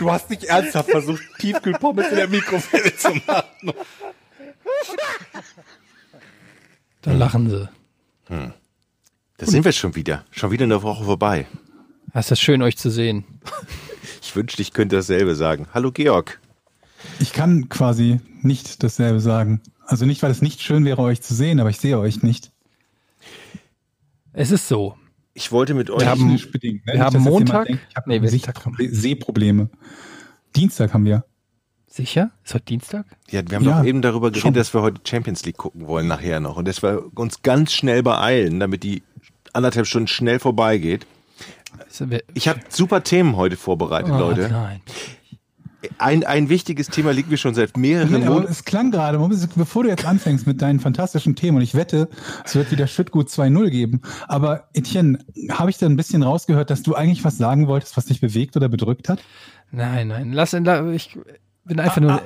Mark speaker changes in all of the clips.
Speaker 1: Du hast nicht ernsthaft versucht, Tiefkühlpommes in der Mikrowelle zu machen.
Speaker 2: Dann
Speaker 1: Mhm.
Speaker 2: lachen sie.
Speaker 1: Hm. Da sind wir schon wieder. Schon wieder eine Woche vorbei.
Speaker 2: Es ist schön, euch zu sehen.
Speaker 1: Ich wünschte, ich könnte dasselbe sagen. Hallo, Georg.
Speaker 3: Ich kann quasi nicht dasselbe sagen. Also nicht, weil es nicht schön wäre, euch zu sehen, aber ich sehe euch nicht.
Speaker 2: Es ist so.
Speaker 1: Ich wollte mit euch.
Speaker 2: Wir haben, ne? wir haben Montag. Denkt,
Speaker 3: ich habe nee, Sehprobleme. Sehprobleme. Dienstag haben wir.
Speaker 2: Sicher? Ist heute Dienstag?
Speaker 1: Ja, wir haben ja, doch eben darüber geredet, schon. dass wir heute Champions League gucken wollen nachher noch und dass wir uns ganz schnell beeilen, damit die anderthalb Stunden schnell vorbeigeht. Ich habe super Themen heute vorbereitet,
Speaker 2: Ah,
Speaker 1: oh, Leute. Nein. Ein, ein wichtiges Thema liegt mir schon seit mehreren
Speaker 3: Monaten. Es klang gerade, bevor du jetzt anfängst mit deinen fantastischen Themen, und ich wette, es wird wieder Schüttgut 2.0 geben. Aber Etienne, habe ich da ein bisschen rausgehört, dass du eigentlich was sagen wolltest, was dich bewegt oder bedrückt hat?
Speaker 2: Nein, nein. Lass ihn, ich bin
Speaker 1: Ah,
Speaker 2: einfach nur,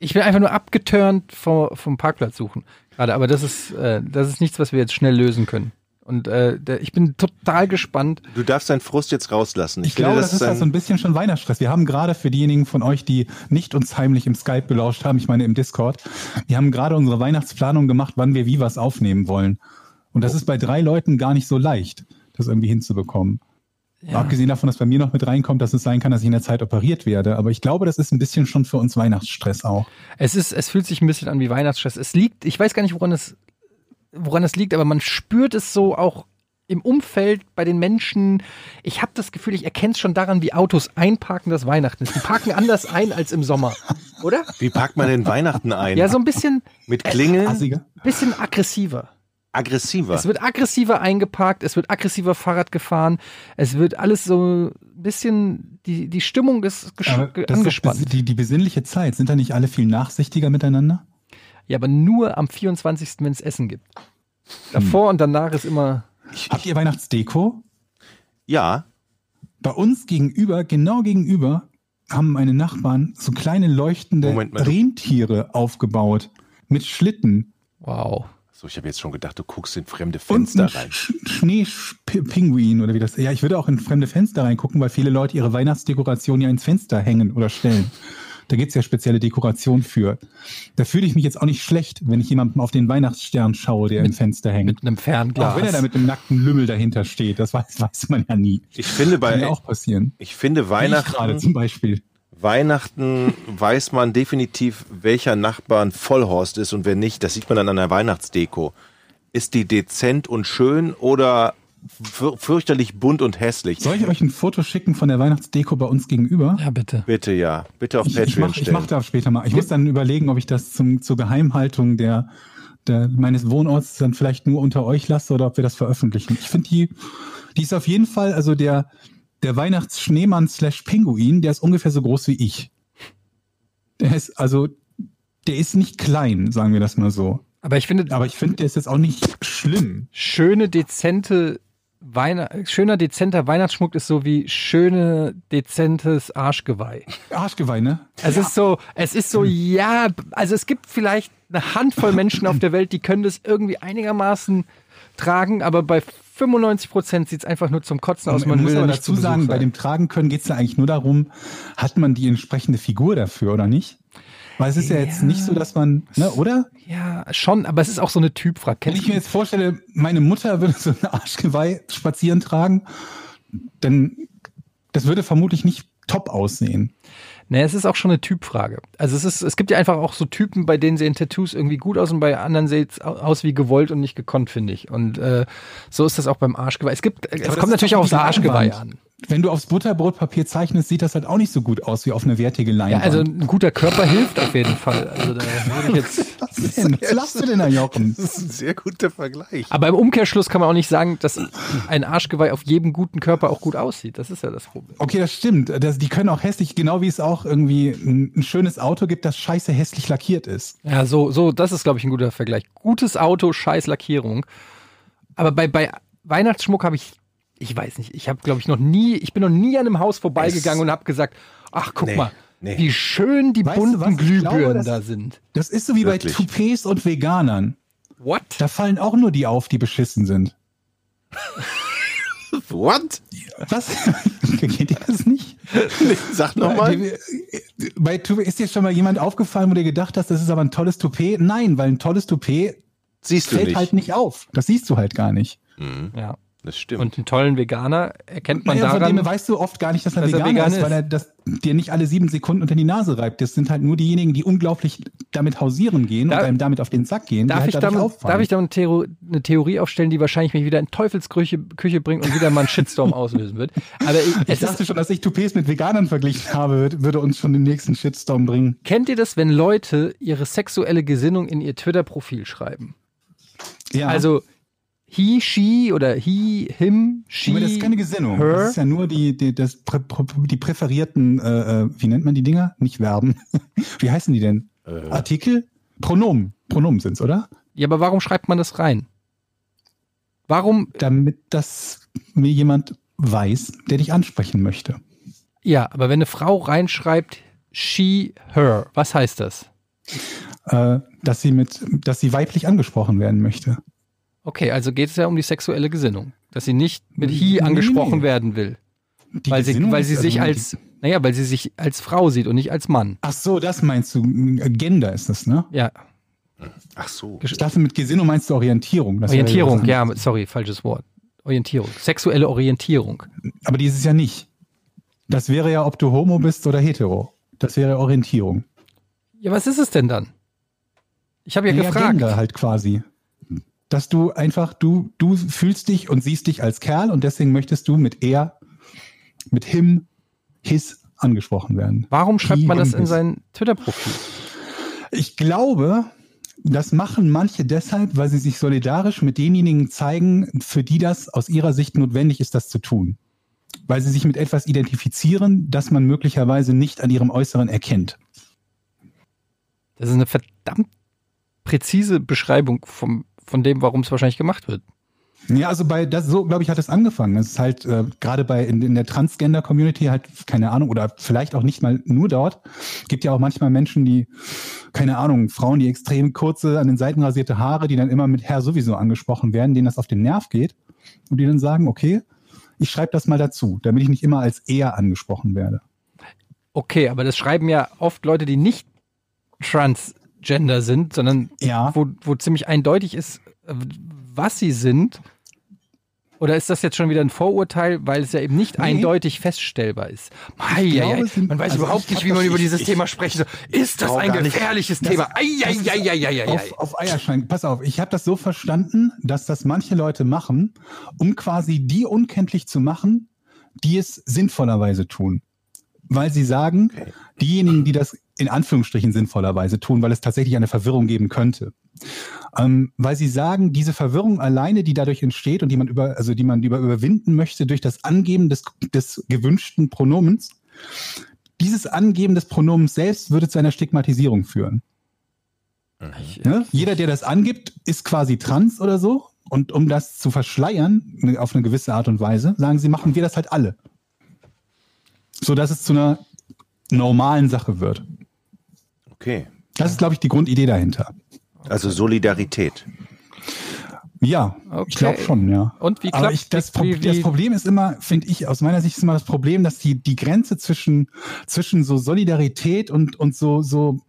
Speaker 2: ich bin einfach nur abgeturnt vom, vom Parkplatz suchen. Gerade, aber das ist, äh, das ist nichts, was wir jetzt schnell lösen können. Und äh, der, ich bin total gespannt.
Speaker 1: Du darfst deinen Frust jetzt rauslassen.
Speaker 3: Ich, ich glaube, das, das ist
Speaker 1: halt
Speaker 3: ja so ein bisschen schon Weihnachtsstress. Wir haben gerade für diejenigen von euch, die nicht uns heimlich im Skype belauscht haben, ich meine im Discord, wir haben gerade unsere Weihnachtsplanung gemacht, wann wir wie was aufnehmen wollen. Und das oh. ist bei drei Leuten gar nicht so leicht, das irgendwie hinzubekommen. Ja. Abgesehen davon, dass bei mir noch mit reinkommt, dass es sein kann, dass ich in der Zeit operiert werde. Aber ich glaube, das ist ein bisschen schon für uns Weihnachtsstress auch.
Speaker 2: Es ist, es fühlt sich ein bisschen an wie Weihnachtsstress. Es liegt, ich weiß gar nicht, woran es woran das liegt, aber man spürt es so auch im Umfeld bei den Menschen. Ich habe das Gefühl, ich erkenne es schon daran, wie Autos einparken, das Weihnachten ist. Die parken anders ein als im Sommer, oder?
Speaker 1: Wie parkt man denn Weihnachten ein?
Speaker 2: Ja, so ein bisschen
Speaker 1: mit Klingeln, äh,
Speaker 2: bisschen aggressiver.
Speaker 1: Aggressiver.
Speaker 2: Es wird aggressiver eingeparkt, es wird aggressiver Fahrrad gefahren, es wird alles so ein bisschen, die, die Stimmung ist angespannt.
Speaker 3: Ist die, die besinnliche Zeit, sind da nicht alle viel nachsichtiger miteinander?
Speaker 2: Ja, aber nur am 24., wenn es Essen gibt. Davor hm. und danach ist immer.
Speaker 3: Habt ihr Weihnachtsdeko?
Speaker 1: Ja.
Speaker 3: Bei uns gegenüber, genau gegenüber, haben meine Nachbarn so kleine leuchtende mal, Rentiere aufgebaut mit Schlitten.
Speaker 2: Wow.
Speaker 1: So, ich habe jetzt schon gedacht, du guckst in fremde Fenster
Speaker 3: und ein rein. Sch Schneepinguin oder wie das. Ja, ich würde auch in fremde Fenster reingucken, weil viele Leute ihre Weihnachtsdekoration ja ins Fenster hängen oder stellen. Da gibt's ja spezielle Dekoration für. Da fühle ich mich jetzt auch nicht schlecht, wenn ich jemandem auf den Weihnachtsstern schaue, der
Speaker 2: mit,
Speaker 3: im Fenster hängt.
Speaker 2: Mit einem Fernglas.
Speaker 3: Auch wenn er da mit einem nackten Lümmel dahinter steht, das weiß, weiß man ja nie.
Speaker 1: Ich finde bei
Speaker 3: Kann ja auch passieren.
Speaker 1: Ich finde Weihnachten
Speaker 3: gerade zum Beispiel.
Speaker 1: Weihnachten weiß man definitiv, welcher Nachbar ein Vollhorst ist und wer nicht. Das sieht man dann an der Weihnachtsdeko. Ist die dezent und schön oder fürchterlich bunt und hässlich.
Speaker 3: Soll ich euch ein Foto schicken von der Weihnachtsdeko bei uns gegenüber?
Speaker 2: Ja, bitte.
Speaker 1: Bitte, ja. Bitte auf
Speaker 3: ich,
Speaker 1: Patreon
Speaker 3: ich mach,
Speaker 1: stellen.
Speaker 3: Ich mache da später mal. Ich muss dann überlegen, ob ich das zum, zur Geheimhaltung der, der, meines Wohnorts dann vielleicht nur unter euch lasse oder ob wir das veröffentlichen. Ich finde die, die ist auf jeden Fall, also der, der Weihnachtsschneemann slash Pinguin, der ist ungefähr so groß wie ich. Der ist, also, der ist nicht klein, sagen wir das mal so.
Speaker 2: Aber ich finde,
Speaker 3: aber ich finde, der ist jetzt auch nicht schlimm.
Speaker 2: Schöne, dezente Weina schöner, dezenter Weihnachtsschmuck ist so wie schöne, dezentes Arschgeweih.
Speaker 3: Arschgeweih, ne?
Speaker 2: Es ja. ist so, es ist so, ja, also es gibt vielleicht eine Handvoll Menschen auf der Welt, die können das irgendwie einigermaßen tragen, aber bei 95 Prozent sieht es einfach nur zum Kotzen aus.
Speaker 3: Man, man muss aber dazu sagen, sein. bei dem Tragen können geht es ja eigentlich nur darum, hat man die entsprechende Figur dafür oder nicht? Weil es ist ja, ja, jetzt nicht so, dass man, ne, oder?
Speaker 2: Ja, schon, aber es ist auch so eine Typfrage.
Speaker 3: Wenn Also ich mir jetzt vorstelle, meine Mutter würde so eine Arschgeweih spazieren tragen, dann das würde vermutlich nicht top aussehen.
Speaker 2: Naja, Ne, es ist auch schon eine Typfrage. Also es ist, es gibt ja einfach auch so Typen, bei denen sehen Tattoos irgendwie gut aus und bei anderen sieht es aus wie gewollt und nicht gekonnt, finde ich. Und äh, so ist das auch beim Arschgeweih. Es gibt, es kommt natürlich auch aufs Arschgeweih an.
Speaker 3: wenn du aufs Butterbrotpapier zeichnest, sieht das halt auch nicht so gut aus wie auf eine wertige
Speaker 2: Ja,
Speaker 3: Leinwand.
Speaker 2: also ein guter Körper hilft auf jeden Fall. Also da würde ich jetzt.
Speaker 3: was, denn? was lachst du denn da, Jochen?
Speaker 1: Das ist ein sehr guter Vergleich.
Speaker 2: Aber im Umkehrschluss kann man auch nicht sagen, dass ein Arschgeweih auf jedem guten Körper auch gut aussieht. Das ist ja das Problem.
Speaker 3: Okay, das stimmt. Das, die können auch hässlich, genau wie es auch irgendwie ein, ein schönes Auto gibt, das scheiße hässlich lackiert ist.
Speaker 2: Ja, so, so, das ist, glaube ich, ein guter Vergleich. Gutes Auto, scheiß Lackierung. Aber bei, bei Weihnachtsschmuck habe ich, ich weiß nicht, ich habe, glaube ich, noch nie, ich bin noch nie an einem Haus vorbeigegangen
Speaker 1: Es-
Speaker 2: und habe gesagt, ach, guck
Speaker 1: Nee,
Speaker 2: mal,
Speaker 1: nee.
Speaker 2: wie schön die
Speaker 3: Weißt du was?
Speaker 2: bunten
Speaker 3: Ich glaube,
Speaker 2: Glühbirnen
Speaker 3: das-
Speaker 2: da sind.
Speaker 3: Das ist so wie
Speaker 1: Wirklich?
Speaker 3: bei Toupets und Veganern.
Speaker 2: What?
Speaker 3: Da fallen auch nur die auf, die beschissen sind.
Speaker 1: What?
Speaker 3: Was? Kennt ihr das nicht? Äh,
Speaker 1: Sag nochmal.
Speaker 3: Die- Bei Toupet, ist dir schon mal jemand aufgefallen, wo du gedacht hast, das ist aber ein tolles Toupet? Nein, weil ein tolles Toupet
Speaker 1: Siehst du
Speaker 3: fällt
Speaker 1: nicht.
Speaker 3: halt nicht auf. Das siehst du halt gar nicht.
Speaker 1: Mhm,
Speaker 2: Ja.
Speaker 1: das stimmt.
Speaker 2: Und einen tollen Veganer erkennt man
Speaker 3: Naja, von
Speaker 2: daran.
Speaker 3: dem weißt du oft gar nicht, dass er
Speaker 2: dass er
Speaker 3: Veganer
Speaker 2: vegan
Speaker 3: ist, weil
Speaker 2: ist.
Speaker 3: er das dir nicht alle sieben Sekunden unter die Nase reibt. Das sind halt nur diejenigen, die unglaublich damit hausieren gehen
Speaker 2: Darf-
Speaker 3: und einem damit auf den Sack gehen. die
Speaker 2: Darf
Speaker 3: halt
Speaker 2: ich,
Speaker 3: dadurch
Speaker 2: damit,
Speaker 3: auffallen.
Speaker 2: darf ich damit Theo- eine Theorie aufstellen, die wahrscheinlich mich wieder in Teufelsküche Küche bringt und wieder mal einen Shitstorm auslösen wird? Aber ich,
Speaker 3: ich
Speaker 2: es ist,
Speaker 3: dachte schon, dass ich Toupets mit Veganern verglichen habe, wird- würde uns schon den nächsten Shitstorm bringen.
Speaker 2: kennt ihr das, wenn Leute ihre sexuelle Gesinnung in ihr Twitter-Profil schreiben?
Speaker 3: Ja.
Speaker 2: Also he, she oder he, him, she.
Speaker 3: Aber das ist keine Gesinnung.
Speaker 2: her.
Speaker 3: Das ist ja nur die, die, das, prä- prä- die präferierten, äh, äh, wie nennt man die Dinger? Nicht Verben. Wie heißen die denn? Artikel? Pronomen. Pronomen sind's, oder?
Speaker 2: ja, aber warum schreibt man das rein? Warum,
Speaker 3: Damit das mir jemand weiß, der dich ansprechen möchte.
Speaker 2: ja, aber wenn eine Frau reinschreibt she, her, was heißt das?
Speaker 3: Äh, dass sie mit, dass sie weiblich angesprochen werden möchte.
Speaker 2: Okay, also geht es ja um die sexuelle Gesinnung, dass sie nicht mit
Speaker 3: Nee,
Speaker 2: he
Speaker 3: nee.
Speaker 2: angesprochen werden will.
Speaker 3: Die
Speaker 2: weil sie,
Speaker 3: Gesinnung
Speaker 2: weil
Speaker 3: ist
Speaker 2: sie
Speaker 3: also
Speaker 2: sich
Speaker 3: nur die-
Speaker 2: als, naja, weil sie sich als Frau sieht und nicht als Mann.
Speaker 3: Ach so, das meinst du. Gender ist das, ne?
Speaker 2: Ja,
Speaker 1: Ach so.
Speaker 3: Ich dachte, mit Gesinnung meinst du Orientierung. Das wäre
Speaker 2: Orientierung,
Speaker 3: was
Speaker 2: ja,
Speaker 3: anderes.
Speaker 2: sorry, falsches Wort. Orientierung, sexuelle Orientierung.
Speaker 3: Aber die ist es ja nicht. Das wäre ja, ob du Homo bist oder hetero. Das wäre Orientierung.
Speaker 2: Ja, was ist es denn dann? Ich habe ja,
Speaker 3: Ja,
Speaker 2: gefragt.
Speaker 3: Gender halt quasi. Dass du einfach, du, du fühlst dich und siehst dich als Kerl und deswegen möchtest du mit er, mit him, his angesprochen werden.
Speaker 2: Warum schreibt man das
Speaker 3: Gender.
Speaker 2: in sein Twitter-Profil?
Speaker 3: Ich glaube, das machen manche deshalb, weil sie sich solidarisch mit denjenigen zeigen, für die das aus ihrer Sicht notwendig ist, das zu tun. Weil sie sich mit etwas identifizieren, das man möglicherweise nicht an ihrem Äußeren erkennt.
Speaker 2: Das ist eine verdammt präzise Beschreibung vom, von dem, warum es wahrscheinlich gemacht wird.
Speaker 3: Ja, also bei das so, glaube ich, hat es angefangen. Es ist halt äh, gerade bei in, in der Transgender-Community halt keine Ahnung oder vielleicht auch nicht mal nur dort. Gibt ja auch manchmal Menschen, die keine Ahnung, Frauen, die extrem kurze an den Seiten rasierte Haare, die dann immer mit Herr sowieso angesprochen werden, denen das auf den Nerv geht und die dann sagen, okay, ich schreibe das mal dazu, damit ich nicht immer als er angesprochen werde.
Speaker 2: Okay, aber das schreiben ja oft Leute, die nicht transgender sind, sondern
Speaker 3: Ja,
Speaker 2: wo, wo ziemlich eindeutig ist, äh, was sie sind? Oder ist das jetzt schon wieder ein Vorurteil, weil es ja eben nicht
Speaker 3: Nee.
Speaker 2: eindeutig feststellbar ist? Mei,
Speaker 3: glaube,
Speaker 2: ei, ei.
Speaker 3: es sind-
Speaker 2: man weiß
Speaker 3: also
Speaker 2: überhaupt
Speaker 3: ich hab
Speaker 2: nicht, wie man
Speaker 3: das-
Speaker 2: über
Speaker 3: ich-
Speaker 2: dieses
Speaker 3: ich-
Speaker 2: Thema sprechen soll. Ist das
Speaker 1: Auch
Speaker 2: ein
Speaker 1: gar nicht.
Speaker 2: gefährliches Thema? Ei, ei,
Speaker 3: das ist
Speaker 2: ei, ei, ei, ei, ei.
Speaker 3: auf, auf Eierschein. Pass auf, ich habe das so verstanden, dass das manche Leute machen, um quasi die unkenntlich zu machen, die es sinnvollerweise tun. Weil sie sagen, diejenigen, die das in Anführungsstrichen sinnvollerweise tun, weil es tatsächlich eine Verwirrung geben könnte. Ähm, weil sie sagen, diese Verwirrung alleine, die dadurch entsteht und die man über, also die man über überwinden möchte durch das Angeben des, des gewünschten Pronomens, dieses Angeben des Pronomens selbst würde zu einer Stigmatisierung führen. Ne? Jeder, der das angibt, ist quasi trans oder so. Und um das zu verschleiern, ne, auf eine gewisse Art und Weise, sagen sie, machen wir das halt alle. So dass es zu einer normalen Sache wird.
Speaker 1: Okay.
Speaker 3: Das ist, glaube ich, die Grundidee dahinter.
Speaker 1: Also Solidarität.
Speaker 3: Ja,
Speaker 2: Okay.
Speaker 3: ich glaube schon, ja.
Speaker 2: Und wie
Speaker 3: Aber
Speaker 2: klappt
Speaker 3: ich, das,
Speaker 2: wie-
Speaker 3: Pro
Speaker 2: wie-
Speaker 3: das Problem ist immer, finde ich, aus meiner Sicht ist immer das Problem, dass die, die Grenze zwischen, zwischen so Solidarität und, und so, so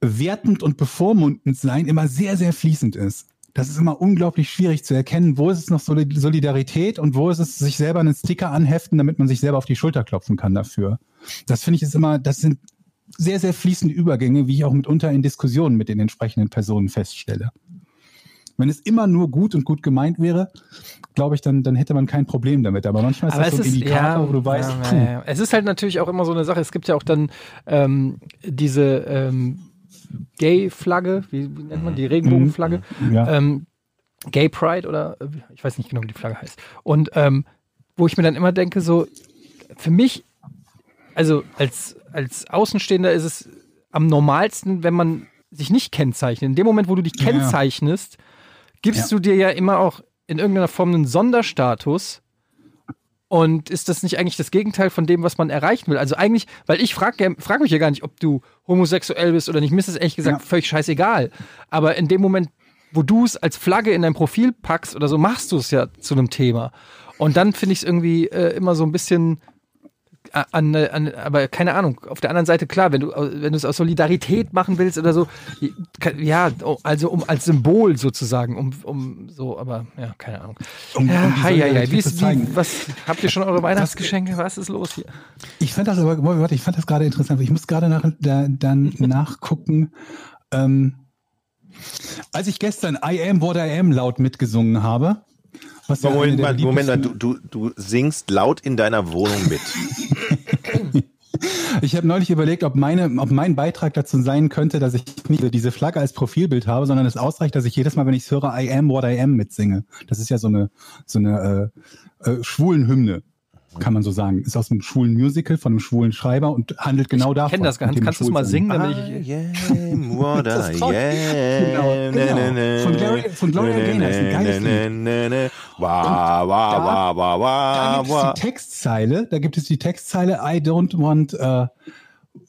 Speaker 3: wertend und bevormundend sein immer sehr, sehr fließend ist. Das ist immer unglaublich schwierig zu erkennen, wo ist es noch Soli- Solidarität und wo ist es sich selber einen Sticker anheften, damit man sich selber auf die Schulter klopfen kann dafür. Das finde ich ist immer, das sind sehr, sehr fließende Übergänge, wie ich auch mitunter in Diskussionen mit den entsprechenden Personen feststelle. Wenn es immer nur gut und gut gemeint wäre, glaube ich, dann, dann hätte man kein Problem damit. Aber manchmal ist
Speaker 2: Aber
Speaker 3: das
Speaker 2: es
Speaker 3: so ein
Speaker 2: ist,
Speaker 3: Indikator,
Speaker 2: ja,
Speaker 3: wo du weißt,
Speaker 2: ja,
Speaker 3: puh,
Speaker 2: ja, ja. es ist halt natürlich auch immer so eine Sache. Es gibt ja auch dann ähm, diese ähm, Gay-Flagge, wie, wie nennt man die Regenbogenflagge?
Speaker 3: Mhm. ja.
Speaker 2: ähm, Gay Pride oder äh, ich weiß nicht genau, wie die Flagge heißt. Und ähm, wo ich mir dann immer denke, so für mich, also als, als Außenstehender ist es am normalsten, wenn man sich nicht kennzeichnet. In dem Moment, wo du dich
Speaker 3: Ja, ja.
Speaker 2: kennzeichnest, gibst
Speaker 3: Ja.
Speaker 2: du dir ja immer auch in irgendeiner Form einen Sonderstatus. Und ist das nicht eigentlich das Gegenteil von dem, was man erreichen will? Also eigentlich, weil ich frage frag mich ja gar nicht, ob du homosexuell bist oder nicht. Mir ist es ehrlich gesagt
Speaker 3: Ja.
Speaker 2: völlig scheißegal. Aber in dem Moment, wo du es als Flagge in dein Profil packst oder so, machst du es ja zu einem Thema. Und dann finde ich es irgendwie äh, immer so ein bisschen a- an, äh, an, aber keine Ahnung. Auf der anderen Seite, klar, wenn du, au- wenn du es aus Solidarität machen willst oder so, i- ka- ja, oh, also um als Symbol sozusagen, um, um so, aber ja, keine Ahnung.
Speaker 3: Um- um die
Speaker 2: ja, hei, hei, hei.
Speaker 3: Solidarität
Speaker 2: Wie
Speaker 3: zu
Speaker 2: ist,
Speaker 3: zeigen.
Speaker 2: wie, was, habt ihr schon eure Weihnachtsgeschenke? Was ist los hier?
Speaker 3: Ich fand das aber, warte, ich fand das gerade interessant. Ich muss gerade nach, da, dann nachgucken. Ähm, als ich gestern I am what I am laut mitgesungen habe, was ja
Speaker 1: Moment
Speaker 3: eine
Speaker 1: mal,
Speaker 3: der
Speaker 1: Moment mal
Speaker 3: liebsten-
Speaker 1: du, du, du singst laut in deiner Wohnung mit.
Speaker 3: Ich habe neulich überlegt, ob, meine, ob mein Beitrag dazu sein könnte, dass ich nicht diese Flagge als Profilbild habe, sondern es ausreicht, dass ich jedes Mal, wenn ich es höre, I am what I am mitsinge. Das ist ja so eine, so eine äh, äh, schwulen Hymne, kann man so sagen. Ist aus einem schwulen Musical von einem schwulen Schreiber und handelt genau davon.
Speaker 2: Ich kenne das gar
Speaker 3: mit
Speaker 2: nicht.
Speaker 3: dem
Speaker 2: Kannst du es mal singen?
Speaker 3: Schwulsein.
Speaker 2: Damit ich,
Speaker 1: am what
Speaker 3: Das
Speaker 1: I
Speaker 3: ist toll.
Speaker 1: am.
Speaker 3: Genau, genau. Von Gloria- von Gloria Gaynor ist ein geiles
Speaker 1: Lied. Wa, wa, wa, wa,
Speaker 3: Da
Speaker 1: wa,
Speaker 3: gibt
Speaker 1: wa.
Speaker 3: es die Textzeile, da gibt es die Textzeile I don't want äh,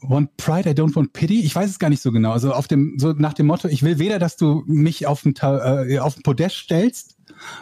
Speaker 3: want pride, I don't want pity. Ich weiß es gar nicht so genau. Also auf dem so nach dem Motto, ich will weder, dass du mich auf den Ta- äh, auf den Podest stellst,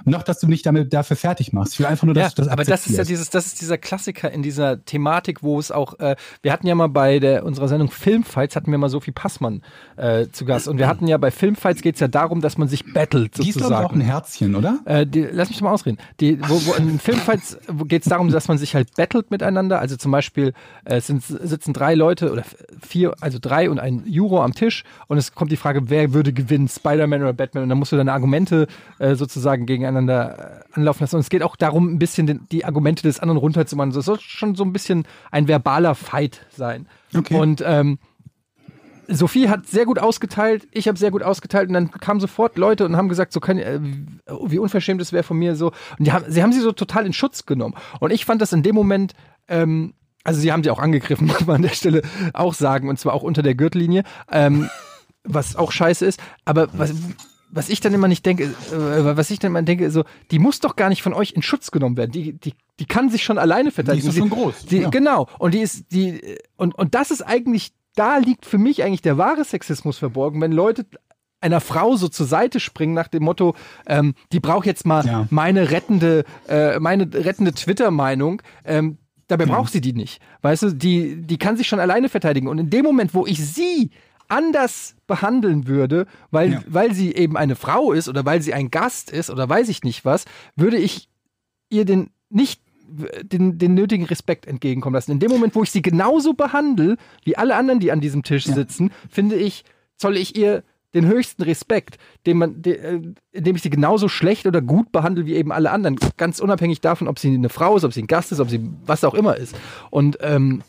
Speaker 3: noch dass du mich damit dafür fertig machst. Ich will einfach nur,
Speaker 2: ja,
Speaker 3: dass du das
Speaker 2: aber das ist ja
Speaker 3: akzeptierst.
Speaker 2: dieses, das ist dieser Klassiker in dieser Thematik, wo es auch, äh, wir hatten ja mal bei der, unserer Sendung Filmfights hatten wir mal Sophie Passmann äh, zu Gast und wir hatten ja bei Filmfights geht es ja darum, dass man sich battelt
Speaker 3: die ist glaube ich
Speaker 2: sozusagen.
Speaker 3: auch ein Herzchen, oder?
Speaker 2: Äh, die, lass mich doch mal ausreden. Die, wo, wo in Filmfights geht es darum, dass man sich halt battelt miteinander. Also zum Beispiel äh, es sind, sitzen drei Leute oder f- vier, also drei und ein Juro am Tisch und es kommt die Frage, wer würde gewinnen, Spider-Man oder Batman? Und dann musst du deine Argumente äh, sozusagen gegeneinander äh, anlaufen lassen. Und es geht auch darum, ein bisschen den, die Argumente des anderen runterzumachen. Das soll schon so ein bisschen ein verbaler Fight sein.
Speaker 3: Okay.
Speaker 2: Und ähm, Sophie hat sehr gut ausgeteilt, ich habe sehr gut ausgeteilt und dann kamen sofort Leute und haben gesagt, so kann, äh, wie unverschämt es wäre von mir so. Und die haben, sie haben sie so total in Schutz genommen. Und ich fand das in dem Moment, ähm, also sie haben sie auch angegriffen, muss man an der Stelle auch sagen, und zwar auch unter der Gürtellinie, ähm, was auch scheiße ist. Aber
Speaker 3: Hm.
Speaker 2: was, was ich dann immer nicht denke, äh, was ich dann immer denke, so, die muss doch gar nicht von euch in Schutz genommen werden. Die, die, die kann sich schon alleine verteidigen.
Speaker 3: doch schon groß,
Speaker 2: Die,
Speaker 3: ja.
Speaker 2: Genau. Und die ist, die, äh, und, und das ist eigentlich, da liegt für mich eigentlich der wahre Sexismus verborgen, wenn Leute einer Frau so zur Seite springen nach dem Motto, ähm, die braucht jetzt mal
Speaker 3: Ja.
Speaker 2: meine rettende, äh, meine rettende Twitter-Meinung. Ähm, dabei
Speaker 3: Genau.
Speaker 2: braucht sie die nicht. Weißt du, die, die kann sich schon alleine verteidigen. Und in dem Moment, wo ich sie anders behandeln würde, weil,
Speaker 3: Ja.
Speaker 2: weil sie eben eine Frau ist oder weil sie ein Gast ist oder weiß ich nicht was, würde ich ihr den nicht den, den nötigen Respekt entgegenkommen lassen. In dem Moment, wo ich sie genauso behandle wie alle anderen, die an diesem Tisch
Speaker 3: Ja.
Speaker 2: sitzen, finde ich, zolle ich ihr den höchsten Respekt, den man, de, äh, indem ich sie genauso schlecht oder gut behandle wie eben alle anderen. Ganz unabhängig davon, ob sie eine Frau ist, ob sie ein Gast ist, ob sie was auch immer ist. Und ähm,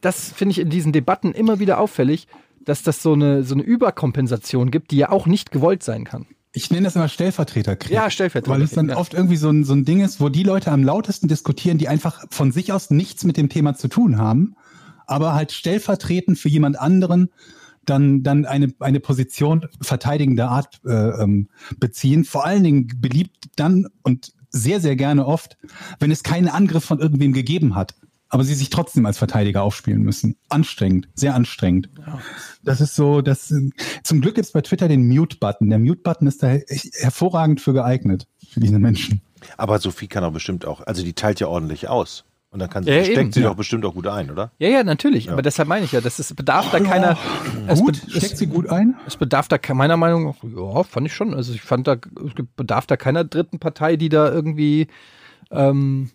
Speaker 2: das finde ich in diesen Debatten immer wieder auffällig, dass das so eine, so eine Überkompensation gibt, die ja auch nicht gewollt sein kann.
Speaker 3: Ich nenne das immer Stellvertreterkrieg.
Speaker 2: Ja, Stellvertreter.
Speaker 3: Weil es dann
Speaker 2: ja.
Speaker 3: oft irgendwie so ein, so ein Ding ist, wo die Leute am lautesten diskutieren, die einfach von sich aus nichts mit dem Thema zu tun haben, aber halt stellvertretend für jemand anderen dann, dann eine, eine Position verteidigender Art äh, ähm, beziehen. Vor allen Dingen beliebt dann und sehr, sehr gerne oft, wenn es keinen Angriff von irgendwem gegeben hat, aber sie sich trotzdem als Verteidiger aufspielen müssen. Anstrengend, sehr anstrengend. Das ist so, das äh, zum Glück gibt's bei Twitter den Mute-Button. Der Mute-Button ist da echt hervorragend für geeignet, für diese Menschen.
Speaker 1: Aber Sophie kann auch bestimmt auch, also die teilt ja ordentlich aus. Und dann kann sie,
Speaker 2: Ja,
Speaker 1: steckt
Speaker 2: eben,
Speaker 1: sie
Speaker 2: ja.
Speaker 1: doch bestimmt auch gut ein, oder?
Speaker 2: Ja, Oh. ja, natürlich. Aber deshalb meine ich ja, das ist, bedarf da keiner. Es,
Speaker 3: Gut,
Speaker 2: be-
Speaker 3: steckt
Speaker 2: es,
Speaker 3: sie gut ein?
Speaker 2: es bedarf da ke- meiner Meinung nach, ja, fand ich schon. Also ich fand da, es gibt- bedarf da keiner dritten Partei, die da irgendwie ähm,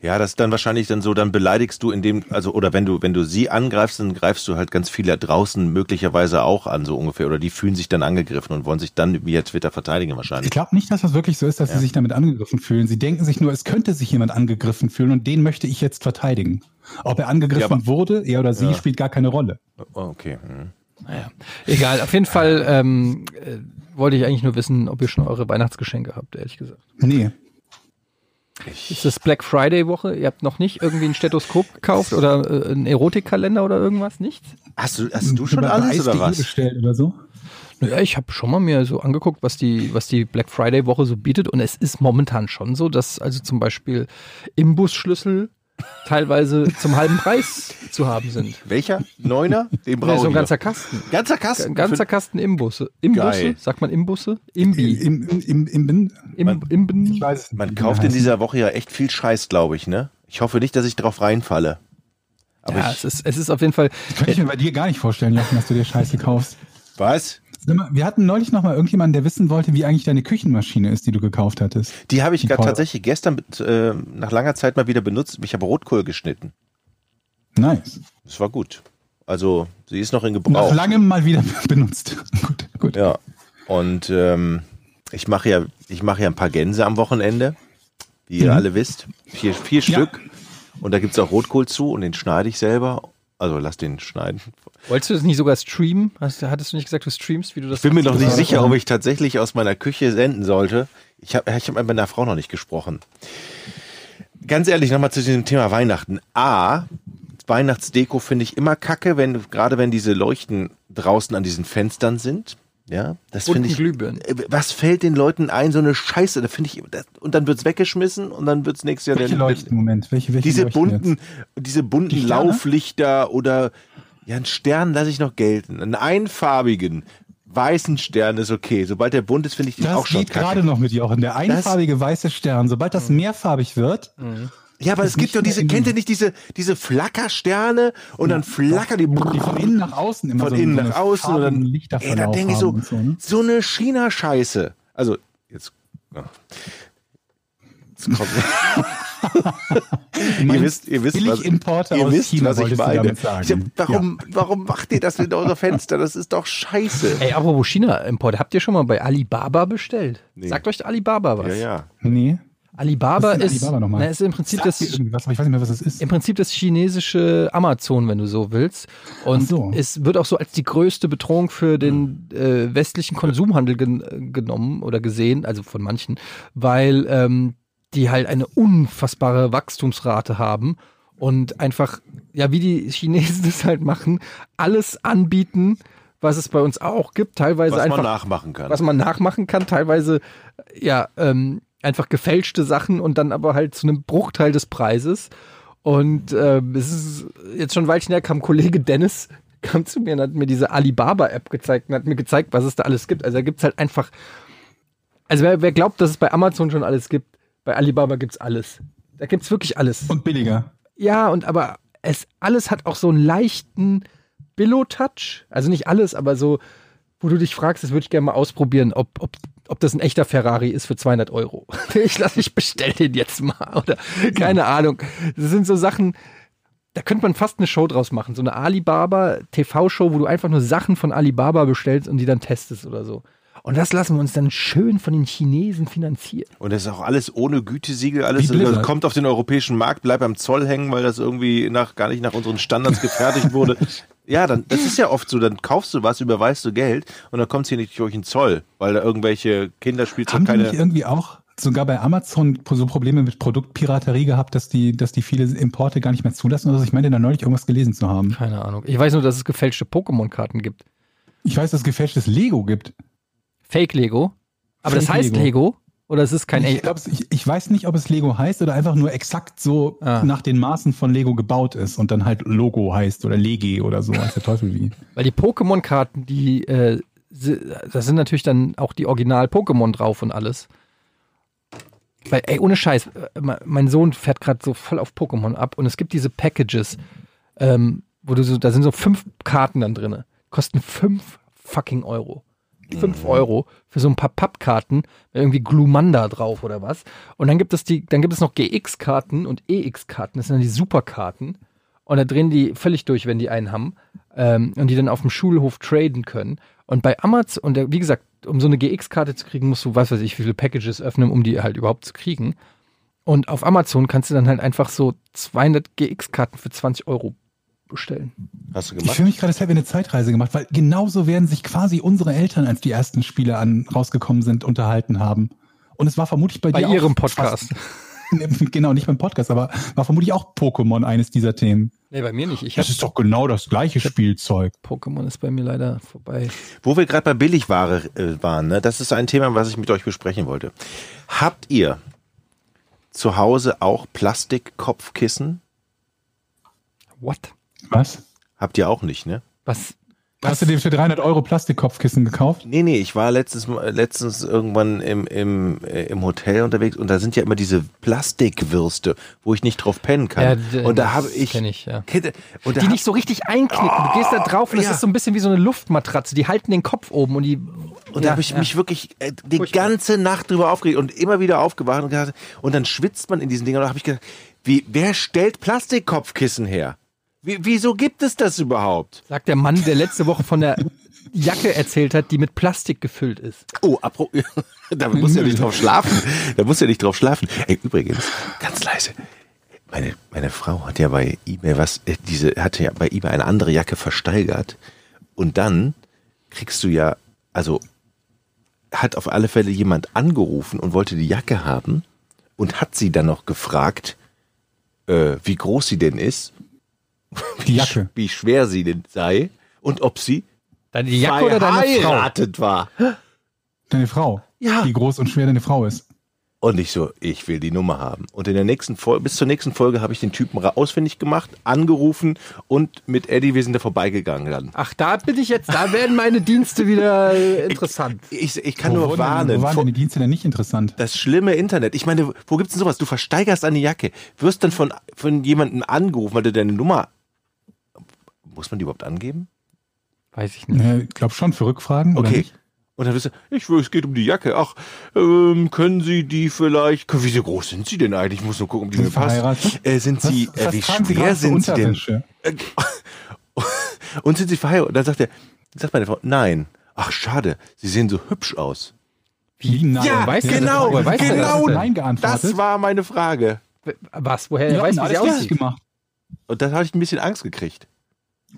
Speaker 1: Ja, das ist dann wahrscheinlich dann so, dann beleidigst du in dem, also oder wenn du, wenn du sie angreifst, dann greifst du halt ganz viele draußen möglicherweise auch an, so ungefähr. Oder die fühlen sich dann angegriffen und wollen sich dann via Twitter verteidigen
Speaker 3: Ich
Speaker 1: wahrscheinlich.
Speaker 3: glaube nicht, dass das wirklich so ist, dass sie sich damit angegriffen fühlen. Sie denken sich nur, es könnte sich jemand angegriffen fühlen und den möchte ich jetzt verteidigen. Ob er angegriffen
Speaker 1: Ja, aber-
Speaker 3: wurde, er oder sie, spielt gar keine Rolle.
Speaker 1: Oh, Okay. hm.
Speaker 2: Naja, egal. Auf jeden Fall ähm, äh, wollte ich eigentlich nur wissen, ob ihr schon eure Weihnachtsgeschenke habt, ehrlich gesagt.
Speaker 3: Nee.
Speaker 2: Ist das Black Friday Woche? Ihr habt noch nicht irgendwie ein Stethoskop gekauft oder äh, einen Erotikkalender oder irgendwas? Nichts?
Speaker 1: Hast du, hast du schon
Speaker 3: Über
Speaker 1: alles oder
Speaker 3: Eis.de
Speaker 1: was?
Speaker 3: bestellt oder so?
Speaker 2: Naja, ich habe schon mal mir so angeguckt, was die, was die Black Friday Woche so bietet. Und es ist momentan schon so, dass also zum Beispiel Imbusschlüssel teilweise zum halben Preis zu haben sind.
Speaker 1: Welcher? Neuner? Den
Speaker 2: Nee,
Speaker 1: brauche
Speaker 2: so ein
Speaker 1: ich.
Speaker 2: ganzer
Speaker 1: noch.
Speaker 2: Kasten.
Speaker 1: ganzer
Speaker 2: Ein
Speaker 1: Kasten.
Speaker 2: ganzer
Speaker 1: Für-
Speaker 2: Kasten Imbusse. Imbusse?
Speaker 1: Geil. Äh,
Speaker 2: Sagt man Imbusse? Imbi.
Speaker 3: Im, im, im, im, im,
Speaker 2: Im, Imben.
Speaker 3: ich weiß es nicht.
Speaker 1: Man
Speaker 3: wie
Speaker 1: kauft in
Speaker 3: der heißt.
Speaker 1: dieser Woche ja echt viel Scheiß, glaube ich, ne? Ich hoffe nicht, dass ich drauf reinfalle. Aber
Speaker 2: Ja,
Speaker 1: ich,
Speaker 2: es ist, es ist auf jeden Fall.
Speaker 3: Könnte ich mir bei dir gar nicht vorstellen, Jochen, dass du dir Scheiße kaufst.
Speaker 1: was?
Speaker 3: Sag mal, Wir hatten neulich noch mal irgendjemanden, der wissen wollte, wie eigentlich deine Küchenmaschine ist, die du gekauft hattest.
Speaker 1: Die habe ich
Speaker 3: Die
Speaker 1: gerade
Speaker 3: Paul-
Speaker 1: tatsächlich gestern mit, äh, nach langer Zeit mal wieder benutzt. Ich habe Rotkohl geschnitten.
Speaker 3: Nice.
Speaker 1: Das war gut. Also, sie ist noch in
Speaker 3: Nach
Speaker 1: Gebrauch.
Speaker 3: langem mal wieder benutzt. gut, gut.
Speaker 1: Ja. Und ähm, ich mache ja, ich mache ja ein paar Gänse am Wochenende, wie ihr
Speaker 3: Mhm.
Speaker 1: alle wisst. Vier, vier
Speaker 3: Ja.
Speaker 1: Stück. Und da gibt es auch Rotkohl zu und den schneide ich selber. Also lass den schneiden.
Speaker 2: Wolltest du das nicht sogar streamen? Hast, hattest du nicht gesagt, du streamst, wie du das
Speaker 1: Ich bin mir noch nicht
Speaker 2: Ja.
Speaker 1: sicher, ob ich tatsächlich aus meiner Küche senden sollte. Ich habe ich hab mit meiner Frau noch nicht gesprochen. Ganz ehrlich, nochmal zu diesem Thema Weihnachten. A, Weihnachtsdeko finde ich immer kacke, wenn, gerade wenn diese Leuchten draußen an diesen Fenstern sind. Ja, das
Speaker 2: Und
Speaker 1: finde
Speaker 2: ein
Speaker 1: ich.
Speaker 2: Glühbirnen.
Speaker 1: Äh, Was fällt den Leuten ein, so eine Scheiße? Da finde ich, das, und dann wird's weggeschmissen und dann wird's nächstes Jahr
Speaker 3: Welche leuchten im Moment? Welche, welche
Speaker 1: diese
Speaker 3: leuchten
Speaker 1: bunten, diese bunten
Speaker 3: Die Sterne?
Speaker 1: Lauflichter oder ja, einen Stern lasse ich noch gelten. Einen einfarbigen weißen Stern ist okay. Sobald der bunt ist, finde ich den
Speaker 3: Das
Speaker 1: auch schon Mhm.
Speaker 3: geht gerade
Speaker 1: kacke.
Speaker 3: noch mit Jochen. Der einfarbige weiße Stern. Sobald das mehrfarbig wird,
Speaker 1: Ja, aber es gibt
Speaker 3: nicht
Speaker 1: doch
Speaker 3: mehr
Speaker 1: diese,
Speaker 3: in-
Speaker 1: kennt ihr nicht diese, diese Flackersterne und dann flackern die,
Speaker 3: die von innen nach außen immer
Speaker 1: von
Speaker 3: so
Speaker 1: innen
Speaker 3: so
Speaker 1: nach außen und dann, ey, da
Speaker 3: Lichterverlauf
Speaker 1: denke ich
Speaker 3: haben
Speaker 1: so,
Speaker 3: und ne?
Speaker 1: so eine China-Scheiße. Also, jetzt, ja. jetzt kommt,
Speaker 3: Du meinst,
Speaker 1: wisst- ihr wisst, was-
Speaker 3: Billigimporte
Speaker 1: ihr
Speaker 3: aus
Speaker 1: wisst,
Speaker 3: China,
Speaker 1: was ich
Speaker 3: wolltest du
Speaker 1: meine.
Speaker 3: damit
Speaker 1: Ich
Speaker 3: sagen.
Speaker 1: sag, warum, warum macht ihr das mit eurer Fenster? Das ist doch scheiße.
Speaker 2: Ey, apropos China-Import, habt ihr schon mal bei Alibaba bestellt?
Speaker 1: Nee.
Speaker 2: Sagt euch Alibaba was?
Speaker 1: Ja, ja.
Speaker 3: Ja. Nee.
Speaker 2: Alibaba
Speaker 3: Was ist denn
Speaker 2: ist,
Speaker 3: Alibaba nochmal?
Speaker 2: na, ist im Prinzip
Speaker 3: Sag
Speaker 2: das
Speaker 3: mir irgendwas, aber ich weiß nicht mehr, was das ist.
Speaker 2: im Prinzip das chinesische Amazon, wenn du so willst. Und
Speaker 3: Ach so. Hm.
Speaker 2: es wird auch so als die größte Bedrohung für den äh, westlichen Konsumhandel gen äh, genommen oder gesehen, also von manchen, weil ähm, die halt eine unfassbare Wachstumsrate haben und einfach, ja, wie die Chinesen das halt machen, alles anbieten, was es bei uns auch gibt, teilweise
Speaker 1: was man
Speaker 2: einfach
Speaker 1: nachmachen kann.
Speaker 2: was man nachmachen kann, teilweise ja ähm, einfach gefälschte Sachen und dann aber halt zu einem Bruchteil des Preises. Und ähm, es ist jetzt schon ein Weilchen her, kam Kollege Dennis kam zu mir und hat mir diese Alibaba-App gezeigt und hat mir gezeigt, was es da alles gibt. Also da gibt es halt einfach, also wer, wer glaubt, dass es bei Amazon schon alles gibt, bei Alibaba gibt es alles. Da gibt es wirklich alles.
Speaker 3: Und billiger.
Speaker 2: Ja, und aber es alles hat auch so einen leichten Billo-Touch. Also nicht alles, aber so, wo du dich fragst, das würde ich gerne mal ausprobieren, ob, ob, ob das ein echter Ferrari ist für 200 Euro. Ich lasse mich bestellen den jetzt mal oder keine Ahnung. Das sind so Sachen, da könnte man fast eine Show draus machen. So eine Alibaba TV-Show, wo du einfach nur Sachen von Alibaba bestellst und die dann testest oder so. Und das lassen wir uns dann schön von den Chinesen finanzieren.
Speaker 1: Und das ist auch alles ohne Gütesiegel, alles
Speaker 3: Wie Blizzard.
Speaker 1: das kommt auf den europäischen Markt, bleibt am Zoll hängen, weil das irgendwie nach, gar nicht nach unseren Standards gefertigt wurde. ja, dann, das ist ja oft so, dann kaufst du was, überweist du Geld und dann kommt es hier nicht durch den Zoll, weil da irgendwelche Kinderspielzeug
Speaker 3: Haben die nicht
Speaker 1: keine.
Speaker 3: irgendwie auch sogar bei Amazon so Probleme mit Produktpiraterie gehabt, dass die, dass die viele Importe gar nicht mehr zulassen? Oder so? ich meine, da neulich irgendwas gelesen zu haben.
Speaker 2: Keine Ahnung. Ich weiß nur, dass es gefälschte Pokémon-Karten gibt.
Speaker 3: Ich weiß, dass es gefälschtes Lego gibt.
Speaker 2: Fake Lego. Aber das
Speaker 3: Fake
Speaker 2: heißt Lego.
Speaker 3: Lego.
Speaker 2: Oder es ist kein
Speaker 3: ich,
Speaker 2: echt.
Speaker 3: glaub, es- ich, ich weiß nicht, ob es Lego heißt oder einfach nur exakt so
Speaker 2: Ah.
Speaker 3: nach den Maßen von Lego gebaut ist und dann halt Logo heißt oder Legi oder so, als der Teufel wie.
Speaker 2: Weil die Pokémon-Karten, die, äh, si- da sind natürlich dann auch die Original-Pokémon drauf und alles. Weil, ey, ohne Scheiß, äh, me- mein Sohn fährt gerade so voll auf Pokémon ab und es gibt diese Packages, ähm, wo du so, da sind so fünf Karten dann drin. Kosten fünf fucking Euro. 5 Euro für so ein paar Pappkarten, irgendwie Glumanda drauf oder was. Und dann gibt es die, dann gibt es noch GX-Karten und EX-Karten, das sind dann die Superkarten. Und da drehen die völlig durch, wenn die einen haben. Ähm, und die dann auf dem Schulhof traden können. Und bei Amazon, und der, wie gesagt, um so eine GX-Karte zu kriegen, musst du, was weiß ich, wie viele Packages öffnen, um die halt überhaupt zu kriegen. Und auf Amazon kannst du dann halt einfach so 200 GX-Karten für 20 Euro bestellen.
Speaker 1: Hast du
Speaker 3: Ich
Speaker 1: gemacht?
Speaker 3: fühle mich gerade, als hätten wir eine Zeitreise gemacht, weil genauso werden sich quasi unsere Eltern, als die ersten Spiele an, rausgekommen sind, unterhalten haben. Und es war vermutlich bei,
Speaker 2: Bei
Speaker 3: dir
Speaker 2: ihrem
Speaker 3: auch
Speaker 2: Podcast.
Speaker 3: Fast, genau, nicht beim Podcast, aber war vermutlich auch Pokémon eines dieser Themen.
Speaker 2: Nee, bei mir nicht. Ich hab,
Speaker 3: Das ist doch genau das gleiche Spielzeug.
Speaker 2: Pokémon ist bei mir leider vorbei.
Speaker 1: Wo wir gerade bei Billigware äh, waren, ne? das ist ein Thema, was ich mit euch besprechen wollte. Habt ihr zu Hause auch Plastikkopfkissen?
Speaker 2: What?
Speaker 3: Was?
Speaker 1: Habt ihr auch nicht, ne?
Speaker 2: Was?
Speaker 3: Hast du dir für 300 Euro Plastikkopfkissen gekauft?
Speaker 1: Nee, nee, ich war letztens, letztens irgendwann im, im, äh, im Hotel unterwegs und da sind ja immer diese Plastikwürste, wo ich nicht drauf pennen kann.
Speaker 2: d-
Speaker 1: und da
Speaker 2: das
Speaker 1: habe ich.
Speaker 2: kenn ich, ja.
Speaker 1: Kennt ihr- und da
Speaker 2: Die
Speaker 1: hab-
Speaker 2: nicht so richtig einknicken. Du gehst da drauf und es
Speaker 1: ja.
Speaker 2: ist so ein bisschen wie so eine Luftmatratze. Die halten den Kopf oben und die.
Speaker 1: Und da habe ich mich wirklich äh, die ganze Nacht drüber aufgeregt und immer wieder aufgewacht und gedacht, und dann schwitzt man in diesen Dingen. Und da habe ich gedacht, wie, wer stellt Plastikkopfkissen her? Wie, wieso gibt es das überhaupt?
Speaker 2: Sagt der Mann, der letzte Woche von der Jacke erzählt hat, die mit Plastik gefüllt ist.
Speaker 1: Oh, apro da musst du ja nicht drauf schlafen. Da musst du ja nicht drauf schlafen. Ey, übrigens, ganz leise. Meine, meine Frau hat ja bei eBay was, äh, diese, hatte ja bei eBay eine andere Jacke versteigert. Und dann kriegst du ja, also hat auf alle Fälle jemand angerufen und wollte die Jacke haben und hat sie dann noch gefragt, äh, wie groß sie denn ist,
Speaker 3: Die Jacke.
Speaker 1: wie schwer sie denn sei und ob sie
Speaker 2: Deine Jacke oder deine Frau?
Speaker 1: verheiratet war.
Speaker 3: Deine Frau.
Speaker 1: Ja.
Speaker 3: Wie groß und schwer deine Frau ist.
Speaker 1: Und ich so, ich will die Nummer haben. Und in der nächsten Folge, bis zur nächsten Folge habe ich den Typen ra- ausfindig gemacht, angerufen und mit Eddie, wir sind da vorbeigegangen dann.
Speaker 2: Ach, da bin ich jetzt, da werden meine Dienste wieder äh, interessant.
Speaker 1: Ich, ich kann
Speaker 3: Wo
Speaker 1: nur
Speaker 3: wurden denn-
Speaker 1: warnen.
Speaker 3: Wo waren
Speaker 1: vor-
Speaker 3: denn die Dienste denn nicht interessant?
Speaker 1: das schlimme Internet. Ich meine, wo gibt's denn sowas? Du versteigerst eine Jacke, wirst dann von, von jemandem angerufen, weil du deine Nummer. Muss man die überhaupt angeben?
Speaker 2: Weiß ich nicht.
Speaker 3: Ja, Äh, Ich glaube schon, für Rückfragen oder
Speaker 1: Okay.
Speaker 3: nicht?
Speaker 1: Und dann wirst du, ich will, es geht um die Jacke. Ach, ähm, können Sie die vielleicht. Wie so groß sind Sie denn eigentlich? Ich muss nur gucken, ob die
Speaker 3: Sind
Speaker 1: mir
Speaker 3: Sie
Speaker 1: passt.
Speaker 3: verheiratet?
Speaker 1: Äh, sind Sie,
Speaker 3: Was-
Speaker 1: äh,
Speaker 3: was
Speaker 1: wie
Speaker 3: tragen Sie
Speaker 1: schwer
Speaker 3: gerade für
Speaker 1: sind Sie denn?
Speaker 3: Unterwäsche?
Speaker 1: Äh, Und sind sie verheiratet? Dann sagt er, sagt meine Frau, nein. Ach, schade, sie sehen so hübsch aus.
Speaker 3: Wie nein?
Speaker 1: Ja,
Speaker 2: weißt du das?
Speaker 1: genau,
Speaker 2: Woher weißt du das
Speaker 1: genau.
Speaker 2: denn?
Speaker 3: Nein geantwortet.
Speaker 1: Das war meine Frage.
Speaker 2: Was? Woher?
Speaker 3: ja,
Speaker 2: weiß, wie
Speaker 3: alles
Speaker 2: sie
Speaker 3: richtig
Speaker 2: aussieht?
Speaker 3: gemacht.
Speaker 1: Und da habe ich ein bisschen Angst gekriegt.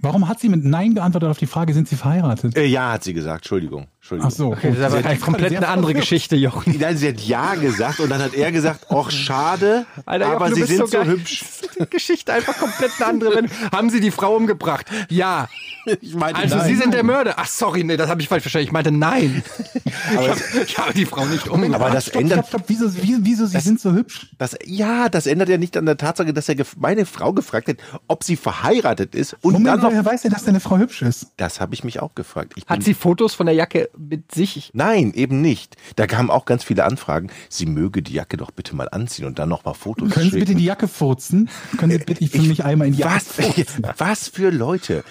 Speaker 3: Warum hat sie mit Nein geantwortet auf die Frage, sind sie verheiratet?
Speaker 1: Äh, ja, hat sie gesagt, Entschuldigung. Entschuldigung.
Speaker 3: Ach so.
Speaker 2: Das ist aber
Speaker 3: Sie hat
Speaker 2: eine komplett
Speaker 3: sehr
Speaker 2: eine andere
Speaker 3: verwirrt.
Speaker 2: Geschichte, Jochen.
Speaker 1: Nein, sie hat ja gesagt und dann hat er gesagt, ach, schade, aber
Speaker 2: Jochen, du
Speaker 1: sie
Speaker 2: bist
Speaker 1: sind so
Speaker 2: geil.
Speaker 1: hübsch.
Speaker 2: Die Geschichte einfach komplett eine andere. Wenn, haben sie die Frau umgebracht? Ja.
Speaker 1: Ich meine,
Speaker 2: Also
Speaker 1: nein.
Speaker 2: sie sind der Mörder. Ach sorry, nee, das habe ich falsch verstanden. Ich meinte nein. ich, hab, ich habe die Frau nicht umgebracht.
Speaker 1: aber das
Speaker 3: Stopp, stopp,
Speaker 1: ändert,
Speaker 3: stopp. Wieso, wie- wieso sie sind so hübsch?
Speaker 1: das, ja, das ändert ja nicht an der Tatsache, dass er gef- meine Frau gefragt hat, ob sie verheiratet ist. Und
Speaker 3: Moment,
Speaker 1: dann noch,
Speaker 3: woher weiß er, dass deine Frau hübsch ist?
Speaker 1: das habe ich mich auch gefragt. Ich
Speaker 2: Hat
Speaker 1: bin-
Speaker 2: sie Fotos von der Jacke mit sich?
Speaker 1: Nein, eben nicht. Da kamen auch ganz viele Anfragen. Sie möge die Jacke doch bitte mal anziehen und dann nochmal Fotos
Speaker 3: Können Sie
Speaker 1: schicken.
Speaker 3: bitte die Jacke furzen? Können Sie bitte für mich einmal in die Jacke
Speaker 1: was,
Speaker 3: furzen?
Speaker 1: was für Leute.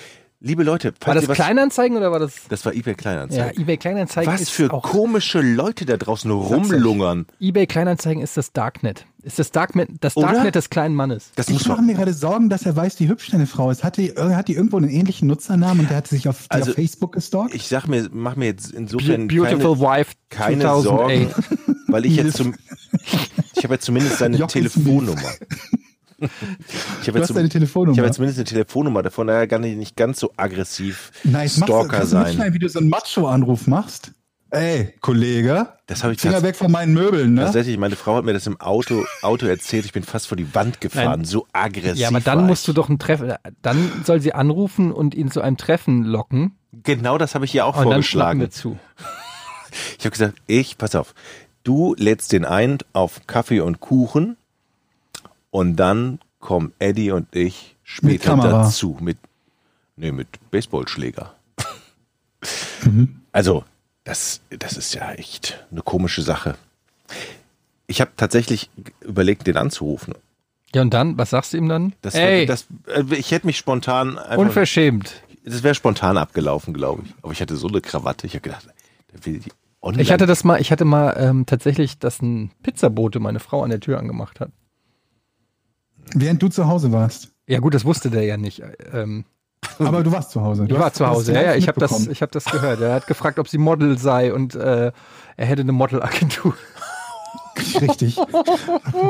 Speaker 1: Liebe Leute, falls
Speaker 2: War das
Speaker 1: ihr was,
Speaker 2: Kleinanzeigen oder war das?
Speaker 1: Das war eBay
Speaker 2: Ja,
Speaker 1: Kleinanzeigen.
Speaker 2: eBay Kleinanzeigen
Speaker 1: was
Speaker 2: ist
Speaker 1: für
Speaker 2: auch
Speaker 1: komische Leute da draußen rumlungern.
Speaker 2: eBay Kleinanzeigen ist das Darknet. Ist das Darknet das
Speaker 1: Oder?
Speaker 2: Darknet des kleinen Mannes?
Speaker 1: Das muss
Speaker 3: Ich mache
Speaker 1: man.
Speaker 3: mir gerade Sorgen, dass er weiß, wie hübsch deine Frau ist. Hat die, äh, hat die irgendwo einen ähnlichen Nutzernamen und der hat sich auf, die
Speaker 1: Also,
Speaker 3: auf Facebook gestalkt?
Speaker 1: Ich sag mir, mach mir jetzt insofern
Speaker 2: Beautiful Wife
Speaker 1: keine, keine
Speaker 2: 2008.
Speaker 1: Sorgen, weil ich jetzt zum, ich habe jetzt zumindest seine
Speaker 3: Jochen Smith.
Speaker 1: Telefonnummer. Ich habe
Speaker 3: Du hast deine Telefonnummer.
Speaker 1: Ich habe jetzt zumindest eine Telefonnummer, davon daher kann ich nicht ganz so aggressiv
Speaker 3: Nice,
Speaker 1: Stalker
Speaker 3: machst, du- kannst Du nicht
Speaker 1: sein.
Speaker 3: schneiden, wie du so einen Macho-Anruf machst? Ey, Kollege,
Speaker 1: Das habe ich
Speaker 3: Finger
Speaker 1: tats-
Speaker 3: weg von meinen Möbeln, ne?
Speaker 1: Tatsächlich, meine Frau hat mir das im Auto, Auto erzählt, ich bin fast vor die Wand gefahren, so aggressiv.
Speaker 2: Ja, aber dann
Speaker 1: war
Speaker 2: musst du
Speaker 1: ich.
Speaker 2: doch einen Treffen. Dann soll sie anrufen und ihn zu einem Treffen locken.
Speaker 1: Genau das habe ich ihr auch
Speaker 2: Und dann schlagen
Speaker 1: vorgeschlagen.
Speaker 2: wir zu.
Speaker 1: Ich habe gesagt, ich, pass auf, du lädst den ein auf Kaffee und Kuchen und dann kommen Eddie und ich später
Speaker 3: Kamera.
Speaker 1: dazu. Mit, nee, mit Baseballschläger. Also, das, das ist ja echt eine komische Sache. Ich habe tatsächlich überlegt, den anzurufen.
Speaker 2: Ja, und dann, was sagst du ihm dann?
Speaker 1: Das,
Speaker 2: Ey,
Speaker 1: das, äh, ich hätte mich spontan einfach
Speaker 2: unverschämt.
Speaker 1: Das wäre spontan abgelaufen, glaube ich. Aber ich hatte so eine Krawatte. Ich habe gedacht, Der will die online.
Speaker 2: Ich hatte das mal, ich hatte mal ähm, tatsächlich, dass ein Pizzabote meine Frau an der Tür angemacht hat.
Speaker 3: Während du zu Hause warst.
Speaker 2: Ja gut, das wusste der ja nicht. Ähm,
Speaker 3: Aber du warst zu Hause. Du
Speaker 2: ich war
Speaker 3: hast-
Speaker 2: zu
Speaker 3: hast
Speaker 2: Hause,
Speaker 3: live
Speaker 2: ja, ja, ich habe das,
Speaker 3: mitbekommen.
Speaker 2: ich hab das gehört. Er hat gefragt, ob sie Model sei und äh, er hätte eine Modelagentur.
Speaker 3: Richtig.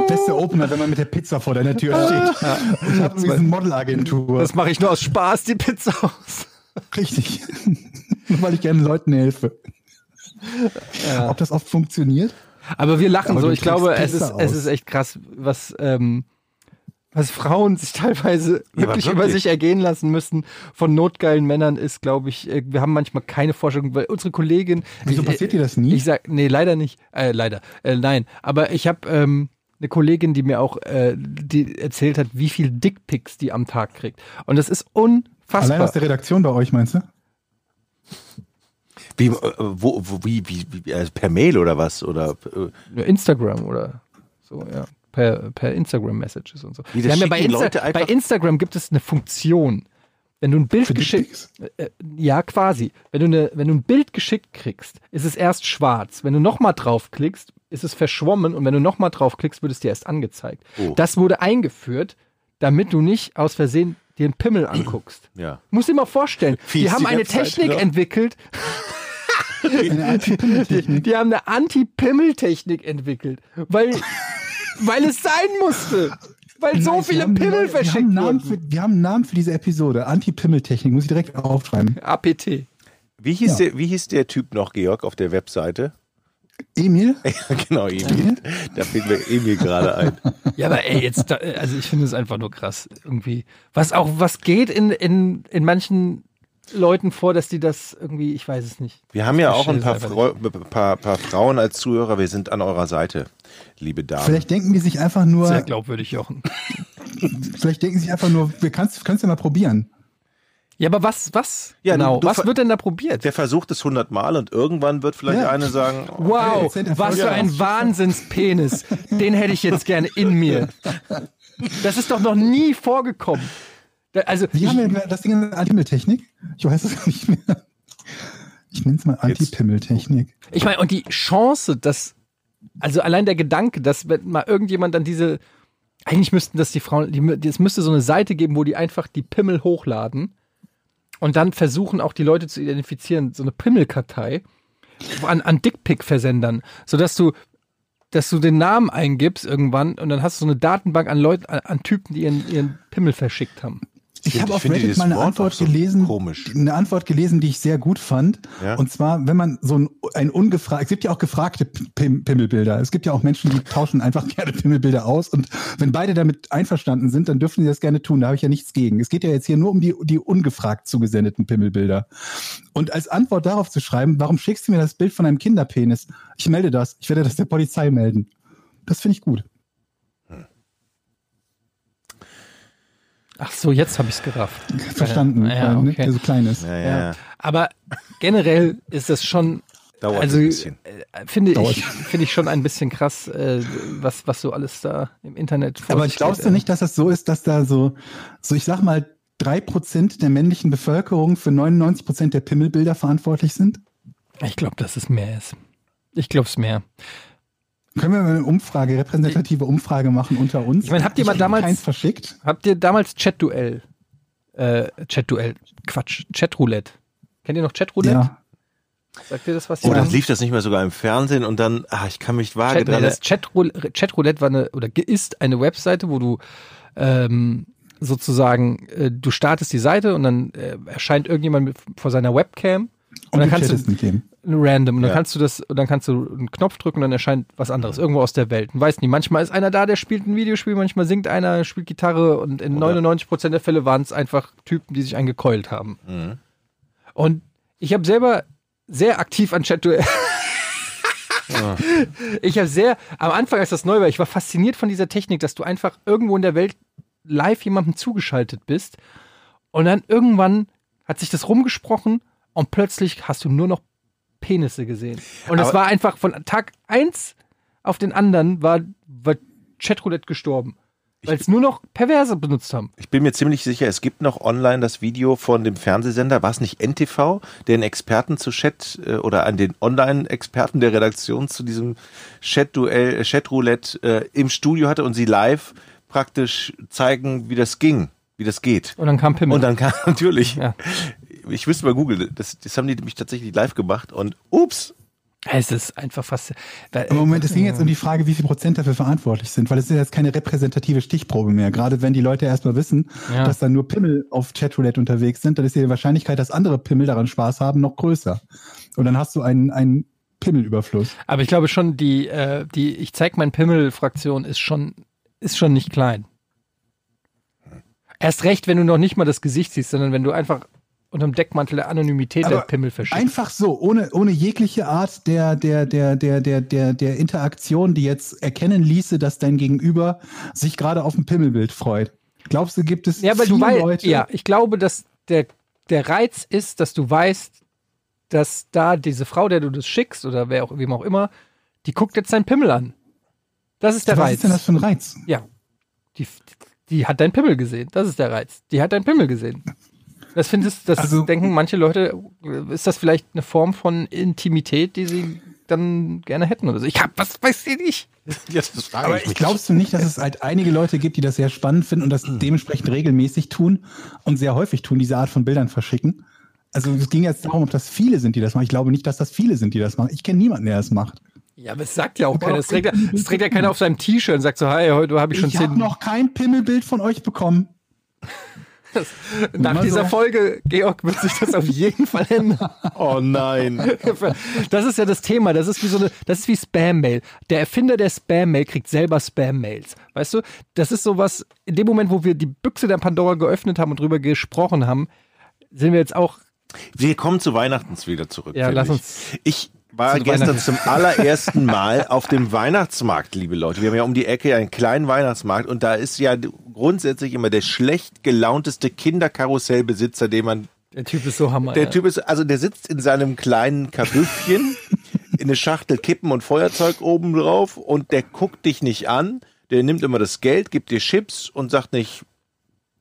Speaker 3: Beste Opener, wenn man mit der Pizza vor deiner Tür steht. ich habe diese Modelagentur.
Speaker 2: Das mache ich nur aus Spaß, die Pizza aus.
Speaker 3: Richtig. Nur weil ich gerne Leuten helfe. Ob das oft funktioniert?
Speaker 2: Aber wir lachen
Speaker 3: Aber
Speaker 2: so.
Speaker 3: du
Speaker 2: Ich glaube, es
Speaker 3: kriegst
Speaker 2: ist,
Speaker 3: Pizza
Speaker 2: es
Speaker 3: aus.
Speaker 2: ist echt krass, was, ähm, was Frauen sich teilweise
Speaker 1: aber
Speaker 2: wirklich, über
Speaker 1: wirklich.
Speaker 2: sich ergehen lassen müssen von notgeilen Männern ist, glaube ich, äh, wir haben manchmal keine Vorstellung, weil unsere Kollegin.
Speaker 3: Wieso
Speaker 2: ich,
Speaker 3: passiert dir das
Speaker 2: äh,
Speaker 3: nie?
Speaker 2: Ich sag, nee, leider nicht. Äh, leider. Äh, nein. Aber ich habe ähm, eine Kollegin, die mir auch äh, die erzählt hat, wie viel Dickpics die am Tag kriegt. Und das ist unfassbar.
Speaker 3: Allein aus der Redaktion bei euch, meinst du?
Speaker 1: Wie, äh, wo, wo, wie, wie, wie äh, per Mail oder was? Oder äh,
Speaker 2: Instagram oder so, ja. Per, per Instagram-Messages und so.
Speaker 1: Wie, das
Speaker 2: Wir haben ja
Speaker 1: schicken
Speaker 2: bei,
Speaker 1: die
Speaker 2: Insta
Speaker 1: Leute einfach-
Speaker 2: bei Instagram gibt es eine Funktion. Wenn du ein Bild
Speaker 3: Für
Speaker 2: geschickt
Speaker 3: Dickpics?
Speaker 2: äh, ja, quasi. Wenn du, eine, wenn du ein Bild geschickt kriegst, ist es erst schwarz. Wenn du nochmal draufklickst, ist es verschwommen und wenn du nochmal draufklickst, wird es dir erst angezeigt.
Speaker 1: Oh.
Speaker 2: Das wurde eingeführt, damit du nicht aus Versehen dir einen Pimmel anguckst.
Speaker 1: ja.
Speaker 2: Muss dir mal vorstellen,
Speaker 1: Fies
Speaker 2: die haben
Speaker 1: die
Speaker 2: eine
Speaker 1: Website,
Speaker 2: Technik
Speaker 1: ja.
Speaker 2: entwickelt,
Speaker 3: Eine Anti-Pimmel-Technik.
Speaker 2: die haben eine Anti-Pimmel-Technik entwickelt, weil, weil es sein musste. Weil so
Speaker 3: Nice, wir
Speaker 2: viele
Speaker 3: haben-
Speaker 2: Pimmel
Speaker 3: wir haben,
Speaker 2: verschickt
Speaker 3: einen Namen für,
Speaker 2: wurden.
Speaker 3: wir haben einen Namen für diese Episode. Anti-Pimmel-Technik. Muss ich direkt aufschreiben.
Speaker 2: APT.
Speaker 1: Wie, hieß
Speaker 3: Ja.
Speaker 1: der, wie hieß der Typ noch, Georg, auf der Webseite?
Speaker 3: Emil?
Speaker 1: Ja, genau, Emil. Da fällt mir Emil gerade ein.
Speaker 2: Ja, aber ey, jetzt, da, also ich finde es einfach nur krass irgendwie. Was auch, was geht in, in, in manchen Leuten vor, dass die das irgendwie, ich weiß es nicht.
Speaker 1: Wir haben ja
Speaker 2: Ich
Speaker 1: auch ein paar,
Speaker 2: verstehe es
Speaker 1: Freu paar, paar Frauen als Zuhörer. Wir sind an eurer Seite, liebe Damen.
Speaker 3: Vielleicht denken die sich einfach
Speaker 2: Sehr
Speaker 3: nur,
Speaker 2: glaubwürdig, Jochen.
Speaker 3: vielleicht denken sie sich einfach nur, wir kannst, kannst du mal probieren.
Speaker 2: Ja, aber was, was?
Speaker 1: Ja,
Speaker 2: genau.
Speaker 1: du- du
Speaker 2: was
Speaker 1: ver-
Speaker 2: wird denn da probiert?
Speaker 1: Der versucht es hundertmal und irgendwann wird vielleicht
Speaker 3: Ja.
Speaker 1: eine sagen, oh,
Speaker 2: Wow,
Speaker 3: 100%
Speaker 2: was für ein
Speaker 3: erfolgreich.
Speaker 2: Wahnsinnspenis. Den hätte ich jetzt gerne in mir. Das ist doch noch nie vorgekommen. Da- Also,
Speaker 3: Wie haben
Speaker 2: ich-
Speaker 3: wir denn das Ding eine Anti-Pimmel-Technik? Ich weiß es nicht mehr. Ich nenne es mal Anti-Pimmel-Technik.
Speaker 2: Ich meine, und die Chance, dass, also allein der Gedanke, dass wenn mal irgendjemand an diese, eigentlich müssten das die Frauen, die, mü- es müsste so eine Seite geben, wo die einfach die Pimmel hochladen und dann versuchen auch die Leute zu identifizieren, so eine Pimmelkartei an, an Dickpick-Versendern, sodass du, dass du den Namen eingibst irgendwann und dann hast du so eine Datenbank an Leuten, an, an Typen, die ihren, ihren Pimmel verschickt haben.
Speaker 3: Ich
Speaker 1: Ich
Speaker 3: habe auf
Speaker 1: finde
Speaker 3: Reddit
Speaker 1: dieses
Speaker 3: mal eine
Speaker 1: Wort
Speaker 3: Antwort
Speaker 1: auch so
Speaker 3: gelesen,
Speaker 1: komisch.
Speaker 3: eine Antwort gelesen, die ich sehr gut fand.
Speaker 1: Ja.
Speaker 3: Und zwar, wenn man so ein, ein ungefragt, es gibt ja auch gefragte Pim Pimmelbilder. Es gibt ja auch Menschen, die tauschen einfach gerne Pimmelbilder aus. Und wenn beide damit einverstanden sind, dann dürfen sie das gerne tun. Da habe ich ja nichts gegen. Es geht ja jetzt hier nur um die, die ungefragt zugesendeten Pimmelbilder. Und als Antwort darauf zu schreiben, warum schickst du mir das Bild von einem Kinderpenis? Ich melde das. Ich werde das der Polizei melden. Das finde ich gut.
Speaker 2: Ach so, jetzt habe ich es gerafft.
Speaker 3: Verstanden.
Speaker 2: Ja,
Speaker 3: Weil, ne,
Speaker 2: okay.
Speaker 3: der so klein ist.
Speaker 1: ja, ja, ja.
Speaker 2: Aber generell ist das schon
Speaker 1: dauert
Speaker 2: also
Speaker 1: ein bisschen.
Speaker 2: äh, finde
Speaker 3: Dauert.
Speaker 2: ich finde ich schon ein bisschen krass, äh, was was so alles da im Internet vor
Speaker 3: Aber
Speaker 2: sich
Speaker 3: glaubst
Speaker 2: geht,
Speaker 3: du
Speaker 2: äh.
Speaker 3: nicht, dass das so ist, dass da so, so ich sag mal, drei Prozent der männlichen Bevölkerung für 99 Prozent der Pimmelbilder verantwortlich sind?
Speaker 2: Ich glaube, dass es mehr ist. Ich glaube es mehr.
Speaker 3: Können wir mal eine Umfrage, repräsentative Umfrage machen unter uns?
Speaker 2: Ich meine, habt ihr mal
Speaker 3: hab
Speaker 2: damals-
Speaker 3: keins verschickt?
Speaker 2: Habt ihr damals Chat-Duell? Äh, Chat-Duell. Quatsch. Chat-Roulette. Kennt ihr noch Chat-Roulette?
Speaker 3: Ja.
Speaker 2: Sagt ihr das was?
Speaker 1: Oh,
Speaker 2: Ja.
Speaker 1: dann lief das nicht mehr sogar im Fernsehen und dann, ach, ich kann mich vage
Speaker 2: Chat, nee,
Speaker 1: dran ne?
Speaker 2: das Chatroul- Chatroulette war eine oder ge- ist eine Webseite, wo du ähm, sozusagen äh, du startest die Seite und dann äh, erscheint irgendjemand mit, vor seiner Webcam und, dann
Speaker 3: du
Speaker 2: kannst
Speaker 3: chattest
Speaker 2: du
Speaker 3: mit dem.
Speaker 2: random und dann
Speaker 1: Ja.
Speaker 2: kannst du das und dann kannst du einen Knopf drücken und dann erscheint was anderes irgendwo aus der Welt. Und weiß nicht, manchmal ist einer da, der spielt ein Videospiel, manchmal singt einer, spielt Gitarre und in 99% der Fälle waren es einfach Typen, die sich eingekeult haben. Und ich habe selber sehr aktiv an Chat ich habe sehr, am Anfang, als das neu war, ich war fasziniert von dieser Technik, dass du einfach irgendwo in der Welt live jemandem zugeschaltet bist. Und dann irgendwann hat sich das rumgesprochen und plötzlich hast du nur noch Penisse gesehen. Und das
Speaker 1: Aber-
Speaker 2: war einfach von Tag eins auf den anderen war, war Chatroulette gestorben. Weil es nur noch Perverse benutzt haben.
Speaker 1: Ich bin mir ziemlich sicher, es gibt noch online das Video von dem Fernsehsender, war es nicht NTV, der einen Experten zu Chat äh, oder an den Online-Experten der Redaktion zu diesem Chat-Duell, äh, Chat-Roulette äh, im Studio hatte und sie live praktisch zeigen, wie das ging, wie das geht.
Speaker 2: Und dann kam Pimmel.
Speaker 1: Und dann kam natürlich,
Speaker 2: Ja.
Speaker 1: ich wüsste mal Google, das, das haben die nämlich tatsächlich live gemacht und ups,
Speaker 2: es ist einfach fast. Weil,
Speaker 3: Im Moment, es ging jetzt um die Frage, wie viel Prozent dafür verantwortlich sind, weil es ist jetzt keine repräsentative Stichprobe mehr. Gerade wenn die Leute erstmal wissen,
Speaker 2: Ja.
Speaker 3: dass da nur Pimmel auf Chatroulette unterwegs sind, dann ist die Wahrscheinlichkeit, dass andere Pimmel daran Spaß haben, noch größer. Und dann hast du einen, einen Pimmelüberfluss.
Speaker 2: Aber ich glaube schon, die, äh, die Ich zeig mein Pimmel-Fraktion ist schon, ist schon nicht klein. Erst recht, wenn du noch nicht mal das Gesicht siehst, sondern wenn du einfach unterm Deckmantel der Anonymität
Speaker 3: Aber
Speaker 2: der Pimmel verschiebst.
Speaker 3: Einfach so, ohne, ohne jegliche Art der, der, der, der, der, der, der Interaktion, die jetzt erkennen ließe, dass dein Gegenüber sich gerade auf ein Pimmelbild freut. Glaubst du, gibt es
Speaker 2: Ja, aber
Speaker 3: viele
Speaker 2: du weißt,
Speaker 3: Leute?
Speaker 2: ja, ich glaube, dass der, der Reiz ist, dass du weißt, dass da diese Frau, der du das schickst oder wer auch, wem auch immer, die guckt jetzt deinen Pimmel an. Das ist der
Speaker 3: Was
Speaker 2: Reiz.
Speaker 3: ist denn das für ein Reiz?
Speaker 2: Ja. Die, die hat deinen Pimmel gesehen. Das ist der Reiz. Die hat deinen Pimmel gesehen. Das findest, das
Speaker 3: Also-
Speaker 2: denken manche Leute, äh, ist das vielleicht eine Form von Intimität, die sie dann gerne hätten oder so. Ich hab, was weiß ich nicht.
Speaker 1: jetzt das frage
Speaker 3: Aber ich glaubst du nicht, dass es halt einige Leute gibt, die das sehr spannend finden und das
Speaker 2: Mhm.
Speaker 3: dementsprechend regelmäßig tun und sehr häufig tun, diese Art von Bildern verschicken? Also es ging jetzt darum, ob das viele sind, die das machen. Ich glaube nicht, dass das viele sind, die das machen. Ich kenne niemanden, der das macht.
Speaker 2: Ja, aber es sagt ja auch keiner. Es trägt ja, es trägt ja keiner auf seinem T-Shirt und sagt so, hey, heute habe ich schon
Speaker 3: Ich habe
Speaker 2: zehn.
Speaker 3: noch kein Pimmelbild von euch bekommen.
Speaker 2: Nach
Speaker 3: Immer
Speaker 2: dieser
Speaker 3: so.
Speaker 2: Folge, Georg, wird sich das auf jeden Fall ändern.
Speaker 1: Oh nein.
Speaker 2: Das ist ja das Thema. Das ist wie so eine, das ist wie Spam-Mail. Der Erfinder der Spam-Mail kriegt selber Spam-Mails. Weißt du, das ist sowas, in dem Moment, wo wir die Büchse der Pandora geöffnet haben und drüber gesprochen haben, sind wir jetzt auch,
Speaker 1: Wir kommen zu Weihnachten wieder zurück.
Speaker 2: Ja,
Speaker 1: finde
Speaker 2: lass
Speaker 1: ich.
Speaker 2: uns
Speaker 1: Ich war
Speaker 2: zu
Speaker 1: gestern
Speaker 2: Weihnachten.
Speaker 1: zum allerersten Mal auf dem Weihnachtsmarkt, liebe Leute. Wir haben ja um die Ecke einen kleinen Weihnachtsmarkt und da ist ja grundsätzlich immer der schlecht gelaunteste Kinderkarussellbesitzer, den man
Speaker 2: der Typ ist so hammer.
Speaker 1: der
Speaker 2: ja.
Speaker 1: Typ ist, also der sitzt in seinem kleinen Kabüffchen, in eine Schachtel Kippen und Feuerzeug oben drauf und der guckt dich nicht an. Der nimmt immer das Geld, gibt dir Chips und sagt nicht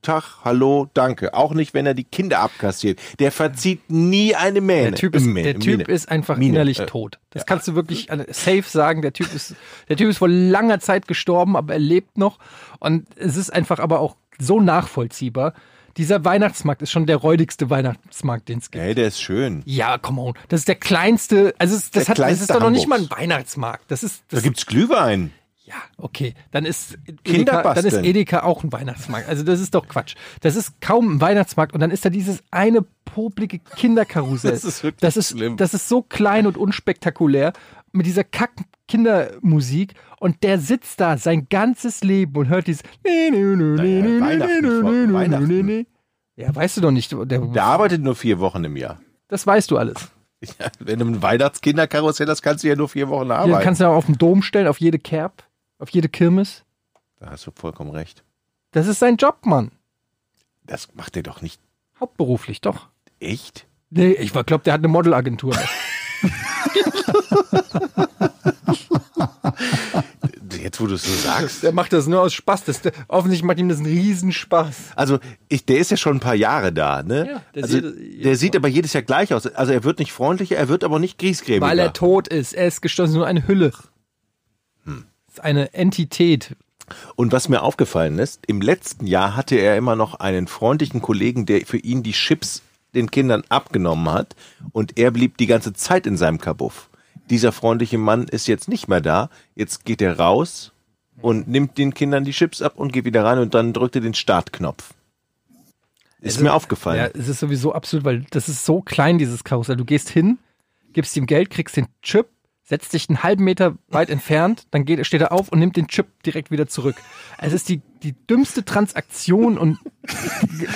Speaker 1: Tag, hallo, danke. Auch nicht, wenn er die Kinder abkassiert. Der verzieht nie eine Mähne.
Speaker 2: der Typ ist,
Speaker 1: Mähne,
Speaker 2: der typ
Speaker 1: Miene.
Speaker 2: ist einfach
Speaker 1: Miene,
Speaker 2: innerlich
Speaker 1: äh,
Speaker 2: tot. Das kannst du wirklich an- safe sagen. Der typ, ist, der typ ist vor langer Zeit gestorben, aber er lebt noch. Und es ist einfach aber auch so nachvollziehbar. Dieser Weihnachtsmarkt ist schon der räudigste Weihnachtsmarkt, den es gibt.
Speaker 1: Ey, der ist schön.
Speaker 2: Ja, come on. Das ist der kleinste, also es, das,
Speaker 1: Der
Speaker 2: hat, das ist
Speaker 1: kleinste
Speaker 2: doch noch nicht mal ein
Speaker 1: Hamburgs.
Speaker 2: Weihnachtsmarkt. Das ist,
Speaker 1: Da
Speaker 2: das,
Speaker 1: gibt's Glühwein.
Speaker 2: ja, okay. Dann ist,
Speaker 1: Kinder
Speaker 2: Edeka, dann ist
Speaker 1: basteln.
Speaker 2: Edeka auch ein Weihnachtsmarkt. Also das ist doch Quatsch. Das ist kaum ein Weihnachtsmarkt und dann ist da dieses eine publike Kinderkarussell.
Speaker 1: Das ist wirklich
Speaker 2: das ist,
Speaker 1: schlimm.
Speaker 2: Das ist so klein und unspektakulär mit dieser kack Kindermusik und der sitzt da sein ganzes Leben und hört dieses
Speaker 1: Weihnachten, Frau- Weihnachten.
Speaker 2: Ja, weißt du doch nicht. Der,
Speaker 1: Der arbeitet nur vier Wochen im Jahr.
Speaker 2: das weißt du alles.
Speaker 1: Ja, wenn du ein Weihnachtskinderkarussell hast, kannst du ja nur vier Wochen
Speaker 2: Ja,
Speaker 1: arbeiten.
Speaker 2: du kannst ja auch auf den Dom stellen, auf jede Kerb, auf jede Kirmes.
Speaker 1: da hast du vollkommen recht.
Speaker 2: Das ist sein Job, Mann.
Speaker 1: Das macht er doch nicht
Speaker 2: Hauptberuflich, doch.
Speaker 1: echt.
Speaker 2: Nee, ich glaube, der hat eine Modelagentur.
Speaker 1: Jetzt, wo du es so sagst.
Speaker 2: der macht das nur aus Spaß. Das, der, offensichtlich macht ihm das einen Riesenspaß.
Speaker 1: Also ich, der ist ja schon ein paar Jahre da, ne?
Speaker 2: Ja, der
Speaker 1: der also,
Speaker 2: sieht-
Speaker 1: sieht, der sieht aber jedes Jahr gleich aus. Also er wird nicht freundlicher, er wird aber nicht griesgrämiger.
Speaker 2: Weil er tot ist. Er ist gestorben, es ist nur eine Hülle. Das ist eine Entität.
Speaker 1: Und was mir aufgefallen ist, im letzten Jahr hatte er immer noch einen freundlichen Kollegen, der für ihn die Chips den Kindern abgenommen hat und er blieb die ganze Zeit in seinem Kabuff. Dieser freundliche Mann ist jetzt nicht mehr da, jetzt geht er raus und nimmt den Kindern die Chips ab und geht wieder rein und dann drückt er den Startknopf. Ist mir aufgefallen.
Speaker 2: Also, Ja, es ist sowieso absurd, weil das ist so klein, dieses Karussell. Du gehst hin, gibst ihm Geld, kriegst den Chip, setzt dich einen halben Meter weit entfernt, dann geht, steht er auf und nimmt den Chip direkt wieder zurück. Es ist die, die dümmste Transaktion und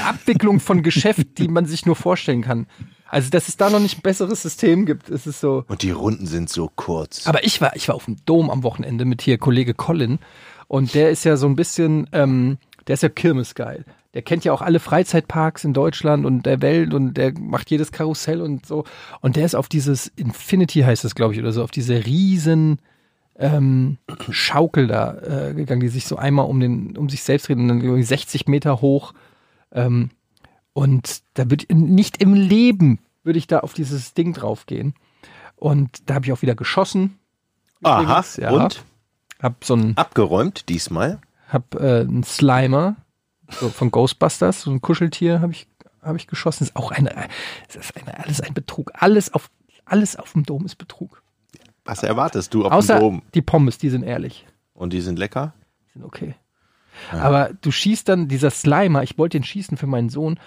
Speaker 2: Abwicklung von Geschäft, die man sich nur vorstellen kann. Also, dass es da noch nicht ein besseres System gibt, es ist so.
Speaker 1: Und die Runden sind so kurz.
Speaker 2: Aber ich war, ich war auf dem Dom am Wochenende mit hier Kollege Colin und der ist ja so ein bisschen, ähm, der ist ja Kirmesgeil. Der kennt ja auch alle Freizeitparks in Deutschland und der Welt und der macht jedes Karussell und so. Und der ist auf dieses Infinity heißt das, glaube ich, oder so, auf diese riesen ähm, Schaukel da äh, gegangen, die sich so einmal um, den, um sich selbst drehen und dann irgendwie 60 Meter hoch. Ähm, und da würde nicht im Leben würde ich da auf dieses Ding draufgehen. Und da habe ich auch wieder geschossen.
Speaker 1: Aha,
Speaker 2: Übrigens, ja.
Speaker 1: und
Speaker 2: Hab so einen,
Speaker 1: abgeräumt diesmal.
Speaker 2: hab, äh, einen Slimer so von Ghostbusters, so ein Kuscheltier habe ich, hab ich geschossen. Ist auch eine, es ist eine, alles ein Betrug. Alles auf, alles auf dem Dom ist Betrug.
Speaker 1: Was erwartest du auf
Speaker 2: Außer
Speaker 1: dem Dom?
Speaker 2: die Pommes, die sind ehrlich.
Speaker 1: Und die sind lecker?
Speaker 2: sind okay. Aber du schießt dann, dieser Slimer, ich wollte den schießen für meinen Sohn,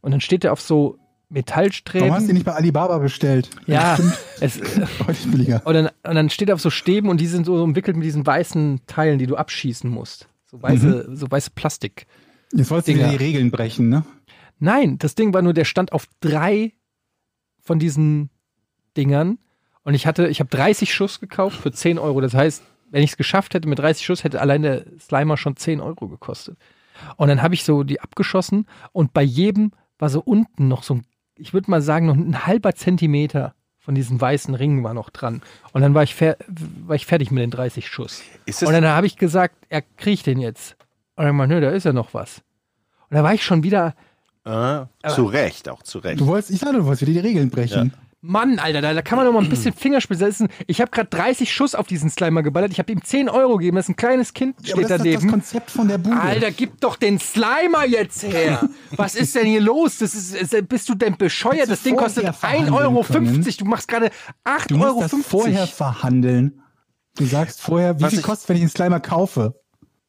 Speaker 2: und dann steht er auf so Metallstreben.
Speaker 3: Warum hast du die nicht bei Alibaba bestellt?
Speaker 2: ja,
Speaker 3: Stimmt,
Speaker 2: es, und,
Speaker 3: Deutlich billiger.
Speaker 2: dann, und dann steht er auf so Stäben und die sind so umwickelt mit diesen weißen Teilen, die du abschießen musst. So weiße,
Speaker 1: Mhm.
Speaker 2: so weiße Plastik.
Speaker 3: Jetzt wolltest du
Speaker 2: Dinger.
Speaker 3: wieder die Regeln brechen, ne?
Speaker 2: Nein, das Ding war nur, der stand auf drei von diesen Dingern und ich hatte, ich habe 30 Schuss gekauft für 10 Euro. Das heißt, wenn ich es geschafft hätte mit 30 Schuss, hätte allein der Slimer schon 10 Euro gekostet. Und dann habe ich so die abgeschossen und bei jedem war so unten noch so ein, ich würde mal sagen, noch ein halber Zentimeter von diesen weißen Ringen war noch dran. Und dann war ich, fer war ich fertig mit den 30 Schuss.
Speaker 1: Ist
Speaker 2: Und dann habe ich gesagt, er kriegt den jetzt. Und dann meinte, nö, da ist ja noch was. Und da war ich schon wieder,
Speaker 1: äh, zu Recht, auch zu Recht.
Speaker 3: Du wolltest, ich sage, du wolltest wieder die Regeln brechen.
Speaker 2: Mann, Alter, da, da kann man doch mal ein bisschen Fingerspiel setzen. Ich habe gerade 30 Schuss auf diesen Slimer geballert. Ich habe ihm 10 Euro gegeben. Das ist ein kleines Kind,
Speaker 3: Ja, aber
Speaker 2: steht
Speaker 3: das ist das, das
Speaker 2: daneben.
Speaker 3: Konzept von der Bude.
Speaker 2: Alter, gib doch den Slimer jetzt her. Was ist denn hier los? Das ist, ist- bist du denn bescheuert?
Speaker 3: Hättest du
Speaker 2: Das Ding kostet
Speaker 3: vorher
Speaker 2: 1,50
Speaker 3: verhandeln
Speaker 2: Euro.
Speaker 3: können?
Speaker 2: Du machst gerade 8,50
Speaker 3: Du musst
Speaker 2: Euro.
Speaker 3: das vorher verhandeln. Du sagst vorher, wie
Speaker 1: Was
Speaker 3: viel
Speaker 1: ich-
Speaker 3: kostet, wenn ich einen Slimer kaufe?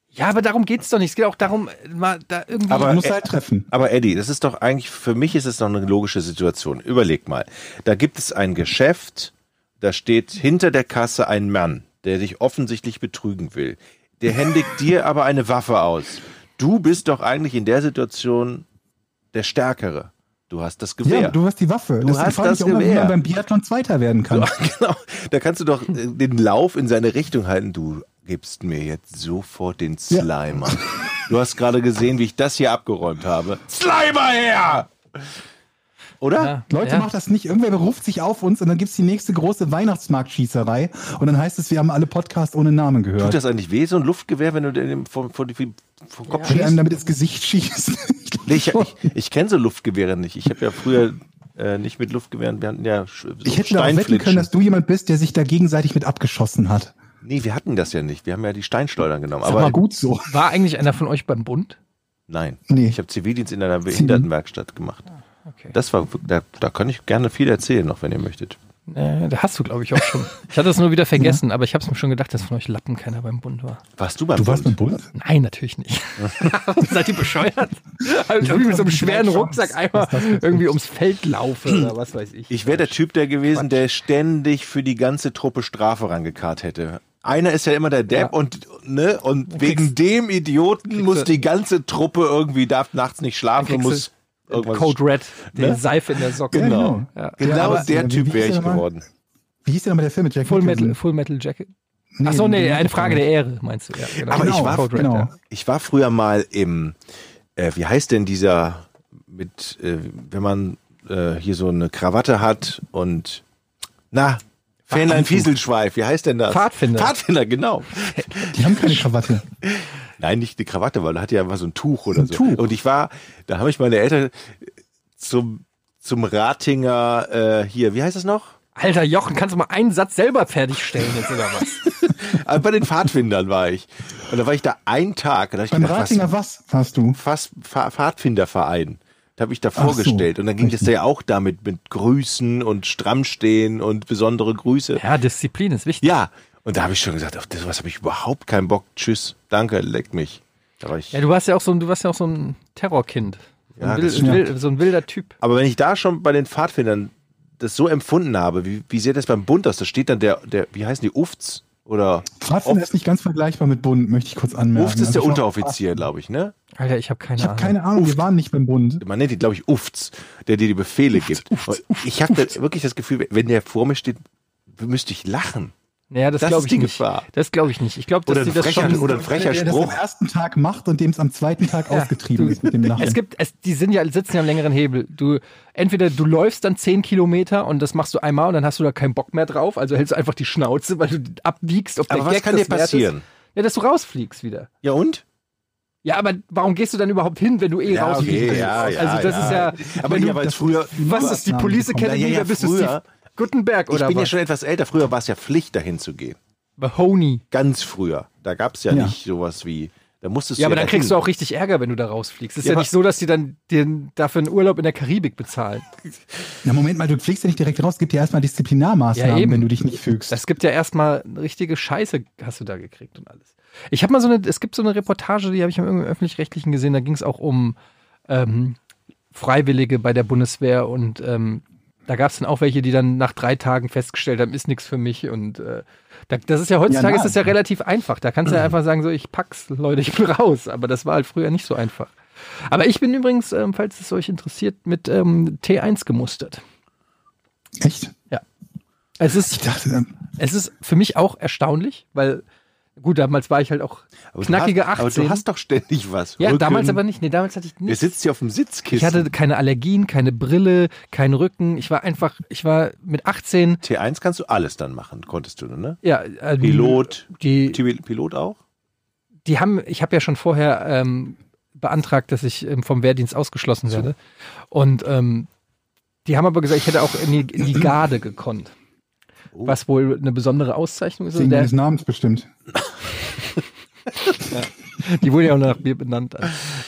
Speaker 2: Ja, aber darum geht's doch nicht. Es geht auch darum, mal da irgendwie.
Speaker 1: Aber-
Speaker 3: Du musst
Speaker 1: äh,
Speaker 3: halt treffen.
Speaker 1: Aber Eddie, das ist doch eigentlich, für mich ist es doch eine logische Situation. Überleg mal. Da gibt es ein Geschäft, da steht hinter der Kasse ein Mann, der dich offensichtlich betrügen will. Der händigt dir aber eine Waffe aus. Du bist doch eigentlich in der Situation der Stärkere. Du hast das Gewehr.
Speaker 3: Ja, du hast die Waffe.
Speaker 1: Du
Speaker 3: das
Speaker 1: hast
Speaker 3: frage
Speaker 1: das
Speaker 3: ich auch immer, wie
Speaker 1: Gewehr.
Speaker 3: man beim Biathlon Zweiter werden kann.
Speaker 1: genau. Da kannst du doch äh, den Lauf in seine Richtung halten. Du gibst mir jetzt sofort den
Speaker 3: Ja.
Speaker 1: Slimer. Du hast gerade gesehen, wie ich das hier abgeräumt habe. Slimer her! Oder?
Speaker 2: Ja,
Speaker 3: Leute,
Speaker 2: ja.
Speaker 3: macht das nicht. Irgendwer beruft sich auf uns und dann gibt's die nächste große Weihnachtsmarktschießerei. Und dann heißt es, wir haben alle Podcasts ohne Namen
Speaker 1: Tut
Speaker 3: gehört.
Speaker 1: das eigentlich weh, so ein Luftgewehr, wenn du dem vor, vor, die- vor den Kopf
Speaker 3: Wenn einem
Speaker 1: schießt?
Speaker 3: damit ins Gesicht schießt. Ich glaub
Speaker 1: Nee, ich
Speaker 3: schon.
Speaker 1: ich, ich kenne so Luftgewehre nicht. Ich habe ja früher äh, nicht mit Luftgewehren, wir hatten ja sch- so
Speaker 3: ich hätte darauf wetten können, dass du jemand bist, der sich da gegenseitig mit abgeschossen hat.
Speaker 1: nee, wir hatten das ja nicht. Wir haben ja die Steinschleudern genommen.
Speaker 3: Ist
Speaker 1: Aber
Speaker 3: aber gut so.
Speaker 2: War eigentlich einer von euch beim Bund?
Speaker 1: nein,
Speaker 3: Nee.
Speaker 1: ich habe Zivildienst in einer Behindertenwerkstatt gemacht.
Speaker 2: Okay.
Speaker 1: Das war, wirk- da, da kann ich gerne viel erzählen, noch wenn ihr möchtet.
Speaker 2: Äh, da hast du, glaube ich, auch schon. Ich hatte es nur wieder vergessen, aber ich habe es mir schon gedacht, dass von euch Lappen keiner beim Bund war.
Speaker 1: Warst du beim
Speaker 3: Du warst mit
Speaker 1: Bund?
Speaker 3: Bund?
Speaker 2: Nein, natürlich nicht. Seid ihr bescheuert? Als ob ich mit so einem schweren Rucksack einmal irgendwie ums Feld laufe oder was weiß ich.
Speaker 1: Ich wäre der Typ der gewesen, der ständig für die ganze Truppe Strafe rangekarrt hätte. Einer ist ja immer der Depp und ne und wegen dem Idioten muss die ganze Truppe irgendwie darf nachts nicht schlafen und
Speaker 2: kriegst
Speaker 1: muss
Speaker 2: du
Speaker 1: irgendwas.
Speaker 2: Code Red, der
Speaker 1: Ne?
Speaker 2: Seife in der Socke.
Speaker 3: Genau.
Speaker 2: Ja.
Speaker 3: Ja,
Speaker 1: Genau
Speaker 3: aber-
Speaker 1: der
Speaker 3: wie- wie
Speaker 1: Typ wäre
Speaker 3: hieß
Speaker 1: ich
Speaker 3: der mal?
Speaker 1: geworden.
Speaker 3: Wie hieß denn nochmal der Film mit Jack
Speaker 2: Full,
Speaker 3: Nicholson?
Speaker 1: Genau.
Speaker 2: Metal, Full Metal Jacket. Ach so, nee, eine Frage der Ehre, meinst du. Ja, genau.
Speaker 1: Aber ich
Speaker 3: Genau,
Speaker 1: war-
Speaker 2: Code Red,
Speaker 3: genau.
Speaker 2: ja.
Speaker 1: Ich war früher mal im äh, wie heißt denn dieser mit äh, wenn man äh, hier so eine Krawatte hat und na Fähnlein Fieselschweif, wie heißt denn das?
Speaker 2: Pfadfinder.
Speaker 1: Pfadfinder, genau.
Speaker 3: Die haben keine Krawatte.
Speaker 1: Nein, nicht eine Krawatte, weil er hatte ja immer so ein Tuch oder
Speaker 3: Ein
Speaker 1: so.
Speaker 3: Tuch.
Speaker 1: Und ich war, da habe ich meine Eltern zum, zum Ratinger, äh, hier, wie heißt das noch?
Speaker 2: Alter Jochen, kannst du mal einen Satz selber fertigstellen jetzt oder was?
Speaker 1: Ah, Bei den Pfadfindern war ich. Und da war ich da einen Tag. Und da hab ich
Speaker 3: Beim
Speaker 1: gedacht, was,
Speaker 3: Ratinger was warst du?
Speaker 1: Fass- Pfa- Pfadfinderverein. Da habe ich da
Speaker 3: so,
Speaker 1: vorgestellt. und dann ging das ja auch damit mit Grüßen und Strammstehen und besondere Grüße.
Speaker 2: Ja, Disziplin ist wichtig.
Speaker 1: Ja, und da habe ich schon gesagt, auf das was habe ich überhaupt keinen Bock. Tschüss, danke, leck mich. Da war ich
Speaker 2: Ja, du warst ja auch so, ein- du warst ja auch so ein Terrorkind. So ein,
Speaker 1: Ja,
Speaker 2: wild,
Speaker 1: das
Speaker 2: wild, so ein wilder Typ.
Speaker 1: Aber wenn ich da schon bei den Pfadfindern das so empfunden habe, wie, wie sieht das beim Bund aus? Da steht dann der, der wie heißen die, Ufts? Oder
Speaker 3: Pfadfinder ist nicht ganz vergleichbar mit Bund, möchte ich kurz anmerken.
Speaker 1: Ufts ist der
Speaker 3: Also ich glaub,
Speaker 1: Unteroffizier, glaube ich, ne?
Speaker 2: Alter, ich habe keine
Speaker 3: Ich habe
Speaker 2: Ahnung.
Speaker 3: keine Ahnung, wir waren nicht beim Bund.
Speaker 1: Man nennt ihn, glaube ich, Ufts, der dir die Befehle gibt. Und ich habe da wirklich das Gefühl, wenn der vor mir steht, müsste ich lachen.
Speaker 2: Naja, das,
Speaker 1: Das
Speaker 2: glaube
Speaker 1: ist
Speaker 2: ich
Speaker 1: die
Speaker 2: nicht.
Speaker 1: Gefahr.
Speaker 2: Das glaube ich nicht. Ich glaube, dass
Speaker 1: Oder
Speaker 2: sie
Speaker 1: ein
Speaker 2: das
Speaker 1: frecher-
Speaker 2: schon.
Speaker 1: oder ein frecher
Speaker 3: der das am
Speaker 1: Spruch.
Speaker 3: ersten Tag macht und dem es am zweiten Tag ausgetrieben ist mit dem Lachen.
Speaker 2: Es gibt, es, die sind ja, sitzen ja am längeren Hebel. Du, entweder du läufst dann 10 Kilometer und das machst du einmal und dann hast du da keinen Bock mehr drauf, also hältst du einfach die Schnauze, weil du abwiegst, ob der
Speaker 1: Aber was
Speaker 2: Gag
Speaker 1: kann dir
Speaker 2: das wert ist.
Speaker 1: passieren?
Speaker 2: Ja, dass du rausfliegst wieder.
Speaker 1: Ja und?
Speaker 2: Ja, aber warum gehst du dann überhaupt hin, wenn du eh rausfliegst? also das ist ja,
Speaker 1: Aber
Speaker 2: wenn
Speaker 1: ja,
Speaker 2: du,
Speaker 1: weil es früher.
Speaker 2: was ist die Police
Speaker 3: Maßnahmen
Speaker 2: Academy?
Speaker 1: kommen. Ja, ja,
Speaker 2: da bist du
Speaker 1: früher.
Speaker 2: Steve Gutenberg
Speaker 1: Ich
Speaker 2: oder
Speaker 1: bin ja
Speaker 2: was?
Speaker 1: schon etwas älter. Früher war es ja Pflicht, dahin zu gehen.
Speaker 2: Mahoney.
Speaker 1: Ganz früher. Da gab es ja,
Speaker 3: Ja.
Speaker 1: nicht sowas wie. Da musstest
Speaker 2: Ja,
Speaker 1: du
Speaker 2: aber dann
Speaker 1: dahin.
Speaker 2: kriegst du auch richtig Ärger, wenn du da rausfliegst. Es ist
Speaker 1: Ja,
Speaker 2: ja,
Speaker 1: aber-
Speaker 2: nicht so, dass die dann den, dafür einen Urlaub in der Karibik bezahlen.
Speaker 3: Na Moment mal, du fliegst ja nicht direkt raus, gibt dir erstmal
Speaker 2: Ja,
Speaker 3: Disziplinarmaßnahmen,
Speaker 2: eben.
Speaker 3: wenn du dich nicht fügst.
Speaker 2: Es gibt ja erstmal richtige Scheiße, hast du da gekriegt und alles. Ich habe mal so eine, es gibt so eine Reportage, die habe ich im öffentlich-rechtlichen gesehen, da ging es auch um ähm, Freiwillige bei der Bundeswehr und ähm, da gab es dann auch welche, die dann nach drei Tagen festgestellt haben, ist nichts für mich und äh, da, das ist ja heutzutage
Speaker 3: Ja,
Speaker 2: ist das ja relativ einfach. Da kannst du ja einfach sagen, so ich pack's, Leute, ich bin raus. Aber das war halt früher nicht so einfach. Aber ich bin übrigens, ähm, falls es euch interessiert, mit ähm, T1 gemustert.
Speaker 3: Echt?
Speaker 2: Es ist
Speaker 3: Ich dachte, ähm,
Speaker 2: es ist für mich auch erstaunlich, weil gut, damals war ich halt auch
Speaker 1: Aber du
Speaker 2: knackige
Speaker 1: hast,
Speaker 2: 18.
Speaker 1: Aber du hast doch ständig was.
Speaker 2: ja,
Speaker 1: Rücken.
Speaker 2: damals aber nicht. Nee, damals hatte ich
Speaker 1: Wir
Speaker 2: nichts.
Speaker 1: sitzt hier auf dem Sitzkissen.
Speaker 2: Ich hatte keine Allergien, keine Brille, keinen Rücken. Ich war einfach, ich war mit 18,
Speaker 1: T1 kannst du alles dann machen, konntest du, ne?
Speaker 2: ja, ähm,
Speaker 1: Pilot.
Speaker 2: Die,
Speaker 1: T- Pilot auch?
Speaker 2: die haben, ich habe ja schon vorher ähm, beantragt, dass ich ähm, vom Wehrdienst ausgeschlossen werde. Und ähm, die haben aber gesagt, ich hätte auch in die, in die Garde gekonnt.
Speaker 1: Oh.
Speaker 2: Was wohl eine besondere Auszeichnung ist. Und
Speaker 3: wegen
Speaker 2: der-
Speaker 3: deines Namens bestimmt.
Speaker 2: Die wurde ja auch nach mir benannt.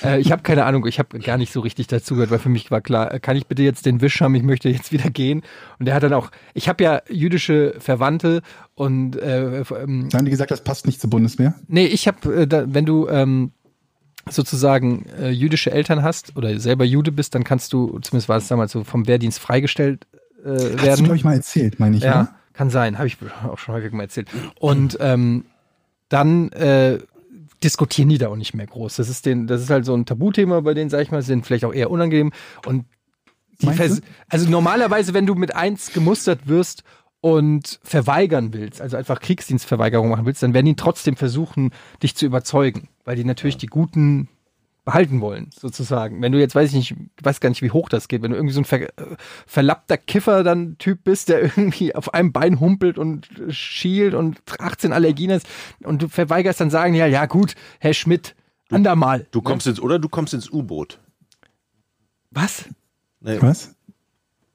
Speaker 2: Äh, ich habe keine Ahnung, ich habe gar nicht so richtig dazugehört, weil für mich war klar, äh, kann ich bitte jetzt den Wisch haben, ich möchte jetzt wieder gehen. Und der hat dann auch, ich habe ja jüdische Verwandte und äh, ähm,
Speaker 3: Dann haben die gesagt, das passt nicht zur Bundeswehr.
Speaker 2: nee, ich habe, äh, da- wenn du ähm, sozusagen äh, jüdische Eltern hast oder selber Jude bist, dann kannst du, zumindest war es damals so, vom Wehrdienst freigestellt äh, werden.
Speaker 3: Hast du, glaube ich, mal erzählt, meine ich.
Speaker 2: Ja,
Speaker 3: Ja.
Speaker 2: ne? kann sein, habe ich auch schon häufig mal erzählt. Und ähm, dann äh, diskutieren die da auch nicht mehr groß. Das ist, den, das ist halt so ein Tabuthema bei denen, sag ich mal, sind vielleicht auch eher unangenehm. Und die
Speaker 3: Meinst
Speaker 2: vers-
Speaker 3: du?
Speaker 2: also normalerweise, wenn du mit eins gemustert wirst und verweigern willst, also einfach Kriegsdienstverweigerung machen willst, dann werden die trotzdem versuchen, dich zu überzeugen, weil die natürlich die guten behalten wollen, sozusagen. Wenn du jetzt, weiß ich nicht, weiß gar nicht, wie hoch das geht, wenn du irgendwie so ein ver äh, verlappter Kiffer dann Typ bist, der irgendwie auf einem Bein humpelt und äh, schielt und 18 Allergien ist und du verweigerst, dann sagen die ja, ja gut, Herr Schmidt, andermal.
Speaker 1: Du kommst ins, oder du kommst ins U-Boot.
Speaker 2: Was?
Speaker 1: Nee,
Speaker 3: Was?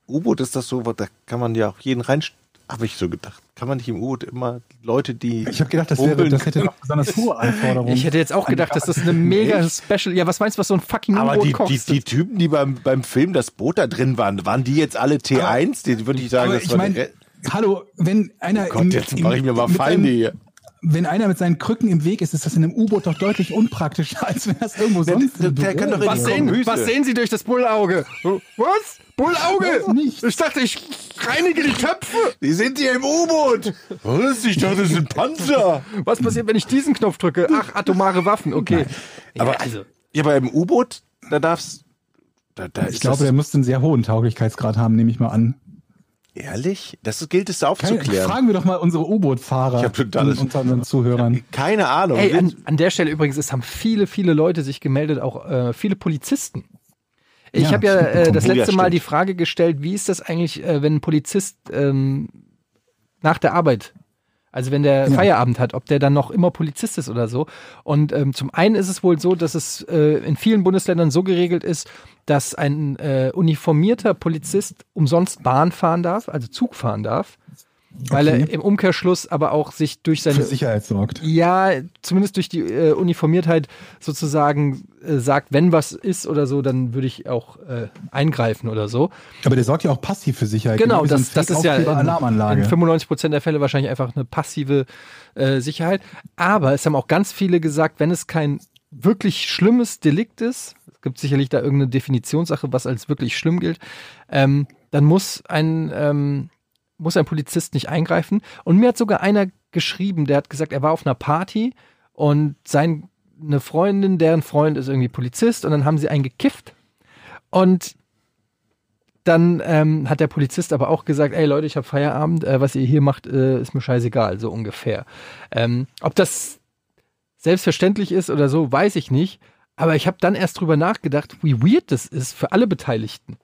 Speaker 1: U-Boot ist das so, was- da kann man ja auch jeden rein. Habe ich so gedacht. Kann man nicht im U-Boot immer Leute, die.
Speaker 3: Ich habe gedacht, das, wäre,
Speaker 1: rumpeln
Speaker 3: das hätte noch besonders hohe Anforderungen.
Speaker 2: Ich hätte jetzt auch gedacht, dass das eine mega Special. Ja, was meinst du, was so ein fucking
Speaker 1: aber
Speaker 2: U-Boot
Speaker 1: die, die,
Speaker 2: kostet?
Speaker 1: die Typen, die beim, beim Film das Boot da drin waren, waren die jetzt alle T1? Die würde ich sagen,
Speaker 3: Aber
Speaker 1: das
Speaker 3: ich
Speaker 1: war
Speaker 3: meine,
Speaker 1: der-
Speaker 3: hallo, wenn einer.
Speaker 1: Gott,
Speaker 3: im-
Speaker 1: jetzt
Speaker 3: im-
Speaker 1: mache ich mir mal
Speaker 3: mit
Speaker 1: Feinde
Speaker 3: einem-
Speaker 1: hier.
Speaker 3: Wenn einer mit seinen Krücken im Weg ist, ist das in einem U-Boot doch deutlich unpraktischer, als wenn das irgendwo sonst.
Speaker 1: der- der
Speaker 3: im
Speaker 1: kann
Speaker 3: Büro
Speaker 1: doch in-
Speaker 3: ist.
Speaker 2: was, sehen,
Speaker 1: Kombüse.
Speaker 2: was sehen Sie durch das Bullauge? Was? Bullauge?
Speaker 3: Weiß nicht.
Speaker 2: Ich dachte, ich reinige die Töpfe.
Speaker 1: Die sind hier im U-Boot. Was? Ich dachte, das sind Panzer.
Speaker 2: Was passiert, wenn ich diesen Knopf drücke? Ach, atomare Waffen, okay.
Speaker 1: Aber,
Speaker 2: ja, also,
Speaker 1: ja, aber im U-Boot, da darfst da, da
Speaker 3: Ich
Speaker 1: ist
Speaker 3: glaube, der müsste einen sehr hohen Tauglichkeitsgrad haben, nehme ich mal an.
Speaker 1: das, ehrlich, das gilt es
Speaker 3: Keine,
Speaker 1: aufzuklären.
Speaker 3: fragen wir doch mal unsere
Speaker 1: Ich
Speaker 3: U-Boot-Fahrer
Speaker 1: hab totales-
Speaker 3: unter unseren Zuhörern.
Speaker 1: Keine
Speaker 3: Genau.
Speaker 1: Ahnung.
Speaker 2: Ey, an, an der Stelle übrigens, es haben viele, viele Leute sich gemeldet, auch äh, viele Polizisten. Ich
Speaker 3: Ja,
Speaker 2: habe ja
Speaker 3: das
Speaker 2: äh, das
Speaker 1: Oh, ja,
Speaker 2: letzte Mal
Speaker 1: stimmt.
Speaker 2: die Frage gestellt, wie ist das eigentlich, äh, wenn ein Polizist ähm, nach der Arbeit, also wenn der
Speaker 3: Ja.
Speaker 2: Feierabend hat, ob der dann noch immer Polizist ist oder so. Und ähm, zum einen ist es wohl so, dass es äh, in vielen Bundesländern so geregelt ist, dass ein äh, uniformierter Polizist umsonst Bahn fahren darf, also Zug fahren darf, weil er
Speaker 3: Okay.
Speaker 2: im Umkehrschluss aber auch sich durch
Speaker 3: Für
Speaker 2: seine
Speaker 3: Sicherheit sorgt.
Speaker 2: ja, zumindest durch die äh, Uniformiertheit sozusagen äh, sagt, wenn was ist oder so, dann würde ich auch äh, eingreifen oder so.
Speaker 3: Aber der sorgt ja auch passiv für Sicherheit.
Speaker 2: Genau,
Speaker 3: wie so ein
Speaker 2: das, das ist ja
Speaker 3: Fake-Aufkleber-
Speaker 2: in,
Speaker 3: Alarmanlage.
Speaker 2: in 95 Prozent der Fälle wahrscheinlich einfach eine passive äh, Sicherheit. Aber es haben auch ganz viele gesagt, wenn es kein wirklich schlimmes Delikt ist, es gibt sicherlich da irgendeine Definitionssache, was als wirklich schlimm gilt, ähm, dann muss ein, ähm, muss ein Polizist nicht eingreifen. Und mir hat sogar einer geschrieben, der hat gesagt, er war auf einer Party und sein eine Freundin, deren Freund ist irgendwie Polizist und dann haben sie einen gekifft und Dann ähm, hat der Polizist aber auch gesagt, ey Leute, ich habe Feierabend, äh, was ihr hier macht, äh, ist mir scheißegal, so ungefähr. Ähm, ob das selbstverständlich ist oder so, weiß ich nicht. Aber ich habe dann erst drüber nachgedacht, wie weird das ist für alle Beteiligten.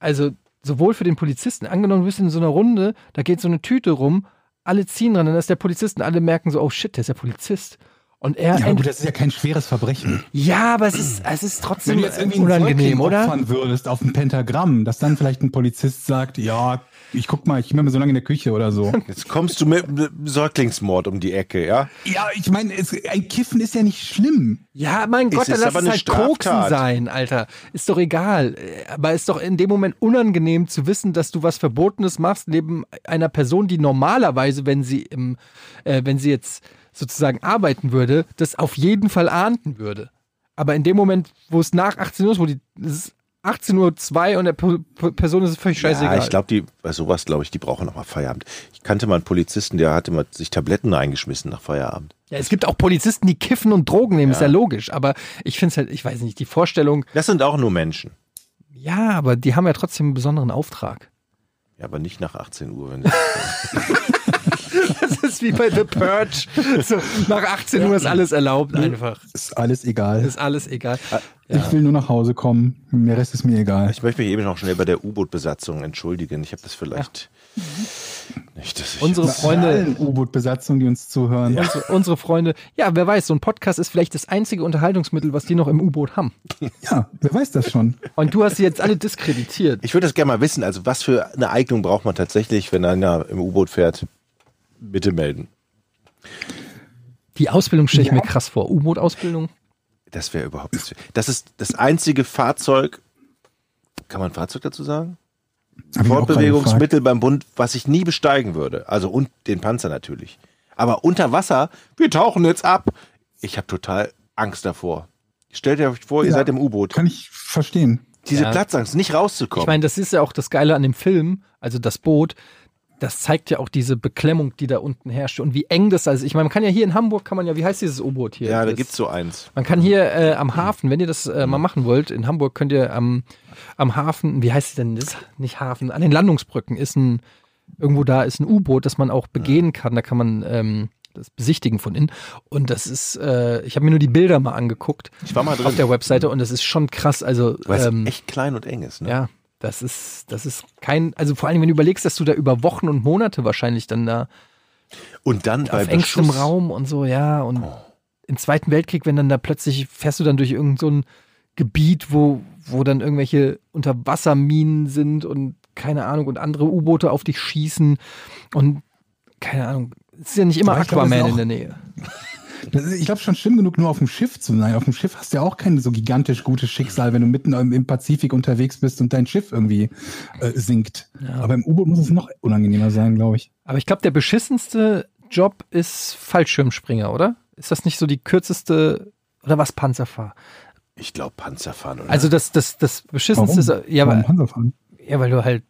Speaker 2: Also sowohl für den Polizisten, angenommen, du bist in so einer Runde, da geht so eine Tüte rum, alle ziehen ran, dann ist der Polizist und alle merken so, oh shit, der ist ja Polizist. Und er
Speaker 3: Ja, aber gut,
Speaker 2: ja,
Speaker 3: das ist ja kein schweres Verbrechen.
Speaker 2: ja aber es ist, es ist trotzdem
Speaker 3: Wenn du jetzt irgendwie einen
Speaker 2: unangenehm,
Speaker 3: Säugling
Speaker 2: oder?
Speaker 3: opfern würdest auf ein Pentagramm, dass dann vielleicht ein Polizist sagt, ja, ich guck mal, ich bin mal so lange in der Küche oder so.
Speaker 1: Jetzt kommst du mit einem Säuglingsmord um die Ecke, ja?
Speaker 3: ja, ich meine, es- ein Kiffen ist ja nicht schlimm.
Speaker 2: Ja, mein Gott,
Speaker 1: ist
Speaker 2: dann lass
Speaker 1: aber
Speaker 2: es
Speaker 1: eine
Speaker 2: halt Koksen
Speaker 1: Straftat.
Speaker 2: sein, Alter. Ist doch egal. Äh, Aber ist doch in dem Moment unangenehm zu wissen, dass du was Verbotenes machst neben einer Person, die normalerweise, wenn sie im, äh, wenn sie jetzt sozusagen arbeiten würde, das auf jeden Fall ahnden würde. Aber in dem Moment, wo es nach 18 Uhr ist, wo die es ist 18.02 Uhr und der P P Person ist völlig scheißegal.
Speaker 1: Ja, ich glaube, die, bei sowas glaube ich, die brauchen auch mal Feierabend. Ich kannte mal einen Polizisten, der hatte mal sich Tabletten eingeschmissen nach Feierabend.
Speaker 2: ja, es gibt auch Polizisten, die kiffen und Drogen nehmen, ist ja logisch. Aber ich finde es halt, ich weiß nicht, die Vorstellung,
Speaker 1: Das sind auch nur Menschen.
Speaker 2: ja, aber die haben ja trotzdem einen besonderen Auftrag.
Speaker 1: Ja, aber nicht nach 18 Uhr. Wenn
Speaker 2: Das ist wie bei The Purge. So, nach 18 Uhr ist alles erlaubt einfach.
Speaker 3: Ist alles egal.
Speaker 2: Ist alles egal.
Speaker 3: Ich will nur nach Hause kommen. Der Rest ist mir egal.
Speaker 1: ich möchte mich eben noch schnell bei der U-Boot-Besatzung entschuldigen. Ich habe das vielleicht Mhm. nicht. Dass ich
Speaker 2: Unsere Freunde,
Speaker 3: Allen U-Boot-Besatzungen, die uns zuhören.
Speaker 2: unsere, unsere Freunde, ja, wer weiß, so ein Podcast ist vielleicht das einzige Unterhaltungsmittel, was die noch im U-Boot haben.
Speaker 3: Ja, wer weiß das schon?
Speaker 2: Und du hast sie jetzt alle diskreditiert.
Speaker 1: ich würde das gerne mal wissen. Also, was für eine Eignung braucht man tatsächlich, wenn einer im U-Boot fährt? Bitte melden.
Speaker 2: Die Ausbildung stelle ich mir krass vor. U-Boot-Ausbildung?
Speaker 1: Das wäre überhaupt nichts. Das ist das einzige Fahrzeug. Kann man Fahrzeug dazu sagen?
Speaker 3: Hab ich auch gerade gefragt.
Speaker 1: Fortbewegungsmittel beim Bund, was ich nie besteigen würde. Also und den Panzer natürlich. Aber unter Wasser, wir tauchen jetzt ab. Ich habe total Angst davor. Stellt euch vor, ihr
Speaker 3: Ja.
Speaker 1: seid im U-Boot.
Speaker 3: Kann ich verstehen.
Speaker 1: Diese
Speaker 2: Ja.
Speaker 1: Platzangst, nicht rauszukommen.
Speaker 2: Ich meine, das ist ja auch das Geile an dem Film, also das Boot. Das zeigt ja auch diese Beklemmung, die da unten herrscht und wie eng das ist. Ich meine, man kann ja hier in Hamburg, kann man ja, wie heißt dieses U-Boot hier?
Speaker 1: ja, da
Speaker 2: Das-
Speaker 1: gibt's so eins.
Speaker 2: Man kann hier äh, am Hafen, wenn ihr das äh, mal machen wollt, in Hamburg könnt ihr am, am Hafen, wie heißt es denn das? Nicht Hafen, an den Landungsbrücken ist ein, irgendwo da ist ein U-Boot, das man auch begehen kann. Da kann man ähm, das besichtigen von innen. Und das ist, äh, ich habe mir nur die Bilder mal angeguckt
Speaker 1: Ich war mal drin.
Speaker 2: auf der Webseite und das ist schon krass. Also,
Speaker 1: Weil es
Speaker 2: ähm,
Speaker 1: echt klein und eng ist. Ne?
Speaker 2: ja, das ist, das ist kein, also vor allem, wenn du überlegst, dass du da über Wochen und Monate wahrscheinlich dann da
Speaker 1: Und dann bei
Speaker 2: auf engstem
Speaker 1: Beschuss.
Speaker 2: Raum und so, ja. Und
Speaker 3: Oh.
Speaker 2: im Zweiten Weltkrieg, wenn dann da plötzlich fährst du dann durch irgendein so ein Gebiet, wo, wo dann irgendwelche Unterwasserminen sind und keine Ahnung und andere U-Boote auf dich schießen und keine Ahnung. Es ist ja nicht immer
Speaker 3: Aber ich glaub, das
Speaker 2: Aquaman
Speaker 3: ist
Speaker 2: in
Speaker 3: auch-
Speaker 2: der Nähe.
Speaker 3: Das ist, ich glaube schon schlimm genug, nur auf dem Schiff zu sein. Auf dem Schiff hast du ja auch kein so gigantisch gutes Schicksal, wenn du mitten im, im Pazifik unterwegs bist und dein Schiff irgendwie äh, sinkt. Aber im U-Boot muss es noch unangenehmer sein, glaube ich.
Speaker 2: Aber ich glaube, der beschissenste Job ist Fallschirmspringer, oder? Ist das nicht so die kürzeste oder was Panzerfahr?
Speaker 1: Ich glaube Panzerfahren. Oder?
Speaker 2: Also das, das, das beschissenste ist, ja,
Speaker 3: Warum
Speaker 2: weil,
Speaker 3: Panzerfahren?
Speaker 2: ja, weil du halt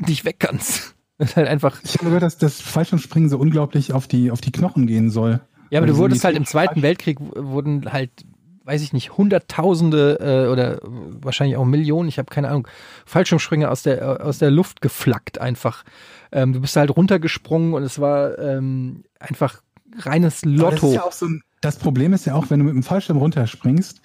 Speaker 2: dich weg kannst. Das ist halt einfach
Speaker 3: Ich habe gehört, dass das Fallschirmspringen so unglaublich auf die, auf die Knochen gehen soll.
Speaker 2: Ja, aber
Speaker 3: Weil
Speaker 2: du
Speaker 3: die
Speaker 2: wurdest halt im
Speaker 3: Militär-
Speaker 2: Zweiten Weltkrieg w- wurden halt, weiß ich nicht, Hunderttausende äh, oder äh, wahrscheinlich auch Millionen, ich habe keine Ahnung, Fallschirmspringer aus der, äh, aus der Luft geflackt einfach. Ähm, du bist halt runtergesprungen und es war ähm, einfach reines
Speaker 3: Aber Das,
Speaker 2: Lotto.
Speaker 3: ist ja auch so ein, das Problem ist ja auch, wenn du mit dem Fallschirm runterspringst,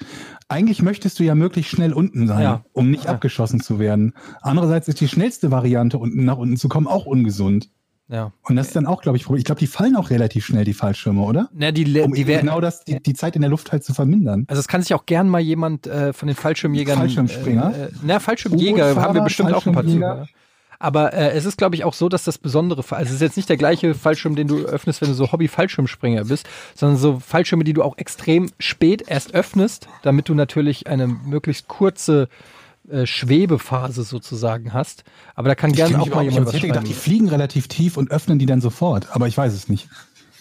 Speaker 3: eigentlich möchtest du ja möglichst schnell unten sein,
Speaker 2: Ja.
Speaker 3: um nicht
Speaker 2: Ja.
Speaker 3: abgeschossen zu werden. Andererseits ist die schnellste Variante, unten nach unten zu kommen, auch ungesund.
Speaker 2: ja.
Speaker 3: Und das ist dann auch, glaube ich, Problem. Ich glaube, die fallen auch relativ schnell, die Fallschirme, oder?
Speaker 2: Na, die, le-
Speaker 3: Um
Speaker 2: Äh, die
Speaker 3: eben
Speaker 2: wär,
Speaker 3: genau das, die, die Zeit in der Luft halt zu vermindern.
Speaker 2: also es kann sich auch gern mal jemand äh, von den Fallschirmjägern.
Speaker 3: Fallschirmspringer?
Speaker 2: Äh, äh, na, Fallschirmjäger
Speaker 3: U-Boot-Fahrer,
Speaker 2: haben wir bestimmt auch ein paar zu.
Speaker 3: Fallschirmjäger.
Speaker 2: ja. Aber äh, es ist, glaube ich, auch so, dass das Besondere, Fall- also es ist jetzt nicht der gleiche Fallschirm, den du öffnest, wenn du so Hobby-Fallschirmspringer bist, sondern so Fallschirme, die du auch extrem spät erst öffnest, damit du natürlich eine möglichst kurze äh, Schwebephase sozusagen hast. Aber da kann gerne auch mal jemand
Speaker 3: ich
Speaker 2: was
Speaker 3: hätte gedacht, die
Speaker 2: schreiben.
Speaker 3: fliegen relativ tief und öffnen die dann sofort. Aber ich weiß es nicht.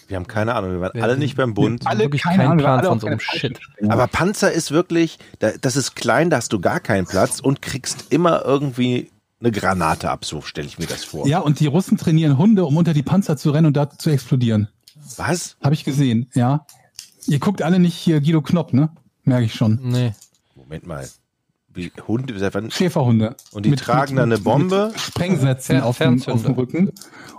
Speaker 1: wir haben keine Ahnung. Wir waren
Speaker 2: Wir
Speaker 1: alle
Speaker 2: sind-
Speaker 1: nicht beim Bund.
Speaker 2: Alle wirklich
Speaker 3: keine
Speaker 2: keinen
Speaker 3: Ahnung,
Speaker 2: Plan
Speaker 3: alle
Speaker 2: von
Speaker 3: auch
Speaker 2: so einem
Speaker 3: keine
Speaker 2: Shit.
Speaker 1: Aber Panzer ist wirklich, da, das ist klein, da hast du gar keinen Platz und kriegst immer irgendwie eine Granate ab. So stelle ich mir das vor.
Speaker 3: Ja, und die Russen trainieren Hunde, um unter die Panzer zu rennen und da zu explodieren.
Speaker 1: Was?
Speaker 3: Habe ich gesehen, ja. Ihr guckt alle nicht hier Guido Knopp, ne? Merke ich schon.
Speaker 2: Nee.
Speaker 1: Moment mal. Wie Hunde, seit wann?
Speaker 3: Schäferhunde.
Speaker 1: Und die tragen dann eine Bombe?
Speaker 3: Mit Sprengsätzen
Speaker 2: Fer-
Speaker 3: auf, dem, auf dem
Speaker 2: Fernzünder.
Speaker 3: Rücken.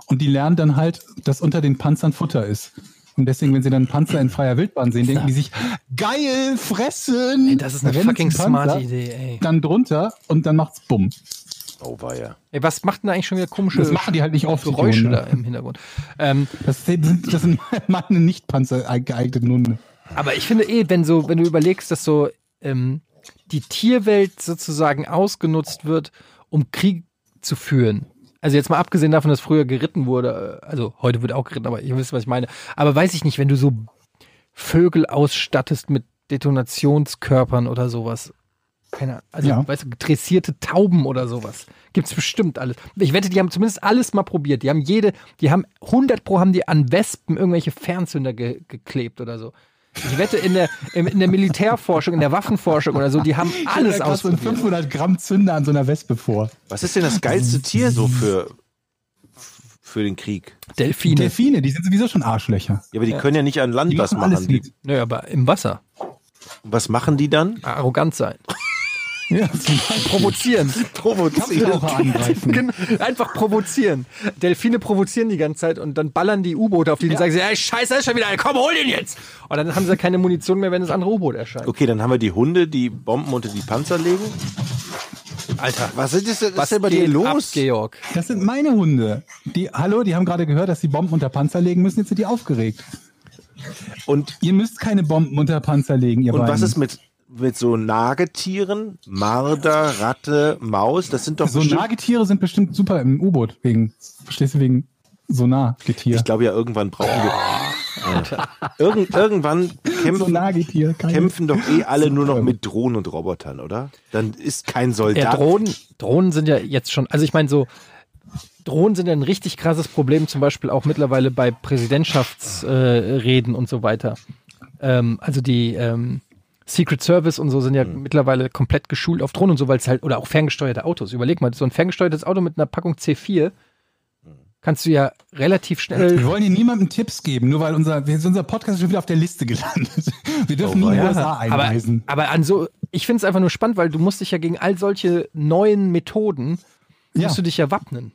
Speaker 3: Und die lernen dann halt, dass unter den Panzern Futter ist. Und deswegen, wenn sie dann einen Panzer in freier Wildbahn sehen, denken die sich, geil, fressen!
Speaker 2: Ey, das ist eine
Speaker 3: Rennen
Speaker 2: fucking
Speaker 3: zum Panzer,
Speaker 2: smarte Idee, ey.
Speaker 3: Dann drunter und dann macht's bumm.
Speaker 1: Oh, war ja.
Speaker 2: Ey, was macht denn da eigentlich schon wieder komische
Speaker 3: Das machen die halt nicht oft, die
Speaker 2: Geräusche
Speaker 3: Hunde.
Speaker 2: da im Hintergrund? Ähm,
Speaker 3: Das sind, das sind meine nicht Panzer geeigneten Hunde.
Speaker 2: aber ich finde eh, wenn so, wenn du überlegst, dass so ähm, die Tierwelt sozusagen ausgenutzt wird, um Krieg zu führen. Also jetzt mal abgesehen davon, dass früher geritten wurde, äh, also heute wird auch geritten, aber ihr wisst, was ich meine. Aber weiß ich nicht, wenn du so Vögel ausstattest mit Detonationskörpern oder sowas. Keine Ahnung. Also,
Speaker 3: Ja.
Speaker 2: weißt du, dressierte Tauben oder sowas. Gibt's bestimmt alles. Ich wette, die haben zumindest alles mal probiert. Die haben jede, die haben 100 pro haben die an Wespen irgendwelche Fernzünder ge geklebt oder so. Ich wette, in der, im- in der Militärforschung, in der Waffenforschung oder so, die haben alles
Speaker 3: Da so ein
Speaker 2: ausprobiert.
Speaker 3: 500 Gramm Zünder an so einer Wespe vor.
Speaker 1: Was ist denn das geilste Tier so für, für den Krieg?
Speaker 2: Delfine.
Speaker 3: Delfine, die sind sowieso schon Arschlöcher.
Speaker 1: Ja, aber die können ja nicht an Land
Speaker 3: Die
Speaker 1: was
Speaker 3: machen alles
Speaker 1: machen. Die,
Speaker 3: mit.
Speaker 2: Nö, aber im Wasser. Ah,
Speaker 1: was machen die dann?
Speaker 2: Arrogant sein.
Speaker 3: Ja, zum Beispiel.
Speaker 2: Provozieren.
Speaker 1: Provozieren.
Speaker 3: Taucher angreifen.
Speaker 2: Genau, Einfach provozieren. Delfine provozieren die ganze Zeit und dann ballern die U-Boote auf die und sagen sie, ey, scheiße, da ist schon wieder einer, komm, hol den jetzt! Und dann haben sie keine Munition mehr, wenn das andere U-Boot erscheint.
Speaker 1: Okay, dann haben wir die Hunde, die Bomben unter die Panzer legen.
Speaker 2: Alter,
Speaker 1: Was ist, das, was ist denn bei
Speaker 2: geht
Speaker 1: dir
Speaker 2: Ab,
Speaker 1: los?
Speaker 2: Georg?
Speaker 3: Das sind meine Hunde. Die, hallo, die haben gerade gehört, dass sie Bomben unter Panzer legen müssen. Jetzt sind die aufgeregt.
Speaker 1: Und,
Speaker 3: Ihr müsst keine Bomben unter Panzer legen, ihr
Speaker 1: und
Speaker 3: beiden.
Speaker 1: was ist mit, mit so Nagetieren? Marder, Ratte, Maus? Das sind doch
Speaker 3: so
Speaker 1: bestimmt-
Speaker 3: Nagetiere sind bestimmt super im U-Boot wegen, verstehst du, wegen Sonargetier.
Speaker 1: Ich glaube ja, irgendwann brauchen wir. Ja. Irgend, irgendwann kämpfen,
Speaker 3: Sonargetier. keine-
Speaker 1: kämpfen doch eh alle nur noch mit Drohnen und Robotern, oder? Dann ist kein Soldat.
Speaker 2: Ja, Drohnen, Drohnen sind ja jetzt schon, also ich meine so, Drohnen sind ja ein richtig krasses Problem, zum Beispiel auch mittlerweile bei Präsidentschaftsreden äh, Reden und so weiter. Ähm, also die ähm, Secret Service und so sind ja mittlerweile komplett geschult auf Drohnen und so, weil es halt, oder auch ferngesteuerte Autos. Überleg mal, so ein ferngesteuertes Auto mit einer Packung C4 kannst du ja relativ
Speaker 3: Wir
Speaker 2: schnell.
Speaker 3: wollen hier niemandem Tipps geben, nur weil unser, wir- unser Podcast ist schon wieder auf der Liste gelandet. Wir dürfen
Speaker 1: Oh,
Speaker 3: nie in die
Speaker 1: ja.
Speaker 3: USA
Speaker 2: aber,
Speaker 3: einreisen.
Speaker 2: aber an so, ich finde es einfach nur spannend, weil du musst dich ja gegen all solche neuen Methoden
Speaker 3: Ja.
Speaker 2: musst du dich ja wappnen.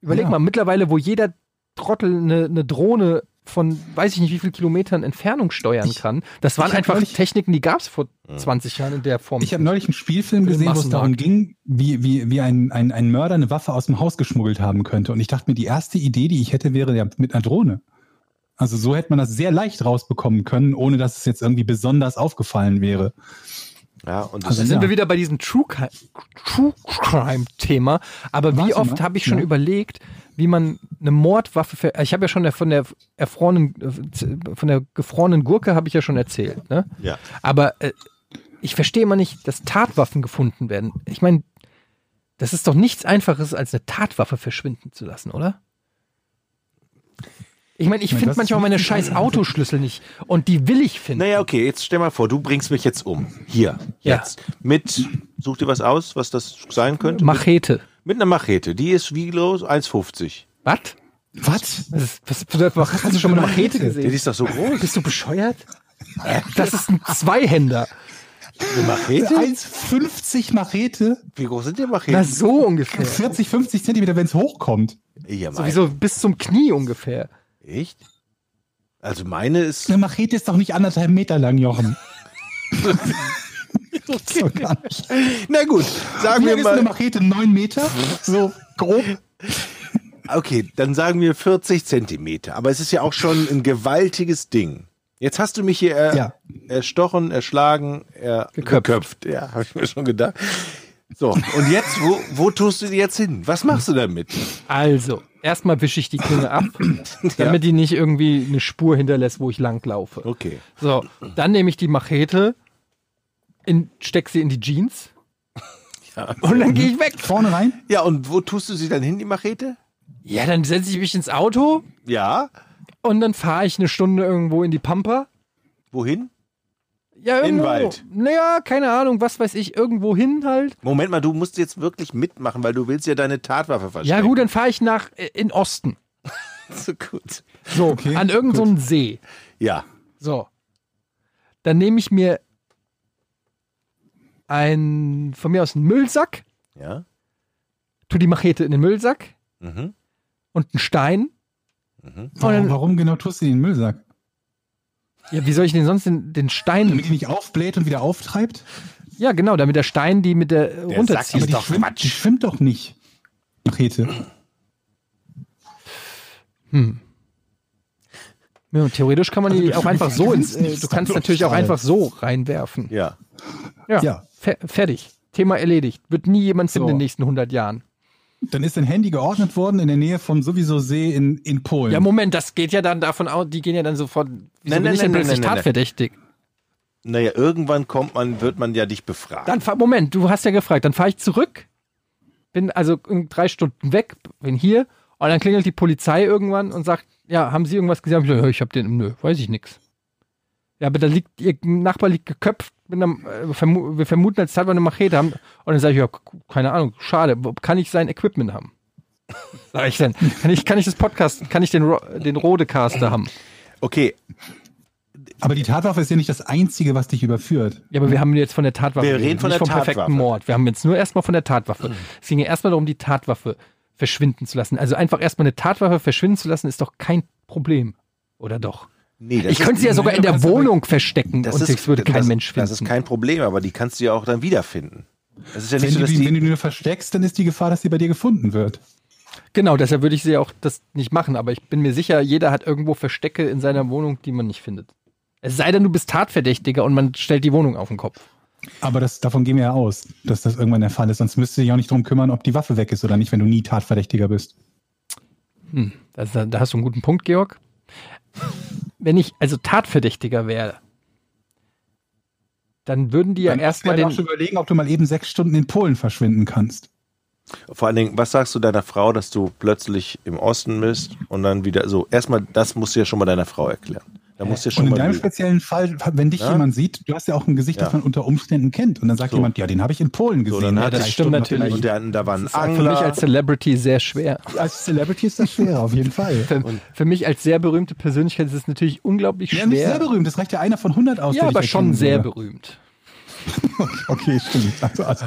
Speaker 2: Überleg
Speaker 3: Ja.
Speaker 2: mal, mittlerweile, wo jeder Trottel eine, eine Drohne von weiß ich nicht wie viel Kilometern Entfernung steuern kann, das waren
Speaker 3: ich hab
Speaker 2: einfach
Speaker 3: neulich-
Speaker 2: Techniken, die gab es vor 20 Jahren in der Form.
Speaker 3: Ich habe neulich einen Spielfilm
Speaker 2: Für den
Speaker 3: gesehen, wo es darum
Speaker 2: Massenmarkt.
Speaker 3: ging, wie, wie, wie ein, ein, ein Mörder eine Waffe aus dem Haus geschmuggelt haben könnte. Und ich dachte mir, die erste Idee, die ich hätte, wäre ja mit einer Drohne. Also so hätte man das sehr leicht rausbekommen können, ohne dass es jetzt irgendwie besonders aufgefallen wäre.
Speaker 1: Ja, und das
Speaker 3: Also
Speaker 2: da
Speaker 1: ist,
Speaker 2: sind
Speaker 3: ja.
Speaker 2: wir wieder bei diesem True, Cri- True Crime-Thema. Aber wie
Speaker 3: Warte
Speaker 2: oft
Speaker 3: mal.
Speaker 2: habe ich schon
Speaker 3: ne? Ja.
Speaker 2: überlegt, wie man eine Mordwaffe. ver- Ich habe ja schon der- von der erfrorenen, äh, von der gefrorenen Gurke habe ich ja schon erzählt. Ne?
Speaker 1: ja.
Speaker 2: Aber äh, ich verstehe immer nicht, dass Tatwaffen gefunden werden. Ich meine, das ist doch nichts Einfaches, als eine Tatwaffe verschwinden zu lassen, oder? Ich meine, ich
Speaker 3: meine,
Speaker 2: finde
Speaker 3: das ist
Speaker 2: manchmal meine
Speaker 3: wirklich-
Speaker 2: scheiß Autoschlüssel nicht und die will ich finden.
Speaker 1: Naja, okay, jetzt stell mal vor, du bringst mich jetzt um. Hier,
Speaker 2: Ja.
Speaker 1: jetzt. Mit, such dir was aus, was das sein könnte.
Speaker 2: Machete.
Speaker 1: Mit einer Machete. Die ist wie groß? 1,50.
Speaker 2: Was?
Speaker 3: Was?
Speaker 2: Das ist, was, was, was, hast du schon mal eine Machete
Speaker 1: Die
Speaker 2: gesehen?
Speaker 1: ist doch so groß.
Speaker 2: Bist du bescheuert? Das ist ein Zweihänder.
Speaker 1: Eine Machete?
Speaker 3: 1,50 Machete?
Speaker 1: Wie groß sind die
Speaker 2: Na,
Speaker 1: Macheten?
Speaker 2: so ungefähr.
Speaker 3: 40, 50 Zentimeter, wenn es hochkommt.
Speaker 1: Ja, mein.
Speaker 2: Sowieso bis zum Knie ungefähr.
Speaker 1: Echt? Also meine ist.
Speaker 3: Eine Machete ist doch nicht anderthalb Meter lang, Jochen. Das ist doch gar nicht.
Speaker 1: Na gut, sagen
Speaker 3: Wie lang
Speaker 1: wir
Speaker 3: ist
Speaker 1: mal.
Speaker 3: eine Machete? Neun Meter? So grob?
Speaker 1: Okay, dann sagen wir 40 Zentimeter. Aber es ist ja auch schon ein gewaltiges Ding. Jetzt hast du mich hier er,
Speaker 3: Ja.
Speaker 1: erstochen, erschlagen, er,
Speaker 2: Geköpft.
Speaker 1: geköpft. Ja, habe ich mir schon gedacht. So, und jetzt, wo, wo tust du die jetzt hin? Was machst du damit?
Speaker 2: Also, erstmal wische ich die Klinge ab, damit
Speaker 1: Ja.
Speaker 2: die nicht irgendwie eine Spur hinterlässt, wo ich lang laufe.
Speaker 1: Okay.
Speaker 2: So, dann nehme ich die Machete, in, steck sie in die Jeans und dann gehe ich weg.
Speaker 3: Vorne rein?
Speaker 1: Ja, und wo tust du sie dann hin, die Machete?
Speaker 2: Ja, dann setze ich mich ins Auto
Speaker 1: Ja.
Speaker 2: und dann fahre ich eine Stunde irgendwo in die Pampa.
Speaker 1: Wohin?
Speaker 2: Ja,
Speaker 1: In den
Speaker 2: irgendwo.
Speaker 1: Wald.
Speaker 2: Naja, keine Ahnung, was weiß ich, irgendwo hin halt.
Speaker 1: Moment mal, du musst jetzt wirklich mitmachen, weil du willst ja deine Tatwaffe verstecken.
Speaker 2: Ja, gut, dann fahre ich nach äh, in Osten.
Speaker 1: So gut.
Speaker 2: So,
Speaker 3: Okay,
Speaker 2: an irgendeinen so einen See.
Speaker 1: Ja.
Speaker 2: So. Dann nehme ich mir ein, von mir aus einen Müllsack,
Speaker 1: Ja.
Speaker 2: tu die Machete in den Müllsack
Speaker 1: Mhm.
Speaker 2: und einen Stein.
Speaker 3: Warum, warum genau tust du die in den Müllsack?
Speaker 2: Ja, wie soll ich denn sonst den, den Stein?
Speaker 3: Damit die nicht aufbläht und wieder auftreibt?
Speaker 2: Ja, genau, damit der Stein die mit der, äh,
Speaker 1: Sack
Speaker 2: runterzieht.
Speaker 1: ist
Speaker 3: die
Speaker 1: doch
Speaker 3: schwimmt,
Speaker 1: Quatsch.
Speaker 3: Die schwimmt doch nicht. Machete.
Speaker 2: Ja, und theoretisch kann man
Speaker 1: Also
Speaker 2: die auch einfach so ins.
Speaker 3: Nicht
Speaker 2: Äh, du kannst
Speaker 3: so
Speaker 2: natürlich auch
Speaker 3: steil.
Speaker 2: einfach so reinwerfen.
Speaker 1: Ja.
Speaker 2: Ja.
Speaker 3: Ja.
Speaker 2: Fe fertig. Thema erledigt. Wird nie jemand finden
Speaker 3: So.
Speaker 2: in den nächsten 100 Jahren.
Speaker 3: Dann ist dein Handy geordnet worden in der Nähe vom sowieso See in, in Polen.
Speaker 2: Ja, Moment, das geht ja dann davon aus, die gehen ja dann sofort. Wieso
Speaker 1: Nein,
Speaker 2: bin
Speaker 1: nein,
Speaker 2: ich denn
Speaker 1: nein, nein,
Speaker 2: plötzlich
Speaker 1: nein, nein.
Speaker 2: tatverdächtig?
Speaker 1: Naja, irgendwann kommt man, wird man ja dich befragt.
Speaker 2: Dann fahr, Moment, du hast ja gefragt, dann fahre ich zurück, bin also in drei Stunden weg, bin hier und dann klingelt die Polizei irgendwann und sagt, ja, haben Sie irgendwas gesagt? Ich, so, ja, ich habe den, nö, weiß ich nichts. Ja, aber da liegt, Ihr Nachbar liegt geköpft, mit einem, äh, vermu wir vermuten als Tat war eine Machete haben und dann sage ich, ja, k- keine Ahnung, schade, wo- kann ich sein Equipment haben? Sag ich dann, kann ich, kann ich das Podcast, kann ich den, Ro den Rodecaster haben?
Speaker 1: Okay,
Speaker 3: Aber die Tatwaffe ist ja nicht das Einzige, was dich überführt.
Speaker 2: Ja, aber wir haben jetzt von der Tatwaffe
Speaker 1: Hm. Wir reden von
Speaker 2: nicht
Speaker 1: der
Speaker 2: vom perfekten
Speaker 1: Tatwaffe. Hm.
Speaker 2: Mord. Wir haben jetzt nur erstmal von der Tatwaffe. Es ging ja erstmal darum, die Tatwaffe verschwinden zu lassen. Also einfach erstmal eine Tatwaffe verschwinden zu lassen, ist doch kein Problem. Oder doch?
Speaker 1: nee, das
Speaker 2: ich könnte
Speaker 1: ist,
Speaker 2: sie ja sogar in der
Speaker 3: kannst aber-
Speaker 2: Wohnung verstecken
Speaker 1: das
Speaker 2: und
Speaker 1: ist,
Speaker 2: es würde kein
Speaker 1: das,
Speaker 2: Mensch finden.
Speaker 1: Das ist kein Problem, aber die kannst du ja auch dann wiederfinden. Das ist ja nicht
Speaker 3: Wenn,
Speaker 1: so,
Speaker 3: du,
Speaker 1: dass
Speaker 3: die, wenn du
Speaker 1: die.
Speaker 3: die nur versteckst, dann ist die Gefahr, dass sie bei dir gefunden wird.
Speaker 2: genau, deshalb würde ich sie ja auch das nicht machen. Aber ich bin mir sicher, jeder hat irgendwo Verstecke in seiner Wohnung, die man nicht findet. Es sei denn, du bist Tatverdächtiger und man stellt die Wohnung auf den Kopf.
Speaker 3: Aber das, davon gehen wir ja aus, dass das irgendwann der Fall ist. Sonst müsstest du dich auch nicht drum kümmern, ob die Waffe weg ist oder nicht, wenn du nie Tatverdächtiger bist.
Speaker 2: Hm, das, da hast du einen guten Punkt, Georg. Wenn ich also Tatverdächtiger wäre, dann würden die ja
Speaker 3: Dann
Speaker 2: erstmal
Speaker 3: musst du
Speaker 2: den.
Speaker 3: dir auch schon überlegen, ob du mal eben sechs Stunden in Polen verschwinden kannst.
Speaker 1: Vor allen Dingen, was sagst du deiner Frau, dass du plötzlich im Osten bist und dann wieder so? Erstmal, das musst du ja schon mal deiner Frau erklären. Da musst du ja
Speaker 3: Äh, Und
Speaker 1: schon
Speaker 3: in
Speaker 1: mal.
Speaker 3: deinem
Speaker 1: lügen.
Speaker 3: speziellen Fall, wenn dich
Speaker 1: Ja?
Speaker 3: jemand sieht, du hast ja auch ein Gesicht, das
Speaker 1: Ja.
Speaker 3: man unter Umständen kennt. Und dann sagt
Speaker 1: So.
Speaker 3: jemand, ja, den habe ich in Polen gesehen.
Speaker 1: So, dann
Speaker 3: ja,
Speaker 1: hat
Speaker 2: das
Speaker 3: drei
Speaker 1: die-
Speaker 2: stimmt
Speaker 3: Stunden
Speaker 2: natürlich.
Speaker 1: Und dann, da war ein
Speaker 2: Für mich
Speaker 1: Angler.
Speaker 2: als Celebrity sehr schwer.
Speaker 3: vielleicht. Als Celebrity ist das schwer, auf jeden Fall.
Speaker 2: Für, für mich als sehr berühmte Persönlichkeit ist es natürlich unglaublich
Speaker 3: Ja, nicht sehr
Speaker 2: schwer.
Speaker 3: berühmt, das reicht ja einer von 100 aus.
Speaker 2: Ja,
Speaker 3: der dich
Speaker 2: aber schon
Speaker 3: erkennen
Speaker 2: sehr
Speaker 3: würde.
Speaker 2: berühmt.
Speaker 3: Okay, stimmt. Also, also,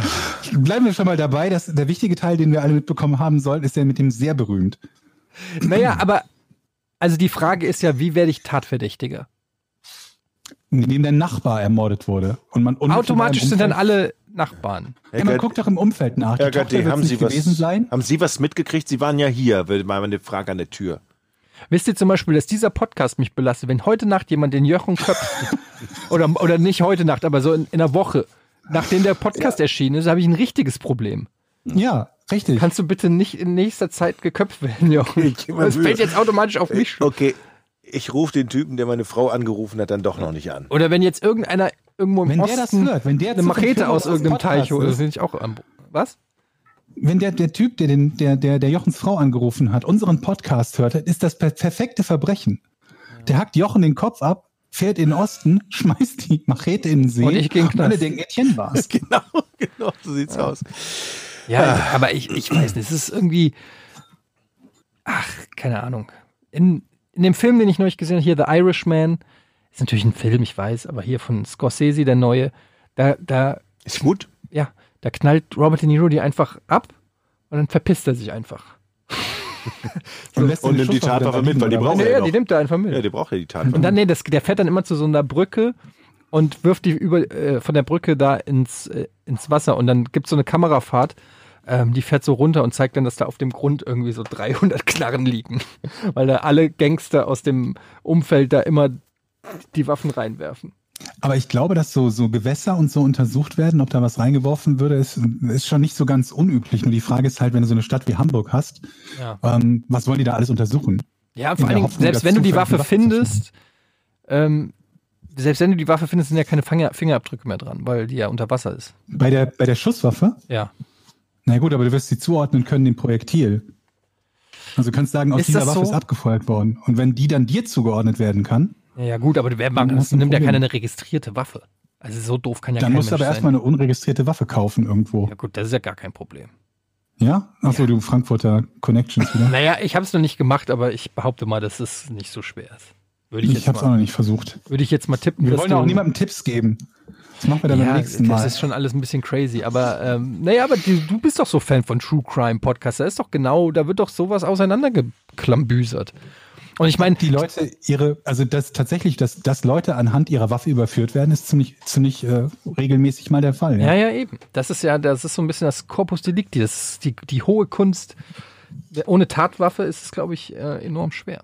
Speaker 3: bleiben wir schon mal dabei, dass der wichtige Teil, den wir alle mitbekommen haben sollten, ist der mit dem sehr berühmt.
Speaker 2: Naja, aber also die Frage ist ja, wie werde ich Tatverdächtiger?
Speaker 3: Indem dein Nachbar ermordet wurde. Und man unmittelbar
Speaker 2: Automatisch
Speaker 3: im
Speaker 2: sind dann
Speaker 3: Umfeld-
Speaker 2: alle Nachbarn.
Speaker 3: Ja, man guckt doch im Umfeld nach. Die
Speaker 1: Herr
Speaker 3: Tochter
Speaker 1: Götti,
Speaker 3: wird's
Speaker 1: haben
Speaker 3: nicht
Speaker 1: Sie, was,
Speaker 3: gewesen sein.
Speaker 1: haben Sie was mitgekriegt? Sie waren ja hier, würde mal eine Frage an der Tür.
Speaker 2: Wisst ihr zum Beispiel, dass dieser Podcast mich belastet, wenn heute Nacht jemand den Jochen köpft, oder, oder nicht heute Nacht, aber so in, in einer Woche, nachdem der Podcast erschienen ist, habe ich ein richtiges Problem.
Speaker 3: Ja, richtig.
Speaker 2: Kannst du bitte nicht in nächster Zeit geköpft werden, Jochen?
Speaker 1: Ich geb mir
Speaker 2: Das
Speaker 1: Mühe.
Speaker 2: fällt jetzt automatisch auf mich.
Speaker 1: Okay, ich rufe den Typen, der meine Frau angerufen hat, dann doch noch nicht an.
Speaker 2: Oder wenn jetzt irgendeiner irgendwo im
Speaker 3: Wenn der
Speaker 2: Osten
Speaker 3: das hört, wenn der
Speaker 2: eine
Speaker 3: zufällig
Speaker 2: Machete
Speaker 3: hört,
Speaker 2: aus
Speaker 3: dass
Speaker 2: irgendeinem
Speaker 3: das Podcast
Speaker 2: Teich holt,
Speaker 3: ist.
Speaker 2: das finde ich auch am... Was?
Speaker 3: Wenn der, der Typ, der, den, der, der, der Jochens Frau angerufen hat, unseren Podcast hört, ist das per perfekte Verbrechen. Der hackt Jochen den Kopf ab, fährt in den Osten, schmeißt die Machete in den See.
Speaker 2: Und ich geh in den Knast.
Speaker 3: alle denken, Etienne war's.
Speaker 1: Genau, genau, so sieht's aus.
Speaker 2: Ja, aber ich, ich weiß nicht, es ist irgendwie... Ach, keine Ahnung. In, in dem Film, den ich neulich gesehen habe, hier The Irishman, ist natürlich ein Film, ich weiß, aber hier von Scorsese, der neue, da, da
Speaker 1: Ist gut.
Speaker 2: ja, da knallt Robert De Niro die einfach ab und dann verpisst er sich einfach.
Speaker 3: Und, lässt
Speaker 1: Und
Speaker 3: seine
Speaker 1: nimmt die
Speaker 3: Schusswaffe
Speaker 1: Tatwaffe
Speaker 3: da
Speaker 1: mit, weil die
Speaker 3: liegen,
Speaker 1: braucht
Speaker 3: oder
Speaker 1: er ja
Speaker 2: Nee, ja,
Speaker 1: noch.
Speaker 2: die nimmt er einfach mit.
Speaker 1: Ja, die braucht ja die Tat.
Speaker 2: und dann, nee, das, der fährt dann immer zu so einer Brücke und wirft die über, äh, von der Brücke da ins, äh, ins Wasser und dann gibt es so eine Kamerafahrt, ähm, die fährt so runter und zeigt dann, dass da auf dem Grund irgendwie so 300 Knarren liegen, weil da alle Gangster aus dem Umfeld da immer die Waffen reinwerfen.
Speaker 3: was? Aber ich glaube, dass so, so Gewässer und so untersucht werden, ob da was reingeworfen würde, ist, ist schon nicht so ganz unüblich. Nur die Frage ist halt, wenn du so eine Stadt wie Hamburg hast,
Speaker 2: Ja.
Speaker 3: ähm, was wollen die da alles untersuchen?
Speaker 2: Ja,
Speaker 3: In
Speaker 2: vor
Speaker 3: der
Speaker 2: allen Dingen,
Speaker 3: Hoffnung,
Speaker 2: selbst
Speaker 3: dass
Speaker 2: wenn du die
Speaker 3: zufällig
Speaker 2: Waffe
Speaker 3: die Waffe zu
Speaker 2: findest, ähm, selbst wenn du die Waffe findest, sind ja keine Finger, Fingerabdrücke mehr dran, weil die ja unter Wasser ist.
Speaker 3: Bei der, bei der Schusswaffe?
Speaker 2: Ja.
Speaker 3: Na gut, aber du wirst sie zuordnen können, dem Projektil. Also du kannst sagen, aus
Speaker 2: Ist
Speaker 3: dieser
Speaker 2: das
Speaker 3: Waffe
Speaker 2: so?
Speaker 3: ist abgefeuert worden. Und wenn die dann dir zugeordnet werden kann,
Speaker 2: Ja, gut, aber wer
Speaker 3: Dann hast
Speaker 2: das
Speaker 3: du ein
Speaker 2: nimmt ja
Speaker 3: Problem.
Speaker 2: keiner eine registrierte Waffe. Also so doof kann ja
Speaker 3: dann
Speaker 2: kein
Speaker 3: musst du
Speaker 2: Mensch
Speaker 3: aber
Speaker 2: sein.
Speaker 3: erstmal eine unregistrierte Waffe kaufen irgendwo.
Speaker 2: ja gut, das ist ja gar kein Problem.
Speaker 3: Ja? Ach Achso, du Frankfurter Connections wieder.
Speaker 2: Naja, ich habe es noch nicht gemacht, aber ich behaupte mal, dass es nicht so schwer ist. Würde ich,
Speaker 3: ich
Speaker 2: jetzt
Speaker 3: hab's auch
Speaker 2: mal,
Speaker 3: noch nicht versucht.
Speaker 2: würde ich jetzt mal tippen.
Speaker 3: Wir
Speaker 2: dass
Speaker 3: wollen
Speaker 2: du-
Speaker 3: auch niemandem Tipps geben. Das machen wir dann beim nächsten Mal.
Speaker 2: Das ist schon alles ein bisschen crazy, aber ähm, naja, aber du, du bist doch so Fan von True Crime Podcasts. Da ist doch genau, da wird doch sowas auseinandergeklambüsert. Und ich meine,
Speaker 3: die Leute ihre, also das tatsächlich, dass, dass Leute anhand ihrer Waffe überführt werden, ist ziemlich, ziemlich äh, regelmäßig mal der Fall.
Speaker 2: Ja, ja, eben. Das ist ja, das ist so ein bisschen das Corpus Delicti, das ist die, die hohe Kunst. Ohne Tatwaffe ist es, glaube ich, äh, enorm schwer.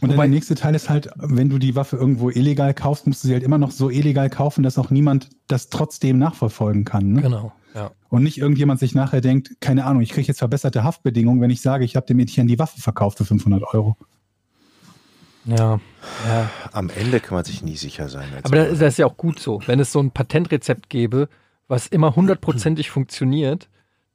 Speaker 3: Und dann der nächste Teil ist halt, wenn du die Waffe irgendwo illegal kaufst, musst du sie halt immer noch so illegal kaufen, dass auch niemand das trotzdem nachverfolgen kann. Ne?
Speaker 2: Genau. Ja.
Speaker 3: Und nicht irgendjemand sich nachher denkt, keine Ahnung, ich kriege jetzt verbesserte Haftbedingungen, wenn ich sage, ich habe dem Mädchen die Waffe verkauft für 500 Euro.
Speaker 2: Ja. ja.
Speaker 1: Am Ende kann man sich nie sicher sein. als
Speaker 2: Aber das
Speaker 1: Mann.
Speaker 2: ist, das ist ja auch gut so. Wenn es so ein Patentrezept gäbe, was immer hundertprozentig funktioniert,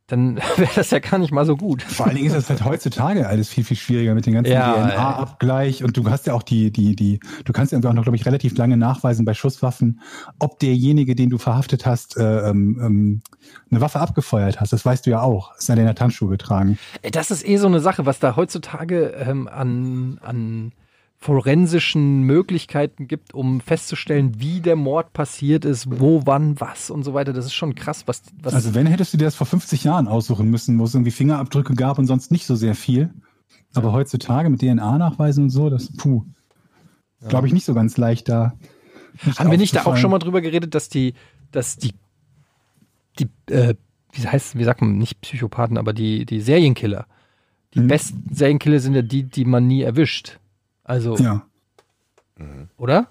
Speaker 2: dann wäre das ja gar nicht mal so gut.
Speaker 3: Vor allen Dingen ist das halt heutzutage alles viel, viel schwieriger mit dem ganzen
Speaker 2: Ja,
Speaker 3: DNA-Abgleich. Und du hast ja auch die, die, die, du kannst ja auch noch, glaube ich, relativ lange nachweisen bei Schusswaffen, ob derjenige, den du verhaftet hast, äh, ähm, ähm, eine Waffe abgefeuert hast. Das weißt du ja auch. Ist ja in der Tanzschuhe getragen.
Speaker 2: Ey, Das ist eh so eine Sache, was da heutzutage ähm, an, an forensischen Möglichkeiten gibt, um festzustellen, wie der Mord passiert ist, wo, wann, was und so weiter. Das ist schon krass, was, was
Speaker 3: Also wenn, hättest du dir das vor 50 Jahren aussuchen müssen, wo es irgendwie Fingerabdrücke gab und sonst nicht so sehr viel. Aber heutzutage mit DNA-Nachweisen und so, das, puh, glaube ich, nicht so ganz leicht da.
Speaker 2: Haben wir nicht da auch schon mal drüber geredet, dass die, dass die, die, äh, wie heißt, wie sagt man, nicht Psychopathen, aber die, die Serienkiller. Die
Speaker 3: Mhm.
Speaker 2: besten Serienkiller sind ja die, die man nie erwischt. Also,
Speaker 3: Ja.
Speaker 2: oder?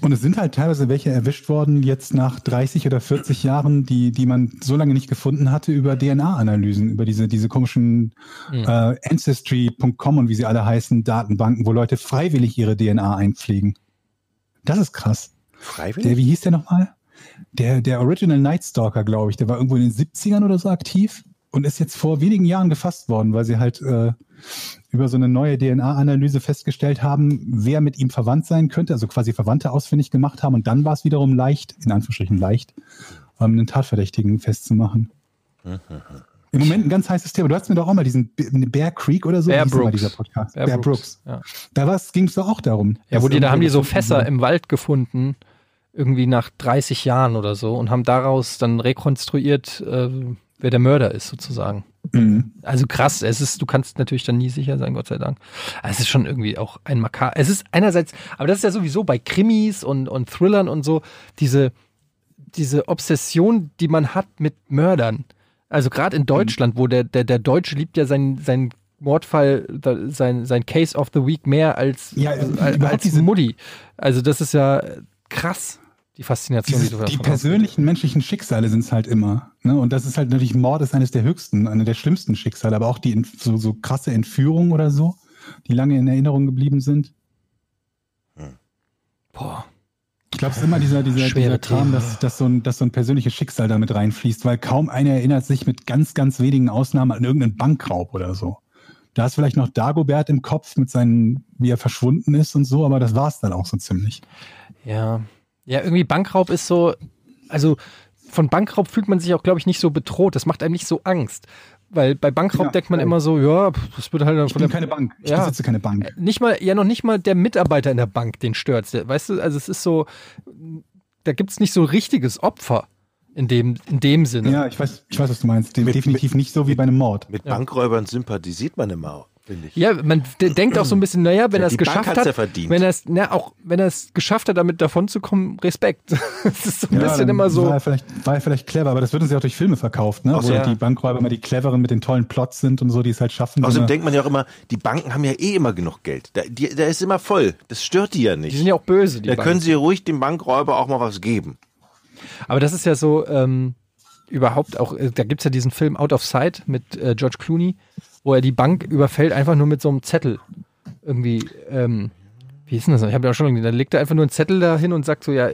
Speaker 3: Und es sind halt teilweise welche erwischt worden, jetzt nach 30 oder 40 Jahren, die, die man so lange nicht gefunden hatte, über DNA-Analysen, über diese, diese komischen
Speaker 2: Hm.
Speaker 3: äh, Ancestry.com und wie sie alle heißen, Datenbanken, wo Leute freiwillig ihre DNA einpflegen. Das ist krass. Der,
Speaker 1: Freiwillig?
Speaker 3: wie hieß der nochmal? Der, der Original Night Stalker, glaube ich, der war irgendwo in den 70ern oder so aktiv und ist jetzt vor wenigen Jahren gefasst worden, weil sie halt äh, über so eine neue DNA-Analyse festgestellt haben, wer mit ihm verwandt sein könnte, also quasi Verwandte ausfindig gemacht haben und dann war es wiederum leicht, in Anführungsstrichen leicht, ähm, einen Tatverdächtigen festzumachen. Im Moment ein ganz heißes Thema. Du hast mir doch auch mal diesen B- Bear Creek oder so,
Speaker 2: Bear
Speaker 3: wie hieß denn mal
Speaker 2: Brooks.
Speaker 3: dieser Podcast.
Speaker 2: Bear Brooks, ja.
Speaker 3: Da ging es doch auch darum.
Speaker 2: Ja, wo
Speaker 3: dass
Speaker 2: die, da haben die so
Speaker 3: irgendwelche-
Speaker 2: Fässer im Wald gefunden, irgendwie nach 30 Jahren oder so, und haben daraus dann rekonstruiert, äh, wer der Mörder ist, sozusagen.
Speaker 3: Mhm.
Speaker 2: Also krass, es ist, du kannst natürlich dann nie sicher sein, Gott sei Dank. Aber Es ist schon irgendwie auch ein Makar. Es ist einerseits, aber das ist ja sowieso bei Krimis und, und Thrillern und so, diese, diese Obsession, die man hat mit Mördern. Also gerade in Deutschland, wo der, der, der Deutsche liebt ja seinen, seinen Mordfall, da- sein, sein Case of the Week mehr als,
Speaker 3: Ja,
Speaker 2: als,
Speaker 3: überhaupt
Speaker 2: als
Speaker 3: diese-
Speaker 2: Mutti. Also das ist ja krass, die Faszination,
Speaker 3: Dieses,
Speaker 2: du
Speaker 3: die
Speaker 2: davon
Speaker 3: persönlichen menschlichen Schicksale sind es halt immer. Ne? Und das ist halt natürlich Mord ist eines der höchsten, einer der schlimmsten Schicksale, aber auch die Ent- so, so krasse Entführung oder so, die lange in Erinnerung geblieben sind.
Speaker 2: hast. Boah.
Speaker 3: Ich glaube, es ist immer dieser, dieser,
Speaker 2: Schwere
Speaker 3: dieser Kram,
Speaker 2: Themen.
Speaker 3: dass, dass, so ein, dass so ein persönliches Schicksal damit reinfließt, weil kaum einer erinnert sich mit ganz, ganz wenigen Ausnahmen an irgendeinen Bankraub oder so. Da ist vielleicht noch Dagobert im Kopf mit seinen, wie er verschwunden ist und so, aber das war es dann auch so ziemlich.
Speaker 2: Ja. Ja, irgendwie Bankraub ist so, also von Bankraub fühlt man sich auch, glaube ich, nicht so bedroht. Das macht einem nicht so Angst. Weil bei Bankraub
Speaker 3: Ja,
Speaker 2: denkt man
Speaker 3: voll.
Speaker 2: immer so, ja, pf, das wird halt dann
Speaker 3: Ich
Speaker 2: von
Speaker 3: bin
Speaker 2: der
Speaker 3: keine Bank. Ich
Speaker 2: Ja.
Speaker 3: besitze keine Bank.
Speaker 2: nicht mal, ja noch nicht mal der Mitarbeiter in der Bank, den stört's. Der- Weißt du, also es ist so, da gibt's nicht so richtiges Opfer in dem, in dem Sinne.
Speaker 3: Ja, ich weiß, ich weiß, was du meinst. De-
Speaker 1: Mit-
Speaker 3: Definitiv nicht so wie bei einem Mord.
Speaker 1: Mit Bankräubern sympathisiert man immer, finde ich.
Speaker 2: Ja, man d- denkt auch so ein bisschen, naja, wenn
Speaker 1: Ja,
Speaker 2: er
Speaker 1: die
Speaker 2: es
Speaker 1: Bank
Speaker 2: geschafft
Speaker 1: hat's
Speaker 2: hat,
Speaker 1: ja verdient.
Speaker 2: wenn er es, na, auch wenn er es geschafft hat, damit davon zu kommen, Respekt. Es ist so ein bisschen
Speaker 3: dann
Speaker 2: immer so.
Speaker 3: War er, vielleicht, war er vielleicht clever, aber das wird uns ja auch durch Filme verkauft, ne?
Speaker 1: Ach so,
Speaker 3: Wo
Speaker 1: ja.
Speaker 3: die Bankräuber immer die cleveren mit den tollen Plots sind und so, die es halt schaffen. so
Speaker 1: Außerdem
Speaker 3: eine-
Speaker 1: denkt man ja auch immer, die Banken haben ja eh immer genug Geld. Da, die, da ist immer voll. Das stört die ja
Speaker 2: Die
Speaker 1: nicht.
Speaker 2: sind ja auch böse, die
Speaker 1: da
Speaker 2: Banken.
Speaker 1: können sie ruhig dem Bankräuber auch mal was geben.
Speaker 2: Aber das ist ja so ähm, überhaupt auch, äh, da gibt's ja diesen Film Out of Sight mit äh, George Clooney, wo er die Bank überfällt, einfach nur mit so einem Zettel. Irgendwie, ähm, wie ist denn das? noch? Ich habe ja auch schon irgendwie, da legt er einfach nur einen Zettel dahin und sagt so, ja,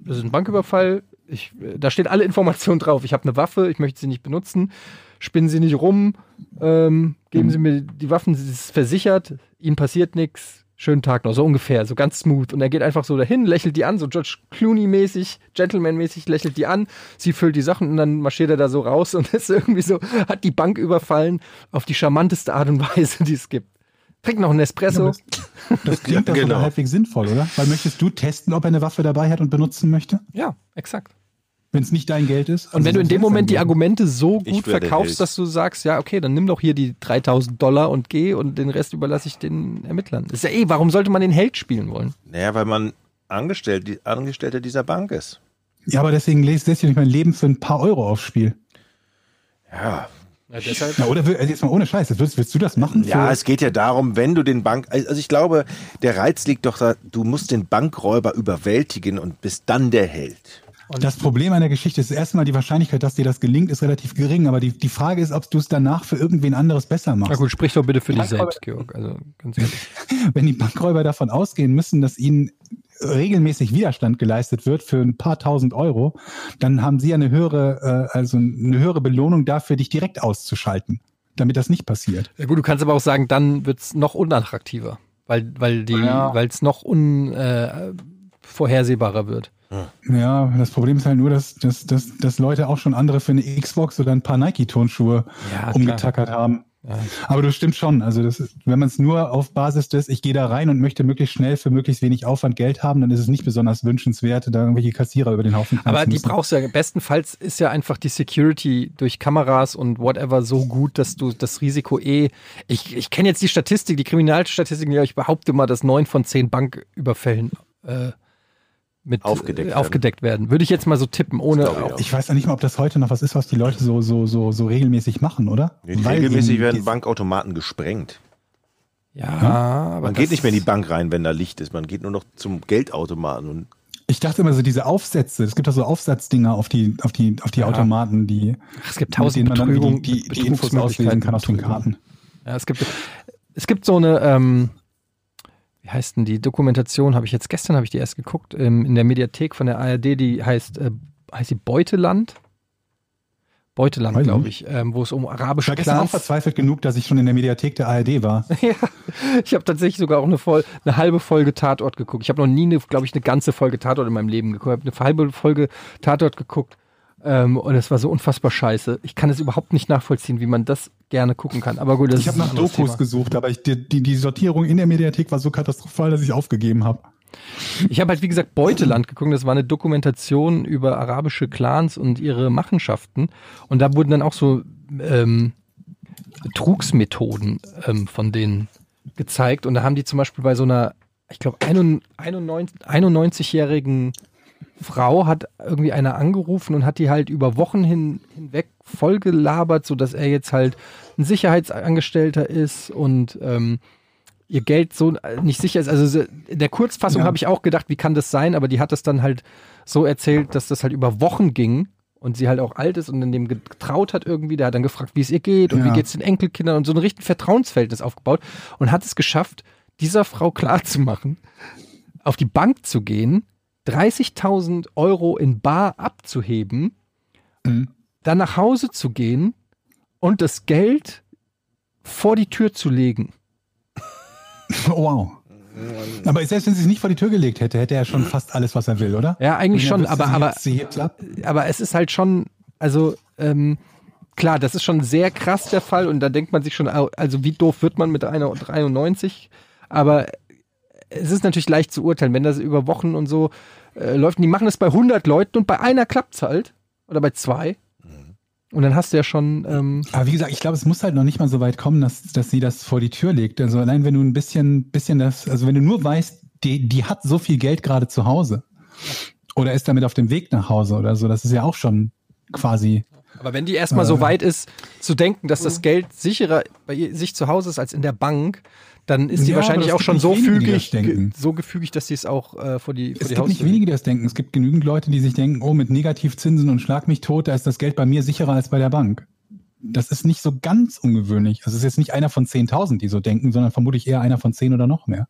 Speaker 2: das ist ein Banküberfall, ich, äh, da steht alle Informationen drauf. Ich habe eine Waffe, ich möchte sie nicht benutzen, spinnen sie nicht rum, ähm, geben sie mir die Waffen, sie ist versichert, ihnen passiert nichts. Schönen Tag noch, so ungefähr, so ganz smooth. Und er geht einfach so dahin, lächelt die an, so George Clooney-mäßig, Gentleman-mäßig lächelt die an. Sie füllt die Sachen und dann marschiert er da so raus und ist irgendwie so, hat die Bank überfallen auf die charmanteste Art und Weise, die es gibt. Trink noch einen Espresso.
Speaker 3: Das
Speaker 1: Ja,
Speaker 3: klingt doch
Speaker 1: genau.
Speaker 3: sogar halbwegs sinnvoll, oder? Weil möchtest du testen, ob er eine Waffe dabei hat und benutzen möchte?
Speaker 2: Ja, exakt.
Speaker 3: Wenn es nicht dein Geld ist?
Speaker 2: Und wenn du in dem Moment die Argumente so
Speaker 1: Ich
Speaker 2: gut
Speaker 1: werde
Speaker 2: verkaufst,
Speaker 1: Held.
Speaker 2: dass du sagst, ja, okay, dann nimm doch hier die 3000 Dollar und geh und den Rest überlasse ich den Ermittlern. Ist ja eh, warum sollte man den Held spielen wollen?
Speaker 1: Naja, weil man Angestellt, die Angestellter dieser Bank ist.
Speaker 3: Ja, aber deswegen lese ich nicht mein Leben für ein paar Euro aufs Spiel.
Speaker 1: Ja,
Speaker 3: Na, oder wir- also jetzt mal ohne Scheiß, jetzt willst, willst du das machen?
Speaker 1: Ja,
Speaker 3: für-
Speaker 1: es geht ja darum, wenn du den Bank, also ich glaube, der Reiz liegt doch da, du musst den Bankräuber überwältigen und bist dann der Held.
Speaker 3: das Problem an der Geschichte ist erstmal die Wahrscheinlichkeit, dass dir das gelingt, ist relativ gering. Aber die, die Frage ist, ob du es danach für irgendwen anderes besser machst.
Speaker 2: Na gut, sprich doch bitte für dich selbst, Georg. Also ganz ehrlich.
Speaker 3: wenn die Bankräuber davon ausgehen müssen, dass ihnen regelmäßig Widerstand geleistet wird für ein paar tausend Euro, dann haben sie ja eine höhere, äh, also eine höhere Belohnung dafür, dich direkt auszuschalten, damit das nicht passiert.
Speaker 2: Ja, gut, du kannst aber auch sagen, dann wird's noch unattraktiver, weil weil die,
Speaker 3: Ja.
Speaker 2: weil es noch un, äh, vorhersehbarer wird.
Speaker 3: Ja, das Problem ist halt nur, dass, dass, dass, dass Leute auch schon andere für eine Xbox oder ein paar Nike-Tonschuhe
Speaker 2: Ja,
Speaker 1: Um
Speaker 3: umgetackert haben.
Speaker 2: Ja.
Speaker 3: Aber das stimmt schon. Also das ist, wenn man es nur auf Basis des, ich gehe da rein und möchte möglichst schnell für möglichst wenig Aufwand Geld haben, dann ist es nicht besonders wünschenswert, da irgendwelche Kassierer über den Haufen knallen
Speaker 2: Aber
Speaker 3: zu
Speaker 2: die
Speaker 3: müssen.
Speaker 2: brauchst du ja. Bestenfalls ist ja einfach die Security durch Kameras und whatever so gut, dass du das Risiko eh. Ich, ich kenne jetzt die Statistik, die Kriminalstatistik, ja, ich behaupte mal, dass neun von zehn Banküberfällen äh, mit
Speaker 1: Aufgedeckt
Speaker 2: äh,
Speaker 1: werden.
Speaker 2: aufgedeckt werden. Würde ich jetzt mal so tippen, ohne.
Speaker 1: glaube ich auch.
Speaker 3: Ich weiß ja nicht mal, ob das heute noch was ist, was die Leute so, so, so, so regelmäßig machen, oder? Weil
Speaker 1: regelmäßig
Speaker 3: ihnen
Speaker 1: werden
Speaker 3: die-
Speaker 1: Bankautomaten gesprengt.
Speaker 2: ja,
Speaker 3: Hm?
Speaker 2: aber
Speaker 1: Man
Speaker 2: das-
Speaker 1: geht nicht mehr in die Bank rein, wenn da Licht ist. Man geht nur noch zum Geldautomaten. Und
Speaker 3: Ich dachte immer so, diese Aufsätze, es gibt da so Aufsatzdinger auf die, auf die, auf die Automaten, die,
Speaker 2: Ach, es gibt
Speaker 3: mit
Speaker 2: tausend
Speaker 3: denen man dann
Speaker 2: Betrügung,
Speaker 3: die, die, die Infos auslesen kann auf den Karten.
Speaker 2: Ja, es gibt, es gibt so eine, ähm, wie heißt denn die Dokumentation? Habe ich jetzt gestern habe ich die erst geguckt ähm, in der Mediathek von der ARD. Die heißt, äh, heißt sie Beuteland. Beuteland,
Speaker 3: Weiß
Speaker 2: glaube
Speaker 3: nicht.
Speaker 2: ich, ähm, wo es um
Speaker 3: Ich war
Speaker 2: arabische
Speaker 3: gestern auch
Speaker 2: Clans.
Speaker 3: verzweifelt genug, dass ich schon in der Mediathek der ARD war.
Speaker 2: ja, ich habe tatsächlich sogar auch eine, voll, eine halbe Folge Tatort geguckt. Ich habe noch nie, eine, glaube ich, eine ganze Folge Tatort in meinem Leben geguckt. Ich habe eine halbe Folge Tatort geguckt ähm, und es war so unfassbar scheiße. Ich kann es überhaupt nicht nachvollziehen, wie man das gerne gucken kann. Aber gut, das
Speaker 3: Ich habe
Speaker 2: ist ein
Speaker 3: nach
Speaker 2: anderes
Speaker 3: Dokus
Speaker 2: Thema.
Speaker 3: gesucht, aber ich, die, die, die Sortierung in der Mediathek war so katastrophal, dass ich aufgegeben habe.
Speaker 2: Ich habe halt, wie gesagt, Beuteland geguckt. Das war eine Dokumentation über arabische Clans und ihre Machenschaften. Und da wurden dann auch so ähm, Betrugsmethoden ähm, von denen gezeigt. Und da haben die zum Beispiel bei so einer, ich glaube, 91-jährigen Frau hat irgendwie einer angerufen und hat die halt über Wochen hin, hinweg vollgelabert, sodass er jetzt halt ein Sicherheitsangestellter ist und ähm, ihr Geld so äh, nicht sicher ist. Also se- in der Kurzfassung
Speaker 3: Ja.
Speaker 2: habe ich auch gedacht, wie kann das sein? Aber die hat das dann halt so erzählt, dass das halt über Wochen ging und sie halt auch alt ist und in dem getraut hat irgendwie. Der hat dann gefragt, wie es ihr geht und
Speaker 3: Ja.
Speaker 2: wie geht es den Enkelkindern und so ein richtiges Vertrauensverhältnis aufgebaut und hat es geschafft, dieser Frau klarzumachen, auf die Bank zu gehen, 30.000 Euro in Bar abzuheben,
Speaker 3: Mhm.
Speaker 2: dann nach Hause zu gehen und das Geld vor die Tür zu legen.
Speaker 3: Oh, wow. Aber selbst wenn sie es nicht vor die Tür gelegt hätte, hätte er schon fast alles, was er will, oder?
Speaker 2: Ja, eigentlich schon,
Speaker 3: Wenn er wüsste,
Speaker 2: aber,
Speaker 3: sie
Speaker 2: aber,
Speaker 3: hebt- Sie hebt ab.
Speaker 2: aber es ist halt schon, also ähm, klar, das ist schon sehr krass der Fall und da denkt man sich schon, au- also wie doof wird man mit einer 93, aber es ist natürlich leicht zu urteilen, wenn das über Wochen und so äh, läuft. Und die machen das bei 100 Leuten und bei einer klappt es halt oder bei zwei und dann hast du ja schon, ähm,
Speaker 3: Aber wie gesagt, ich glaube, es muss halt noch nicht mal so weit kommen, dass, dass sie das vor die Tür legt. Also allein wenn du ein bisschen, bisschen das, also wenn du nur weißt, die, die hat so viel Geld gerade zu Hause oder ist damit auf dem Weg nach Hause oder so, das ist ja auch schon quasi.
Speaker 2: aber wenn die erstmal so weit ist, zu denken, dass das Geld sicherer bei ihr- sich zu Hause ist als in der Bank, dann ist die
Speaker 3: Ja, aber
Speaker 2: wahrscheinlich
Speaker 3: es
Speaker 2: auch
Speaker 3: gibt
Speaker 2: schon
Speaker 3: nicht
Speaker 2: so
Speaker 3: wenige, die das
Speaker 2: fügig, ge-
Speaker 3: denken.
Speaker 2: so gefügig, dass sie es auch äh, vor die, vor
Speaker 3: Es
Speaker 2: die
Speaker 3: gibt nicht
Speaker 2: Haustür
Speaker 3: wenige, die das denken. Es gibt genügend Leute, die sich denken, oh, mit Negativzinsen und Schlag mich tot, da ist das Geld bei mir sicherer als bei der Bank. Das ist nicht so ganz ungewöhnlich. Also es ist jetzt nicht einer von 10.000, die so denken, sondern vermutlich eher einer von 10 oder noch mehr.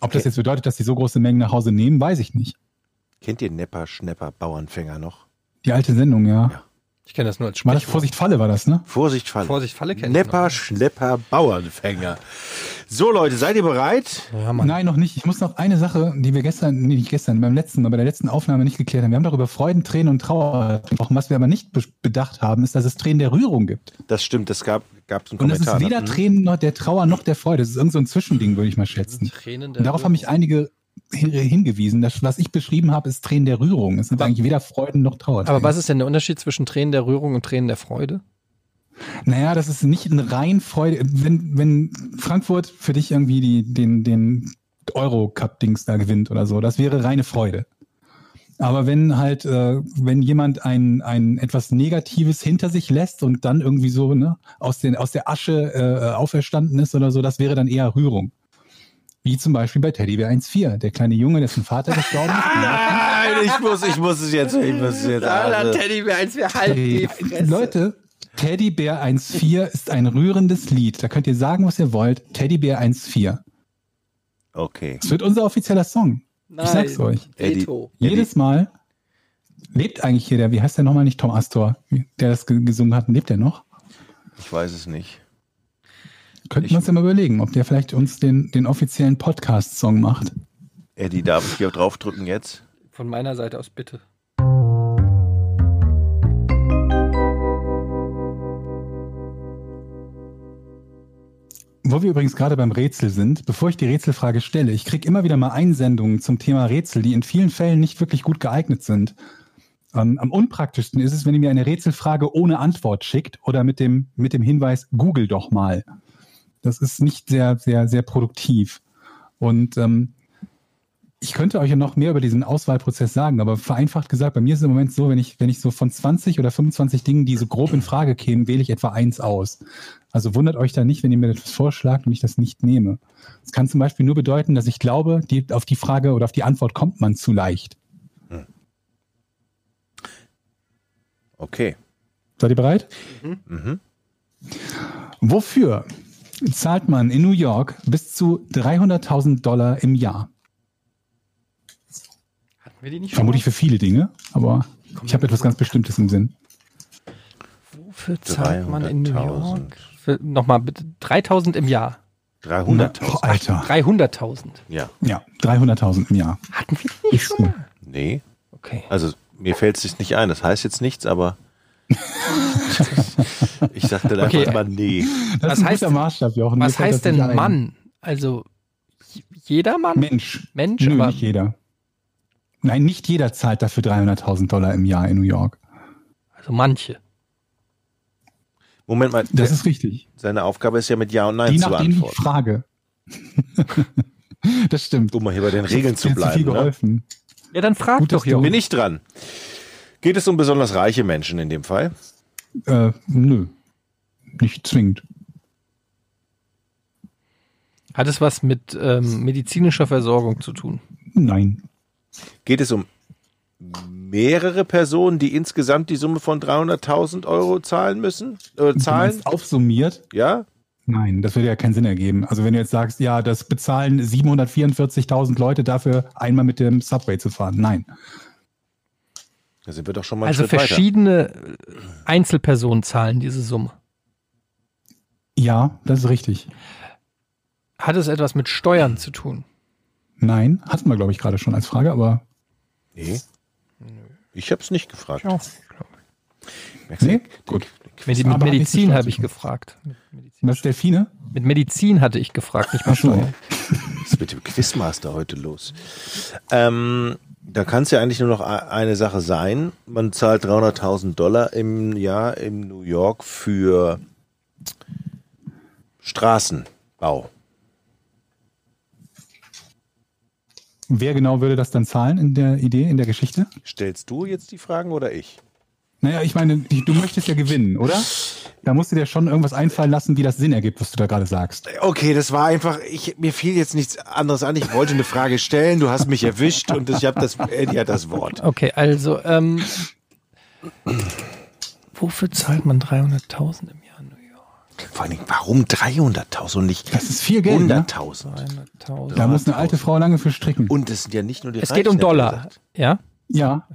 Speaker 3: Ob das jetzt bedeutet, dass die so große Mengen nach Hause nehmen, weiß ich nicht.
Speaker 1: kennt ihr Nepper, Schnepper, Bauernfänger noch?
Speaker 3: Die alte Sendung, ja.
Speaker 2: Ich kenne das nur als
Speaker 3: War das Vorsicht Falle war das, ne?
Speaker 1: Vorsicht, Falle.
Speaker 2: Vorsicht, Falle kenn ich
Speaker 1: Nepper,
Speaker 2: noch.
Speaker 1: Schnepper, Bauernfänger. So, Leute, seid ihr bereit?
Speaker 2: Ja, Mann.
Speaker 3: Nein, noch nicht. Ich muss noch eine Sache, die wir gestern, nee, nicht gestern, beim letzten Mal, bei der letzten Aufnahme nicht geklärt haben. Wir haben doch über Freuden, Tränen und Trauer gesprochen. Was wir aber nicht be- bedacht haben, ist, dass es Tränen der Rührung gibt.
Speaker 1: Das stimmt, das gab es einen
Speaker 3: Und es
Speaker 1: Kommentar.
Speaker 3: ist
Speaker 1: ne?
Speaker 3: weder
Speaker 1: Mhm.
Speaker 3: Tränen noch der Trauer noch der Freude. Es ist irgend so ein Zwischending, würde ich mal schätzen.
Speaker 2: Tränen
Speaker 3: Und darauf haben mich einige hin- hingewiesen. Das, was ich beschrieben habe, ist Tränen der Rührung. Es sind eigentlich weder Freuden noch Trauer.
Speaker 2: Aber was ist denn der Unterschied zwischen Tränen der Rührung und Tränen der Freude?
Speaker 3: Naja, das ist nicht eine rein Freude. Wenn, wenn Frankfurt für dich irgendwie die, den, den Euro-Cup-Dings da gewinnt oder so, das wäre reine Freude. Aber wenn halt, äh, wenn jemand ein, ein etwas Negatives hinter sich lässt und dann irgendwie so ne, aus, den, aus der Asche äh, auferstanden ist oder so, das wäre dann eher Rührung. Wie zum Beispiel bei Teddybär 1.4, der kleine Junge, dessen Vater gestorben ist.
Speaker 1: Nein, ich muss, ich muss es jetzt, ich muss es jetzt. Also,
Speaker 2: Teddybär, als wir
Speaker 3: Ey, Leute, Teddybär 1.4 ist ein rührendes Lied. Da könnt ihr sagen, was ihr wollt. Teddybär 1.4.
Speaker 1: okay.
Speaker 3: Es wird unser offizieller Song. Ich sag's euch.
Speaker 1: Eddie,
Speaker 3: Jedes Mal lebt eigentlich hier der, wie heißt der nochmal nicht, Tom Astor, der das ge- gesungen hat. Lebt der noch?
Speaker 1: ich weiß es nicht.
Speaker 3: Könnten
Speaker 1: Ich-
Speaker 3: wir uns ja mal überlegen, ob der vielleicht uns den, den offiziellen Podcast-Song macht.
Speaker 1: Eddie, darf ich hier draufdrücken jetzt?
Speaker 2: Von meiner Seite aus bitte.
Speaker 3: Wo wir übrigens gerade beim Rätsel sind, bevor ich die Rätselfrage stelle, ich kriege immer wieder mal Einsendungen zum Thema Rätsel, die in vielen Fällen nicht wirklich gut geeignet sind. Ähm, am unpraktischsten ist es, wenn ihr mir eine Rätselfrage ohne Antwort schickt oder mit dem, mit dem Hinweis, google doch mal. Das ist nicht sehr, sehr, sehr produktiv. Und ähm, ich könnte euch ja noch mehr über diesen Auswahlprozess sagen, aber vereinfacht gesagt, bei mir ist es im Moment so, wenn ich, wenn ich so von 20 oder 25 Dingen, die so grob in Frage kämen, wähle ich etwa eins aus. Also wundert euch da nicht, wenn ihr mir etwas vorschlagt und ich das nicht nehme. Es kann zum Beispiel nur bedeuten, dass ich glaube, die, auf die Frage oder auf die Antwort kommt man zu leicht.
Speaker 1: Okay.
Speaker 3: Seid ihr bereit?
Speaker 1: Mhm.
Speaker 3: Wofür zahlt man in New York bis zu 300.000 Dollar im Jahr?
Speaker 2: Hatten wir die nicht
Speaker 3: Vermutlich für viele Dinge, aber ich habe etwas ganz Bestimmtes im Sinn.
Speaker 2: Wofür zahlt man in New
Speaker 1: 300.000.
Speaker 2: York? Für, nochmal bitte, 3000 im Jahr.
Speaker 1: 300.000.
Speaker 3: Boah, Oh, Alter.
Speaker 2: 300.000.
Speaker 1: Ja.
Speaker 3: Ja, 300.0il im Jahr.
Speaker 2: Hatten wir die nicht schon mal?
Speaker 1: Nee.
Speaker 2: Okay.
Speaker 1: Also, mir fällt es nicht ein. Das heißt jetzt nichts, aber. ich sagte dann
Speaker 2: Okay.
Speaker 1: einfach mal nee.
Speaker 3: Das
Speaker 2: Was
Speaker 3: ist ein
Speaker 2: heißt-
Speaker 3: guter Maßstab, Jochen. Mir
Speaker 2: Was
Speaker 3: fällt
Speaker 2: heißt
Speaker 3: das
Speaker 2: denn
Speaker 3: nicht ein.
Speaker 2: Mann? Also j- jeder Mann?
Speaker 3: Mensch.
Speaker 2: Mensch,
Speaker 3: Nö,
Speaker 2: aber
Speaker 3: nicht jeder. Nein, nicht jeder zahlt dafür 300.000 Dollar im Jahr in New York.
Speaker 2: also manche.
Speaker 1: Moment mal,
Speaker 3: Das ist richtig.
Speaker 1: seine Aufgabe ist ja mit Ja und Nein
Speaker 3: Je
Speaker 1: zu
Speaker 3: nachdem die
Speaker 1: antworten.
Speaker 3: Frage. das stimmt.
Speaker 1: Um mal hier bei den Regeln zu
Speaker 3: Mir hat viel
Speaker 1: bleiben. Ne?
Speaker 3: geholfen.
Speaker 2: Ja, dann frag
Speaker 3: Gut,
Speaker 2: doch
Speaker 3: dass du-
Speaker 2: Jochen.
Speaker 1: Bin ich dran. Geht es um besonders reiche Menschen in dem Fall?
Speaker 3: Äh, nö. Nicht zwingend.
Speaker 2: Hat es was mit ähm, medizinischer Versorgung zu tun?
Speaker 3: Nein.
Speaker 1: Geht es um mehrere Personen, die insgesamt die Summe von 300.000 Euro zahlen müssen? Oder
Speaker 3: Du
Speaker 1: zahlen?
Speaker 3: meinst aufsummiert?
Speaker 1: Ja?
Speaker 3: Nein, das würde ja keinen Sinn ergeben. Also wenn du jetzt sagst, ja, das bezahlen 744.000 Leute dafür, einmal mit dem Subway zu fahren. Nein.
Speaker 1: Da sind wir doch schon mal einen
Speaker 2: Also
Speaker 1: Schritt weiter.
Speaker 2: verschiedene äh, Einzelpersonen zahlen diese Summe.
Speaker 3: Ja, das ist richtig.
Speaker 2: Hat es etwas mit Steuern zu tun?
Speaker 3: Nein, hatten wir, glaube ich, gerade schon als Frage, aber
Speaker 1: Nee. Ich habe es nicht gefragt. Merkst du?
Speaker 3: nee, gut.
Speaker 2: Mit, mit
Speaker 3: Aber hat nichts mit
Speaker 2: Medizin
Speaker 3: Steuern
Speaker 2: habe
Speaker 3: zu
Speaker 2: ich
Speaker 3: tun.
Speaker 2: gefragt. Mit Medizin.
Speaker 3: Was ist Delfine?
Speaker 2: Mit Medizin hatte ich gefragt, nicht mit
Speaker 3: Ach so.
Speaker 2: Steuern.
Speaker 1: Was ist mit dem Quizmaster heute los? Ähm, da kann es ja eigentlich nur noch a- eine Sache sein. Man zahlt 300.000 Dollar im Jahr in New York für Straßenbau.
Speaker 3: Wer genau würde das dann zahlen in der Idee, in der Geschichte?
Speaker 1: Stellst du jetzt die Fragen oder ich?
Speaker 3: Naja, ich meine, die- du möchtest ja gewinnen, oder? Da musst du dir schon irgendwas einfallen lassen, wie das Sinn ergibt, was du da gerade sagst.
Speaker 1: Okay, das war einfach, ich, mir fiel jetzt nichts anderes an. Ich wollte eine Frage stellen, du hast mich erwischt und ich habe das, Eddie hat das Wort.
Speaker 2: Okay, also, ähm, wofür zahlt man 300.000 im Jahr? in New York?
Speaker 1: Vor allen Dingen, warum 300.000 und nicht
Speaker 3: Das ist viel Geld, ne?
Speaker 1: 100.000?
Speaker 2: 300.000.
Speaker 3: Da muss eine alte Frau lange für stricken.
Speaker 1: Und es sind ja nicht nur die
Speaker 2: Es geht um
Speaker 1: Reichen, hätte ich
Speaker 2: Dollar,
Speaker 1: gesagt.
Speaker 2: ja?
Speaker 3: Ja,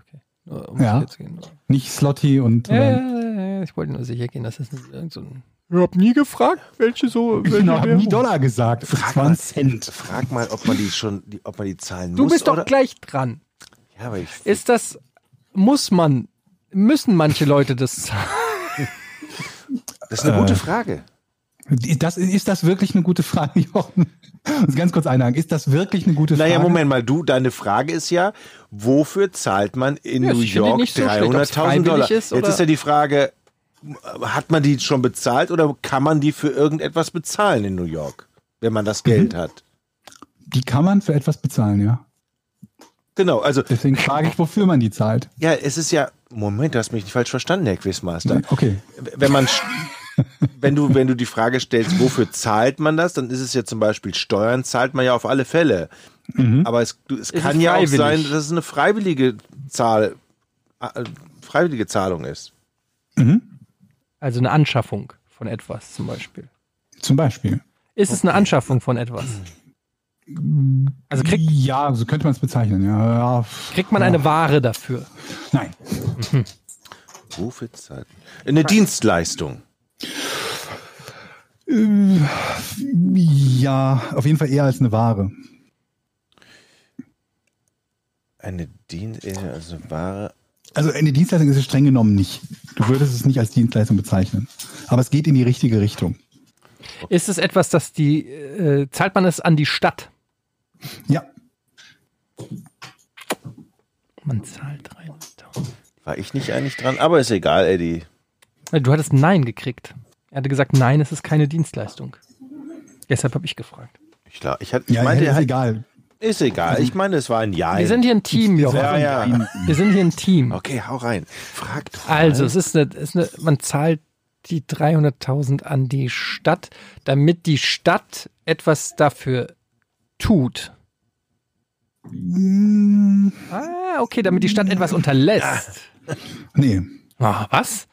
Speaker 2: äh, um
Speaker 3: Ja.
Speaker 2: sicher zu gehen.
Speaker 3: Nicht Slotty und
Speaker 2: Ja,
Speaker 3: äh,
Speaker 2: ja, ja, ja, ich wollte nur sicher gehen, dass es nicht irgend so ein. Ich hab nie gefragt, welche so. Welche
Speaker 3: genau, hab nie
Speaker 2: Währung.
Speaker 3: Dollar gesagt. Das war ein Cent.
Speaker 1: Frag mal, ob man die schon, die, ob man die zahlen
Speaker 2: du
Speaker 1: muss.
Speaker 2: bist doch
Speaker 1: oder?
Speaker 2: gleich dran.
Speaker 1: Ja, aber ich,
Speaker 2: Ist das. Muss man. Müssen manche Leute das zahlen?
Speaker 1: das ist eine gute Frage.
Speaker 3: Das, ist das wirklich eine gute Frage, Jochen? Muss ganz kurz einhaken. Ist das wirklich eine gute Frage?
Speaker 1: Naja, Moment mal, du, deine Frage ist ja, wofür zahlt man in
Speaker 2: Ja,
Speaker 1: New
Speaker 2: ich finde
Speaker 1: York
Speaker 2: nicht so schlecht, ob's
Speaker 1: 300.000
Speaker 2: freiwillig
Speaker 1: Dollar?
Speaker 2: ist
Speaker 1: Jetzt
Speaker 2: oder-
Speaker 1: ist ja die Frage, hat man die schon bezahlt oder kann man die für irgendetwas bezahlen in New York, wenn man das Geld hat?
Speaker 3: Die kann man für etwas bezahlen, ja.
Speaker 1: Genau, also
Speaker 3: Deswegen frage ich, wofür man die zahlt.
Speaker 1: ja, es ist ja, Moment, du hast mich nicht falsch verstanden, Herr Quizmaster.
Speaker 3: Okay.
Speaker 1: wenn man sch- wenn du wenn du die Frage stellst, wofür zahlt man das, dann ist es ja zum Beispiel Steuern zahlt man ja auf alle Fälle. Aber es, du- Mhm. es
Speaker 2: Es
Speaker 1: kann
Speaker 2: ist
Speaker 1: ja auch
Speaker 2: freiwillig.
Speaker 1: sein, dass es eine freiwillige Zahl äh, freiwillige Zahlung ist.
Speaker 2: Also eine Anschaffung von etwas zum Beispiel.
Speaker 3: Zum Beispiel.
Speaker 2: Ist es eine Anschaffung von etwas? Also kriegt,
Speaker 3: ja, so könnte man es bezeichnen, ja. ja.
Speaker 2: kriegt man eine Ware dafür?
Speaker 3: Nein.
Speaker 1: Wofür zahlt? Eine Dienstleistung.
Speaker 3: Äh, Ja, auf jeden Fall eher als eine Ware.
Speaker 1: Eine Dienst also Ware.
Speaker 3: Also eine Dienstleistung ist es streng genommen nicht. Du würdest es nicht als Dienstleistung bezeichnen. Aber es geht in die richtige Richtung.
Speaker 2: Ist es etwas, das die, äh, zahlt man es an die Stadt?
Speaker 3: Ja.
Speaker 2: Man zahlt 300.000.
Speaker 1: War ich nicht eigentlich dran, aber ist egal, Eddie.
Speaker 2: Du hattest Nein gekriegt. Er hatte gesagt, nein, es ist keine Dienstleistung. Deshalb habe ich gefragt.
Speaker 1: Ich, glaub, ich, hat, ich
Speaker 3: Ja,
Speaker 1: meinte, halt- ist,
Speaker 3: ist egal.
Speaker 1: egal. ist egal. Ich meine, es war ein Ja.
Speaker 2: Wir sind hier ein Team, Jochen.
Speaker 1: Ah, ja, ja.
Speaker 2: Wir sind hier ein Team.
Speaker 1: Okay, hau rein. Frag doch.
Speaker 2: Also, es ist eine, es ist eine man zahlt die 300.000 an die Stadt, damit die Stadt etwas dafür tut.
Speaker 3: Mm,
Speaker 2: Ah, okay, damit die Stadt etwas unterlässt.
Speaker 3: Nee.
Speaker 2: Ah, was?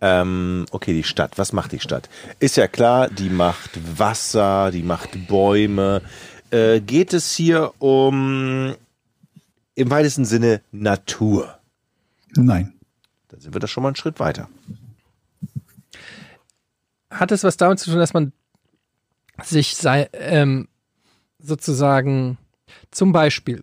Speaker 1: Ähm, okay, die Stadt. Was macht die Stadt? Ist ja klar, die macht Wasser, die macht Bäume. Äh, geht es hier um im weitesten Sinne Natur?
Speaker 3: Nein.
Speaker 1: Dann sind wir da schon mal einen Schritt weiter.
Speaker 2: Hat es was damit zu tun, dass man sich sei, ähm, sozusagen zum Beispiel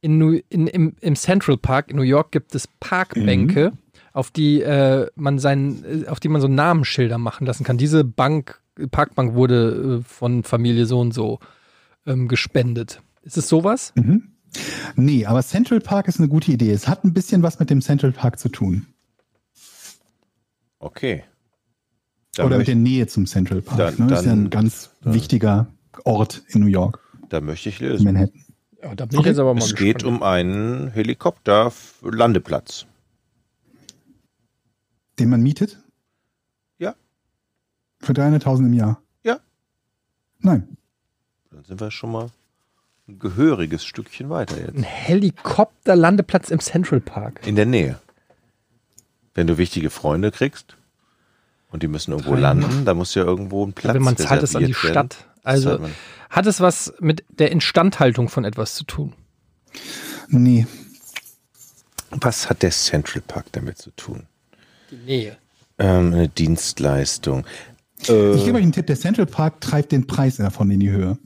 Speaker 2: in, New, in, im, im Central Park in New York gibt es Parkbänke,
Speaker 1: Mhm.
Speaker 2: auf die äh, man seinen, äh, auf die man so Namensschilder machen lassen kann. Diese Bank, Parkbank wurde äh, von Familie so und so ähm, gespendet. Ist es sowas?
Speaker 3: Nee, aber Central Park ist eine gute Idee. Es hat ein bisschen was mit dem Central Park zu tun.
Speaker 1: Okay. Da,
Speaker 3: Oder mit
Speaker 1: möchte,
Speaker 3: der Nähe zum Central Park.
Speaker 1: Dann-
Speaker 3: ne? Das ist ja
Speaker 1: dann-
Speaker 3: ein ganz wichtiger Ort in New York,
Speaker 1: da möchte ich
Speaker 3: in
Speaker 1: lösen.
Speaker 3: Manhattan.
Speaker 2: Ja, da bin ich jetzt aber
Speaker 1: Es geht um einen Helikopter-Landeplatz.
Speaker 3: Den man mietet?
Speaker 1: Ja.
Speaker 3: Für 300.000 im Jahr?
Speaker 1: Ja.
Speaker 3: Nein.
Speaker 1: Dann sind wir schon mal ein gehöriges Stückchen weiter jetzt.
Speaker 2: Ein Helikopterlandeplatz im Central Park.
Speaker 1: In der Nähe. Wenn du wichtige Freunde kriegst und die müssen irgendwo landen, da muss ja irgendwo ein Platz
Speaker 2: Wenn man zahlt es an die
Speaker 1: reserviert werden.
Speaker 2: Stadt. Also
Speaker 1: zahlt man.
Speaker 2: hat es was mit der Instandhaltung von etwas zu tun?
Speaker 3: Nee.
Speaker 1: Was hat der Central Park damit zu tun?
Speaker 2: Die Nähe.
Speaker 1: Ähm, eine Dienstleistung. Äh.
Speaker 3: Ich gebe euch einen Tipp, der Central Park treibt den Preis davon in die Höhe.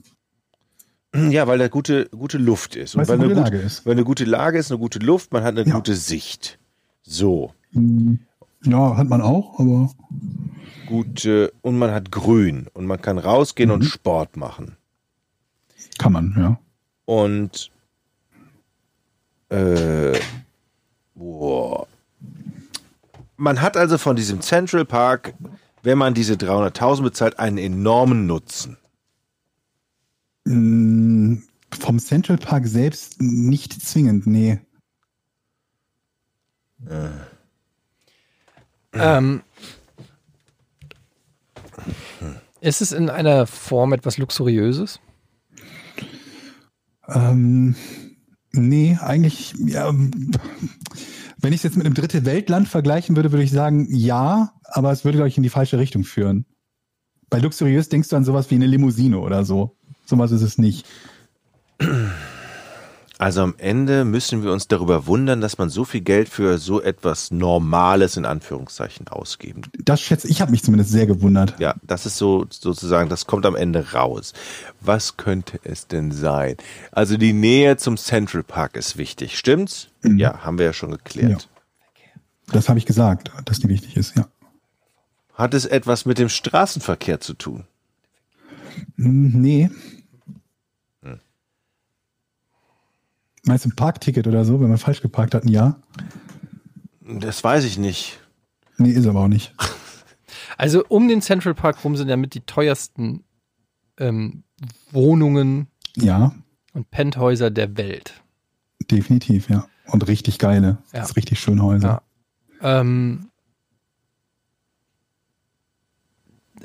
Speaker 1: Ja, weil da gute, gute Luft ist.
Speaker 3: Weil es eine
Speaker 1: eine
Speaker 3: gute
Speaker 1: gut-
Speaker 3: Lage ist.
Speaker 1: Weil eine gute Lage ist, eine gute Luft, man hat eine
Speaker 3: Ja.
Speaker 1: gute Sicht. So.
Speaker 3: Ja, hat man auch, aber
Speaker 1: Gute, und man hat Grün und man kann rausgehen
Speaker 2: Mhm.
Speaker 1: und Sport machen.
Speaker 3: kann man, ja.
Speaker 1: Und äh, boah. man hat also von diesem Central Park, wenn man diese 300.000 bezahlt, einen enormen Nutzen.
Speaker 3: Mm, Vom Central Park selbst nicht zwingend, nee.
Speaker 2: Ähm, ist es in einer Form etwas Luxuriöses?
Speaker 3: Ähm, nee, eigentlich, ja, wenn ich es jetzt mit einem Dritte Weltland vergleichen würde, würde ich sagen, ja, aber es würde, glaube ich, in die falsche Richtung führen. Bei luxuriös denkst du an sowas wie eine Limousine oder so. Sowas ist es nicht.
Speaker 1: Also am Ende müssen wir uns darüber wundern, dass man so viel Geld für so etwas Normales in Anführungszeichen ausgeben
Speaker 3: Das schätze ich, habe mich zumindest sehr gewundert.
Speaker 1: Ja, das ist so sozusagen, das kommt am Ende raus. Was könnte es denn sein? Also die Nähe zum Central Park ist wichtig, stimmt's? Ja, haben wir ja schon geklärt.
Speaker 3: Das habe ich gesagt, dass die wichtig ist, ja.
Speaker 1: Hat es etwas mit dem Straßenverkehr zu tun?
Speaker 3: Hm, Nee. Meinst du ein Parkticket oder so, wenn man falsch geparkt hat? Ein Ja.
Speaker 1: Das weiß ich nicht.
Speaker 3: Nee, ist aber auch nicht.
Speaker 2: Also um den Central Park rum sind ja mit die teuersten ähm, Wohnungen
Speaker 3: Ja,
Speaker 2: und Penthäuser der Welt.
Speaker 3: definitiv, ja. Und richtig geile.
Speaker 2: Ja.
Speaker 3: Das ist richtig schön Häuser.
Speaker 2: Ähm,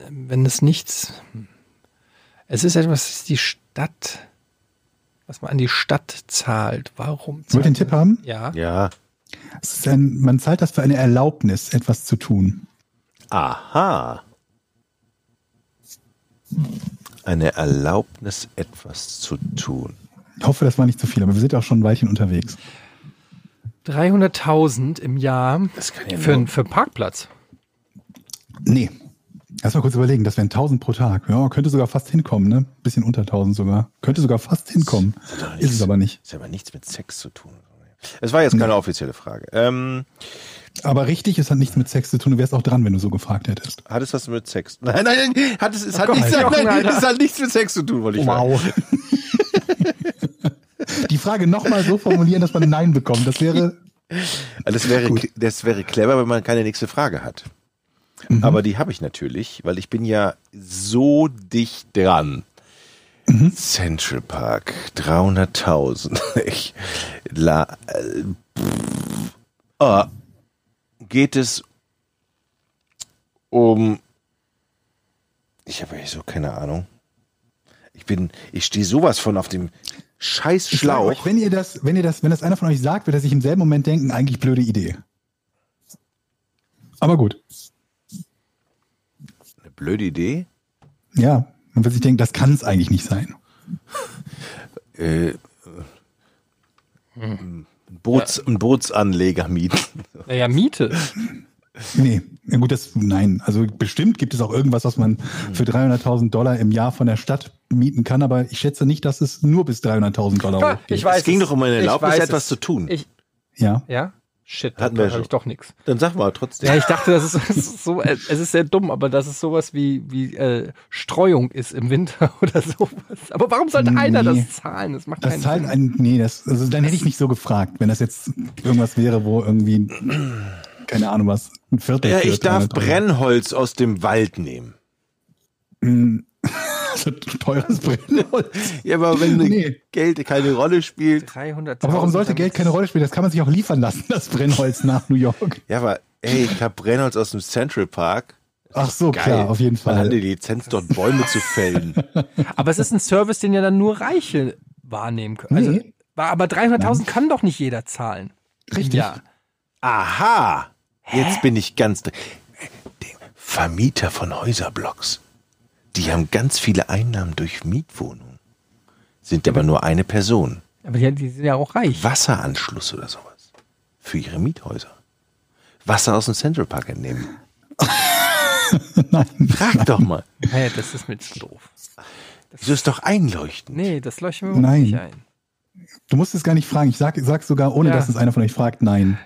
Speaker 2: wenn es nichts. Es ist etwas, was die Stadt, was man an die Stadt zahlt. Warum?
Speaker 3: Wollt ihr einen Tipp haben?
Speaker 2: Ja.
Speaker 1: Ja.
Speaker 3: Es ist ein, man zahlt das für eine Erlaubnis, etwas zu tun.
Speaker 1: Aha. Eine Erlaubnis, etwas zu tun.
Speaker 3: Ich hoffe, das war nicht zu viel, aber wir sind auch schon ein Weilchen unterwegs.
Speaker 2: 300.000 im Jahr für, einen- für einen Parkplatz.
Speaker 3: Nee. Lass mal kurz überlegen, das wären 1000 pro Tag. Ja, könnte sogar fast hinkommen, ne? Bisschen unter 1000 sogar. Könnte sogar fast hinkommen. Ist es aber nicht.
Speaker 1: Das hat aber nichts mit Sex zu tun. Es war jetzt keine offizielle Frage. Ähm,
Speaker 3: Aber richtig, es hat nichts mit Sex zu tun. Du wärst auch dran, wenn du so gefragt hättest.
Speaker 1: hat es was mit Sex? Nein, nein, nein. Hat es, es, hat,
Speaker 2: Gott,
Speaker 1: nichts,
Speaker 2: Jochen,
Speaker 1: nein,
Speaker 2: Alter.
Speaker 1: es hat nichts mit Sex zu tun, wollte ich sagen.
Speaker 3: Die Frage nochmal so formulieren, dass man Nein bekommt. Das wäre.
Speaker 1: Also Das wäre, das wäre clever, wenn man keine nächste Frage hat.
Speaker 3: Mhm.
Speaker 1: Aber die habe ich natürlich, weil ich bin ja so dicht dran.
Speaker 3: Mhm.
Speaker 1: Central Park, 300.000. Ich, la, äh, pff. Ah, geht es um... Ich habe eigentlich so keine Ahnung. Ich bin, ich stehe sowas von auf dem scheiß
Speaker 3: Ich sag
Speaker 1: Schlauch.
Speaker 3: euch, wenn ihr das, wenn ihr das, wenn das einer von euch sagt, wird er sich im selben Moment denken, eigentlich blöde Idee. Aber gut.
Speaker 1: Eine blöde Idee.
Speaker 3: Ja. Man wird sich denken, das kann es eigentlich nicht sein.
Speaker 1: äh, äh, ein Boots, ein Bootsanleger mieten.
Speaker 2: Naja, Miete.
Speaker 3: Nee, ja gut, das, nein. Also bestimmt gibt es auch irgendwas, was man für 300.000 Dollar im Jahr von der Stadt mieten kann, aber ich schätze nicht, dass es nur bis 300.000 Dollar
Speaker 2: Ah,
Speaker 3: hochgeht.
Speaker 2: weiß
Speaker 1: es ging doch um eine
Speaker 2: Ich
Speaker 1: Erlaubnis,
Speaker 2: weiß
Speaker 1: etwas
Speaker 2: es.
Speaker 1: zu tun.
Speaker 2: Ich,
Speaker 3: Ja.
Speaker 2: ja? Shit,
Speaker 1: Hatten
Speaker 2: Hatten
Speaker 1: wir
Speaker 2: da habe
Speaker 1: schon.
Speaker 2: ich doch nichts.
Speaker 1: Dann sag mal trotzdem.
Speaker 2: Ja, ich dachte, das ist, es ist so, äh, es ist sehr dumm, aber dass es sowas wie, wie äh, Streuung ist im Winter oder sowas. Aber warum sollte
Speaker 3: Nee.
Speaker 2: einer das zahlen? Das macht
Speaker 3: Das
Speaker 2: keinen
Speaker 3: zahlt
Speaker 2: Sinn.
Speaker 3: ein, nee, das, also dann hätte ich nicht so gefragt, wenn das jetzt irgendwas wäre, wo irgendwie, keine Ahnung was, ein Viertel.
Speaker 1: Ja,
Speaker 3: für
Speaker 1: ich darf
Speaker 3: 300 Euro.
Speaker 1: Brennholz aus dem Wald nehmen.
Speaker 3: So teures Brennholz.
Speaker 1: Ja, aber wenn
Speaker 3: Nee.
Speaker 1: Geld keine Rolle spielt.
Speaker 2: 300.000.
Speaker 3: Aber warum sollte
Speaker 2: damit-
Speaker 3: Geld keine Rolle spielen? Das kann man sich auch liefern lassen, das Brennholz nach New York.
Speaker 1: Ja, aber ey, ich hab Brennholz aus dem Central Park.
Speaker 3: Ach so,
Speaker 1: Geil.
Speaker 3: klar, auf jeden
Speaker 1: Man hat die
Speaker 3: Fall.
Speaker 1: Lizenz, dort Bäume zu fällen.
Speaker 2: Aber es ist ein Service, den ja dann nur Reiche wahrnehmen können. Also,
Speaker 3: Nee.
Speaker 2: war- Aber 300.000 kann doch nicht jeder zahlen.
Speaker 3: Richtig.
Speaker 2: Ja.
Speaker 1: Aha! Jetzt bin ich ganz. dr- Die Vermieter von Häuserblocks. Die haben ganz viele Einnahmen durch Mietwohnungen. Sind
Speaker 3: Mhm.
Speaker 1: aber nur eine Person.
Speaker 2: Aber die, die sind ja auch reich.
Speaker 1: Wasseranschluss oder sowas. Für ihre Miethäuser. Wasser aus dem Central Park entnehmen.
Speaker 3: Nein.
Speaker 1: Frag doch mal.
Speaker 2: Hä, das ist mir zu doof.
Speaker 1: Wieso ist doch einleuchten?
Speaker 2: Nee, das leuchtet mir
Speaker 3: Nein.
Speaker 2: überhaupt nicht ein.
Speaker 3: Du musst es gar nicht fragen. Ich sag, sag sogar, ohne
Speaker 2: Ja.
Speaker 3: dass es einer von euch fragt, nein.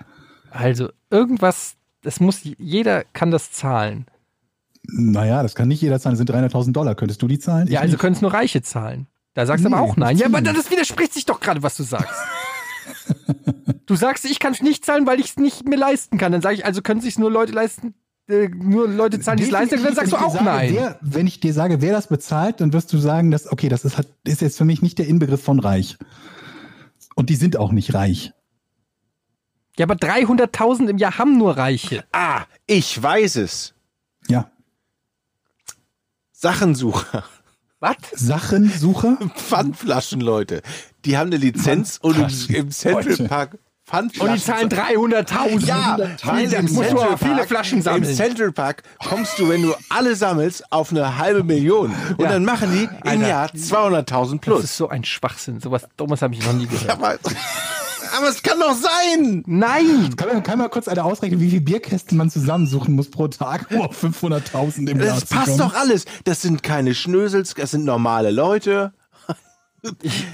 Speaker 2: Also, irgendwas, das muss, jeder kann das zahlen.
Speaker 3: Naja, das kann nicht jeder zahlen. Das sind 300.000 Dollar. Könntest du die zahlen? Ich
Speaker 2: Ja, also
Speaker 3: nicht.
Speaker 2: können es nur Reiche zahlen. Da sagst du
Speaker 3: Nee,
Speaker 2: aber auch nein. Ja, aber
Speaker 3: natürlich.
Speaker 2: das widerspricht sich doch gerade, was du sagst. du sagst, ich kann es nicht zahlen, weil ich es nicht mir leisten kann. Dann sage ich, also können sich nur Leute leisten, äh, nur Leute zahlen, die es leisten können. Dann sagst du auch
Speaker 3: Definitiv, wenn
Speaker 2: nein.
Speaker 3: ich dir Sage, wer, wenn ich dir sage, wer das bezahlt, dann wirst du sagen, dass, okay, das ist, halt- ist jetzt für mich nicht der Inbegriff von reich. Und die sind auch nicht reich.
Speaker 2: Ja, aber 300.000 im Jahr haben nur Reiche.
Speaker 1: Ah, ich weiß es.
Speaker 3: Ja.
Speaker 1: Sachensucher.
Speaker 2: Was?
Speaker 3: Sachensucher?
Speaker 1: Pfandflaschen, Leute. Die haben eine Lizenz und im, im
Speaker 3: Pfandflaschen,
Speaker 1: Central
Speaker 3: Leute.
Speaker 1: Park
Speaker 2: Und die
Speaker 1: Pfandflaschen.
Speaker 2: zahlen 300.000.
Speaker 1: Ja, weil im
Speaker 2: musst du
Speaker 1: Central
Speaker 2: aber viele
Speaker 1: Park-
Speaker 2: Flaschen
Speaker 1: Im
Speaker 2: sammeln.
Speaker 1: Central Park kommst du, wenn du alle sammelst, auf eine halbe Million. Und
Speaker 2: Ja.
Speaker 1: dann machen die im
Speaker 2: Alter.
Speaker 1: Jahr 200.000
Speaker 2: Das
Speaker 1: plus.
Speaker 2: ist so ein Schwachsinn. Sowas Dummes habe ich noch nie gehört.
Speaker 1: Aber, aber es kann doch sein.
Speaker 2: Nein!
Speaker 3: Kann man, kann man kurz einer ausrechnen, wie viele Bierkästen man zusammensuchen muss pro Tag, um auf 500.000 im Jahr
Speaker 1: Das
Speaker 3: zu
Speaker 1: passt
Speaker 3: kommen?
Speaker 1: doch alles. Das sind keine Schnösels, das sind normale Leute.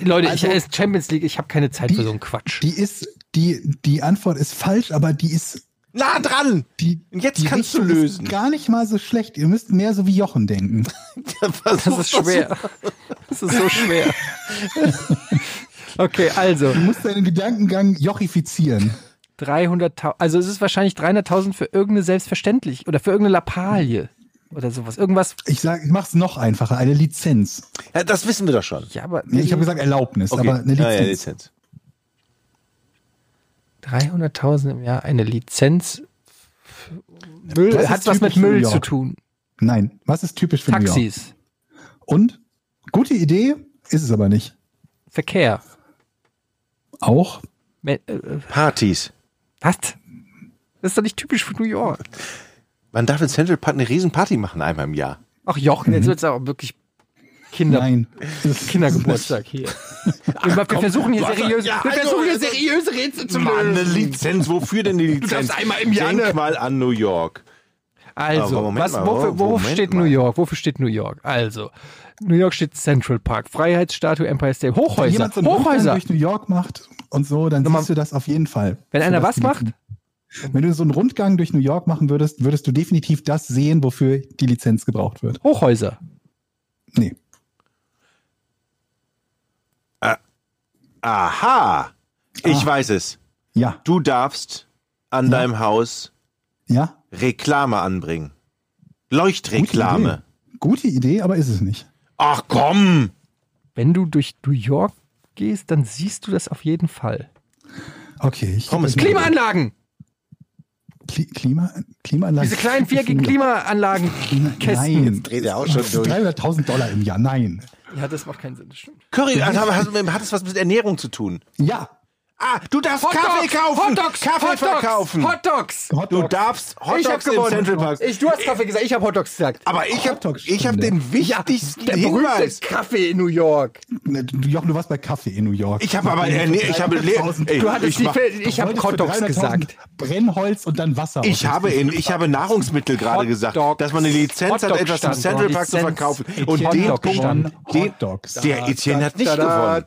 Speaker 2: Leute, ich es ist Champions League, ich habe keine Zeit für so einen Quatsch.
Speaker 3: Die ist, die, die Antwort ist falsch, aber die ist,
Speaker 1: Nah dran.
Speaker 3: die,
Speaker 1: Und jetzt
Speaker 3: die
Speaker 1: kannst du
Speaker 3: Richtung
Speaker 1: lösen.
Speaker 3: Ist gar nicht mal so schlecht. Ihr müsst mehr so wie Jochen denken.
Speaker 2: Das ist schwer. Das ist so schwer. Okay, also
Speaker 3: Du musst deinen Gedankengang jochifizieren.
Speaker 2: 300.000, also es ist wahrscheinlich 300.000 für irgendeine selbstverständlich oder für irgendeine Lappalie oder sowas. Irgendwas,
Speaker 3: Ich sag, ich mach's noch einfacher. Eine Lizenz.
Speaker 1: Ja, das wissen wir doch schon.
Speaker 2: ja, aber
Speaker 3: Nee, ich habe gesagt Erlaubnis, aber eine
Speaker 1: Ja,
Speaker 3: Lizenz.
Speaker 1: Ah, ja, Lizenz.
Speaker 2: 300.000 im Jahr, eine Lizenz. für Müll
Speaker 3: das
Speaker 2: hat
Speaker 3: ist
Speaker 2: was mit
Speaker 3: typisch New
Speaker 2: Müll
Speaker 3: York.
Speaker 2: zu tun.
Speaker 3: Nein. Was ist typisch für New York?
Speaker 2: Taxis,
Speaker 3: Und? Gute Idee ist es aber nicht.
Speaker 2: Verkehr.
Speaker 3: Auch?
Speaker 2: Me- äh,
Speaker 1: Partys.
Speaker 2: Was? Das ist doch nicht typisch für New York.
Speaker 1: Man darf in Central Park eine Riesenparty machen einmal im Jahr.
Speaker 2: Ach Jochen, jetzt wird's aber wirklich Kinder,
Speaker 3: Mhm. Nein.
Speaker 2: Kindergeburtstag hier. wir, wir versuchen hier
Speaker 1: warte.
Speaker 2: seriöse,
Speaker 1: Ja,
Speaker 2: wir
Speaker 1: also,
Speaker 2: versuchen hier
Speaker 1: also-
Speaker 2: seriöse Rätsel zu
Speaker 1: Mann, eine
Speaker 2: lösen.
Speaker 1: Lizenz. Wofür denn die Lizenz?
Speaker 2: darfst einmal im Jahr
Speaker 1: Denk
Speaker 2: eine-
Speaker 1: mal an New York.
Speaker 2: Also,
Speaker 1: Aber Moment
Speaker 2: was,
Speaker 1: mal, wo-
Speaker 2: wofür, wofür
Speaker 1: Moment
Speaker 2: steht
Speaker 1: mal.
Speaker 2: New York? Wofür steht New York? Also, New York steht Central Park, Freiheitsstatue, Empire State,
Speaker 3: Wenn
Speaker 2: Hochhäuser,
Speaker 3: jemand so einen Rundgang
Speaker 2: Hochhäuser.
Speaker 3: durch New York macht und so, dann
Speaker 2: Nochmal-
Speaker 3: siehst du das auf jeden Fall.
Speaker 2: Wenn einer
Speaker 3: Dass
Speaker 2: was
Speaker 3: die-
Speaker 2: macht?
Speaker 3: Wenn du so einen Rundgang durch New York machen würdest, würdest du definitiv das sehen, wofür die Lizenz gebraucht wird.
Speaker 2: Hochhäuser.
Speaker 3: Nee.
Speaker 1: Aha. Ich
Speaker 3: Ah.
Speaker 1: weiß es.
Speaker 3: Ja.
Speaker 1: Du darfst an deinem Haus
Speaker 3: Ja.
Speaker 1: Reklame anbringen.
Speaker 3: Gute
Speaker 1: Leuchtreklame.
Speaker 3: Idee. Gute Idee, aber ist es nicht.
Speaker 1: Ach komm.
Speaker 2: Wenn du durch New York gehst, dann siehst du das auf jeden Fall.
Speaker 3: Okay. Ich
Speaker 1: Komm, es-
Speaker 3: Klima,
Speaker 2: Klimaanlagen!
Speaker 3: Kli Klima, Klimaanlage.
Speaker 2: Diese kleinen viereckigen Klimaanlagenkästen.
Speaker 3: Nein.
Speaker 1: dreht er auch
Speaker 3: Das ist 300.000 Dollar im Jahr. Nein.
Speaker 2: Ja, das macht keinen Sinn, das stimmt.
Speaker 1: Curry, hat, hat, hat es was mit Ernährung zu tun?
Speaker 3: Ja.
Speaker 1: Ah, du darfst Kaffee kaufen.
Speaker 2: Hotdogs,
Speaker 1: Kaffee
Speaker 2: Hotdogs,
Speaker 1: verkaufen.
Speaker 2: Hotdogs!
Speaker 3: Hot
Speaker 1: du
Speaker 3: Dogs.
Speaker 1: darfst
Speaker 2: Ich
Speaker 1: Hotdogs
Speaker 2: hab
Speaker 1: im
Speaker 2: gewonnen.
Speaker 1: Central Park.
Speaker 2: Ich, du hast Kaffee gesagt, ich habe Hotdogs gesagt.
Speaker 1: Aber ich habe
Speaker 3: Hotdogs
Speaker 1: hab
Speaker 3: stimmt,
Speaker 1: den wichtigsten Hinweis.
Speaker 2: Kaffee in New York.
Speaker 3: Ne, du- Jochen, du warst bei Kaffee in New York.
Speaker 1: Ich habe aber Erne ich habe ey,
Speaker 2: Du hattest
Speaker 1: ich,
Speaker 2: die,
Speaker 1: mach-
Speaker 2: Fe- ich habe
Speaker 3: Wolltest für
Speaker 2: Hotdogs
Speaker 3: 300.000
Speaker 2: gesagt.
Speaker 3: Brennholz und dann Wasser.
Speaker 1: ich
Speaker 3: aus-
Speaker 1: habe in, ich habe Nahrungsmittel gerade
Speaker 2: Hotdogs.
Speaker 1: gesagt, dass man eine Lizenz hat,
Speaker 2: Hotdog
Speaker 1: etwas im
Speaker 2: stand
Speaker 1: Central
Speaker 2: da.
Speaker 1: Park zu
Speaker 2: Lizenz.
Speaker 1: verkaufen. Und den
Speaker 2: Hotdog
Speaker 1: Punkt,
Speaker 2: stand.
Speaker 1: den,
Speaker 3: Hot Dogs.
Speaker 1: der Etienne hat nicht gewonnen.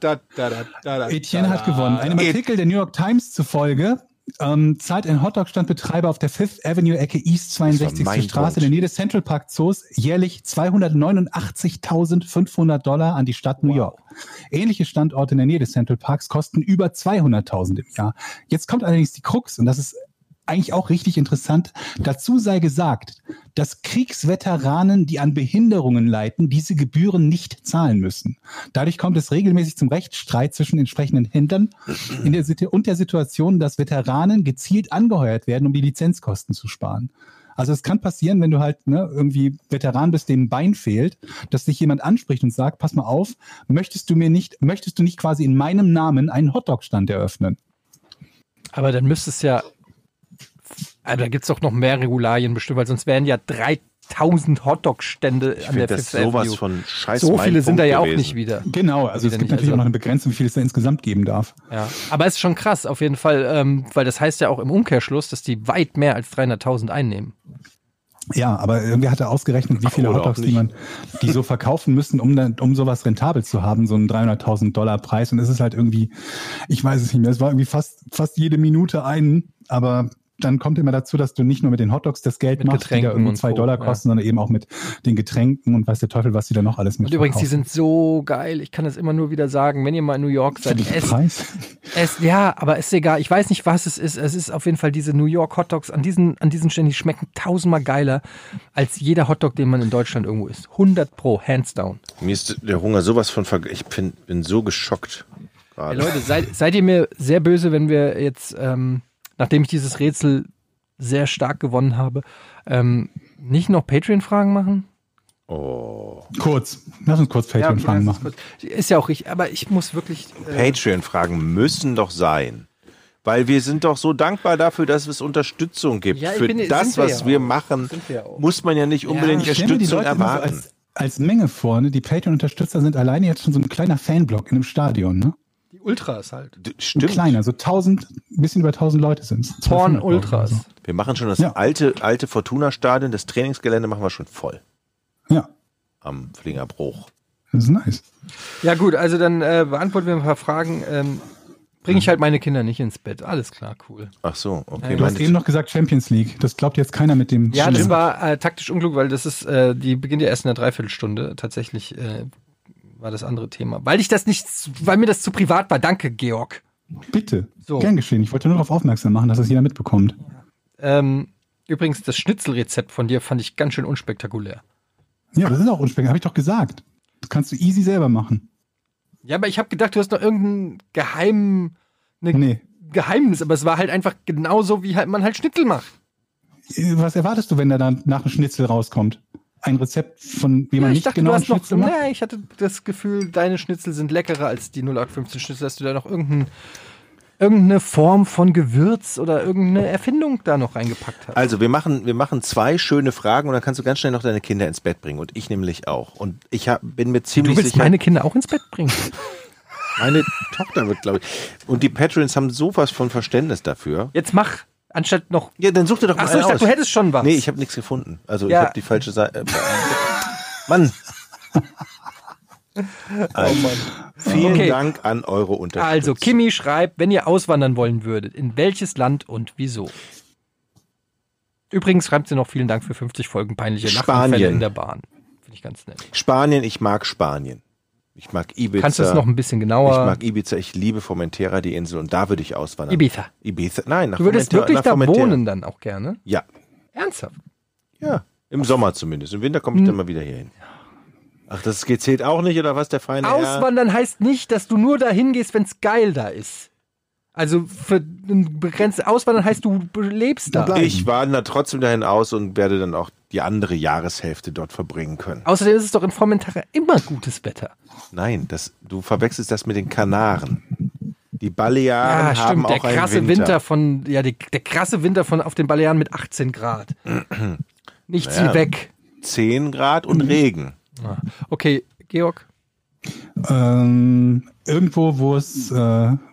Speaker 3: Etienne hat gewonnen. Einem
Speaker 1: Et-
Speaker 3: Artikel der New York Times zufolge ähm, zahlt ein Hotdog-Standbetreiber auf der Fifth Avenue-Ecke East
Speaker 1: Das war mein
Speaker 3: 62. Straße in der Nähe des Central Park Zoos jährlich 289.500 Dollar an die Stadt New York. Ähnliche Standorte in der Nähe des Central Parks kosten über 200.000 im Jahr. Jetzt kommt allerdings die Krux und das ist eigentlich auch richtig interessant. Dazu sei gesagt, dass Kriegsveteranen, die an Behinderungen leiden, diese Gebühren nicht zahlen müssen. Dadurch kommt es regelmäßig zum Rechtsstreit zwischen entsprechenden Händlern in der Situ- und der Situation, dass Veteranen gezielt angeheuert werden, um die Lizenzkosten zu sparen. Also es kann passieren, wenn du halt ne, irgendwie Veteran bist, dem ein Bein fehlt, dass dich jemand anspricht und sagt, pass mal auf, möchtest du mir nicht, möchtest du nicht quasi in meinem Namen einen Hotdog-Stand eröffnen?
Speaker 2: Aber dann müsste es ja. Aber Ah, da gibt es doch noch mehr Regularien bestimmt, weil sonst wären ja 3000 Hotdog-Stände
Speaker 1: Ich
Speaker 2: an der
Speaker 1: finde das
Speaker 2: Fifth
Speaker 1: sowas
Speaker 2: Avenue.
Speaker 1: von scheiß
Speaker 2: So
Speaker 1: mein
Speaker 2: viele sind da
Speaker 1: Punkt
Speaker 2: ja auch
Speaker 1: gewesen.
Speaker 2: nicht wieder.
Speaker 3: Genau, also
Speaker 2: Wieder
Speaker 3: es gibt
Speaker 2: nicht,
Speaker 3: natürlich
Speaker 2: also-
Speaker 3: auch noch eine Begrenzung, wie viel es da insgesamt geben darf.
Speaker 2: Ja. Aber es ist schon krass, auf jeden Fall, ähm, weil das heißt ja auch im Umkehrschluss, dass die weit mehr als 300.000 einnehmen.
Speaker 3: Ja, aber irgendwer hat da ausgerechnet, wie viele
Speaker 1: oder auch
Speaker 3: Hotdogs, die
Speaker 1: nicht.
Speaker 3: man, die so verkaufen müssen, um dann, um sowas rentabel zu haben, so einen 300.000 Dollar Preis. Und es ist halt irgendwie, ich weiß es nicht mehr, es war irgendwie fast, fast jede Minute einen, aber dann kommt immer dazu, dass du nicht nur mit den Hotdogs das Geld
Speaker 2: Mit
Speaker 3: machst,
Speaker 2: Getränken
Speaker 3: die da irgendwie
Speaker 2: und
Speaker 3: zwei
Speaker 2: Co.,
Speaker 3: Dollar
Speaker 2: ja.
Speaker 3: kosten, sondern eben auch mit den Getränken und weiß der Teufel, was sie da noch alles mit
Speaker 2: Und übrigens, die
Speaker 3: verkaufen.
Speaker 2: sind so geil. Ich kann das immer nur wieder sagen, wenn ihr mal in New York
Speaker 3: Für
Speaker 2: seid,
Speaker 3: den
Speaker 2: esst
Speaker 3: Preis.
Speaker 2: Es, ja, aber ist egal. Ich weiß nicht, was es ist. Es ist auf jeden Fall diese New York Hot Dogs an diesen, an diesen Stellen, die schmecken tausendmal geiler als jeder Hot Dog, den man in Deutschland irgendwo isst. 100 pro, hands down.
Speaker 1: Mir ist der Hunger sowas von ver ich bin, bin so geschockt
Speaker 2: Ey,
Speaker 1: gerade.
Speaker 2: Leute, seid, seid ihr mir sehr böse, wenn wir jetzt, ähm, nachdem ich dieses Rätsel sehr stark gewonnen habe, ähm, nicht noch Patreon-Fragen machen?
Speaker 1: Oh.
Speaker 3: Kurz. Lass uns kurz Patreon-Fragen machen.
Speaker 2: Ist ja auch richtig, aber ich muss wirklich. Äh,
Speaker 1: Patreon Fragen müssen doch sein. Weil wir sind doch so dankbar dafür, dass es Unterstützung gibt.
Speaker 2: Ja, ich
Speaker 1: Für
Speaker 2: bin-
Speaker 1: das,
Speaker 2: sind wir
Speaker 1: was
Speaker 2: ja
Speaker 1: wir
Speaker 2: auch.
Speaker 1: machen,
Speaker 2: Sind wir auch.
Speaker 1: muss man ja nicht unbedingt
Speaker 2: Ich
Speaker 3: Ich stelle mir die
Speaker 1: Unterstützung
Speaker 3: Leute immer so
Speaker 1: erwarten.
Speaker 3: als, als Menge vor. Ne? Die Patreon-Unterstützer sind alleine jetzt schon so ein kleiner Fanblock in einem Stadion. Ne?
Speaker 2: Die Ultras halt.
Speaker 1: D-
Speaker 3: Ein
Speaker 1: Stimmt.
Speaker 3: kleiner, so 1000, ein bisschen über 1000 Leute sind es.
Speaker 2: Porn Ultras.
Speaker 1: Wir machen schon das
Speaker 3: Ja.
Speaker 1: alte, alte Fortuna-Stadion, das Trainingsgelände machen wir schon voll
Speaker 3: Ja,
Speaker 1: am Flingerbruch.
Speaker 3: das ist nice.
Speaker 2: Ja, gut, also dann äh, beantworten wir ein paar Fragen. Ähm, Bringe ich halt meine Kinder nicht ins Bett. Alles klar, cool.
Speaker 1: Ach so, okay.
Speaker 2: Ja,
Speaker 3: Du hast
Speaker 1: meine-
Speaker 3: eben noch gesagt Champions League. Das glaubt jetzt keiner mit dem.
Speaker 2: Ja,
Speaker 3: Schimmel.
Speaker 2: das war äh, taktisch unklug, weil das ist, äh, die beginnt ja erst in einer Dreiviertelstunde. Tatsächlich äh, war das andere Thema. Weil ich das nicht, weil mir das zu privat war. Danke, Georg.
Speaker 3: Bitte.
Speaker 2: So.
Speaker 3: Gern geschehen. Ich wollte nur darauf aufmerksam machen, dass das jeder mitbekommt.
Speaker 2: Ähm, übrigens, das Schnitzelrezept von dir fand ich ganz schön unspektakulär.
Speaker 3: Ja, das ist auch unspektakulär. Habe ich doch gesagt. Das kannst du easy selber machen.
Speaker 2: Ja, aber ich habe gedacht, du hast noch irgendeinen geheimen ne,
Speaker 3: Nee.
Speaker 2: Geheimnis, aber es war halt einfach genauso, wie halt man halt Schnitzel macht.
Speaker 3: Was erwartest du, wenn da dann nach einem Schnitzel rauskommt? Ein Rezept, von wie man
Speaker 2: Ja,
Speaker 3: nicht genau einen
Speaker 2: noch.
Speaker 3: Schnitzel macht?
Speaker 2: Nee, ich hatte das Gefühl, deine Schnitzel sind leckerer als die 0815 Schnitzel, dass du da noch irgendein, irgendeine Form von Gewürz oder irgendeine Erfindung da noch reingepackt hast.
Speaker 1: Also wir machen, wir machen zwei schöne Fragen und dann kannst du ganz schnell noch deine Kinder ins Bett bringen und ich nämlich auch. Und ich hab, bin mir ziemlich
Speaker 2: du willst
Speaker 1: sicher,
Speaker 2: meine Kinder auch ins Bett bringen.
Speaker 1: meine Tochter wird, glaube ich. Und die Patrons haben sowas von Verständnis dafür.
Speaker 2: Jetzt mach, anstatt noch.
Speaker 1: Ja, dann such dir doch mal
Speaker 2: Ach so,
Speaker 1: einen
Speaker 2: ich dachte,
Speaker 1: aus.
Speaker 2: du hättest schon was.
Speaker 1: Nee, ich habe nichts gefunden. Also
Speaker 2: Ja.
Speaker 1: ich habe die falsche Seite. Äh, Mann. Also, vielen
Speaker 2: Oh Okay.
Speaker 1: Dank an eure Unterstützung.
Speaker 2: Also, Kimi schreibt, wenn ihr auswandern wollen würdet, in welches Land und wieso? Übrigens schreibt sie noch vielen Dank für 50 Folgen peinliche Lachenfälle
Speaker 1: Spanien.
Speaker 2: in der Bahn. Finde ich ganz nett.
Speaker 1: Spanien, ich mag Spanien. Ich mag Ibiza.
Speaker 2: Kannst du es noch ein bisschen genauer?
Speaker 1: Ich mag Ibiza, ich liebe Formentera, die Insel, und da würde ich auswandern.
Speaker 2: Ibiza.
Speaker 1: Ibiza, nein, nach
Speaker 2: Du würdest
Speaker 1: Formentera-
Speaker 2: wirklich
Speaker 1: nach
Speaker 2: da
Speaker 1: Formentera.
Speaker 2: wohnen dann auch gerne?
Speaker 1: Ja,
Speaker 2: Ernsthaft?
Speaker 1: ja, im Sommer zumindest. Im Winter
Speaker 2: Hm.
Speaker 1: komme ich dann mal wieder hier hin. Ach, das gezählt auch nicht, oder was, der feine Herr?
Speaker 2: Auswandern heißt nicht, dass du nur dahin gehst, wenn es geil da ist. Also für ein begrenztes Auswandern heißt, du be- lebst da.
Speaker 3: bleib-
Speaker 1: Ich wandere trotzdem dahin aus und werde dann auch die andere Jahreshälfte dort verbringen können.
Speaker 2: Außerdem ist es doch in Formentera immer gutes Wetter.
Speaker 1: Nein, das, du verwechselst das mit den Kanaren. Die Balearen haben
Speaker 2: Der
Speaker 1: auch einen
Speaker 2: krasse Winter.
Speaker 1: Winter.
Speaker 2: von, ja, die, der krasse Winter von auf den Balearen mit 18 Grad. Nichts
Speaker 1: Naja.
Speaker 2: wie weg. Ah.
Speaker 1: 10 Grad und
Speaker 2: Mhm.
Speaker 1: Regen.
Speaker 2: Okay, Georg.
Speaker 3: Ähm, irgendwo, wo es, äh,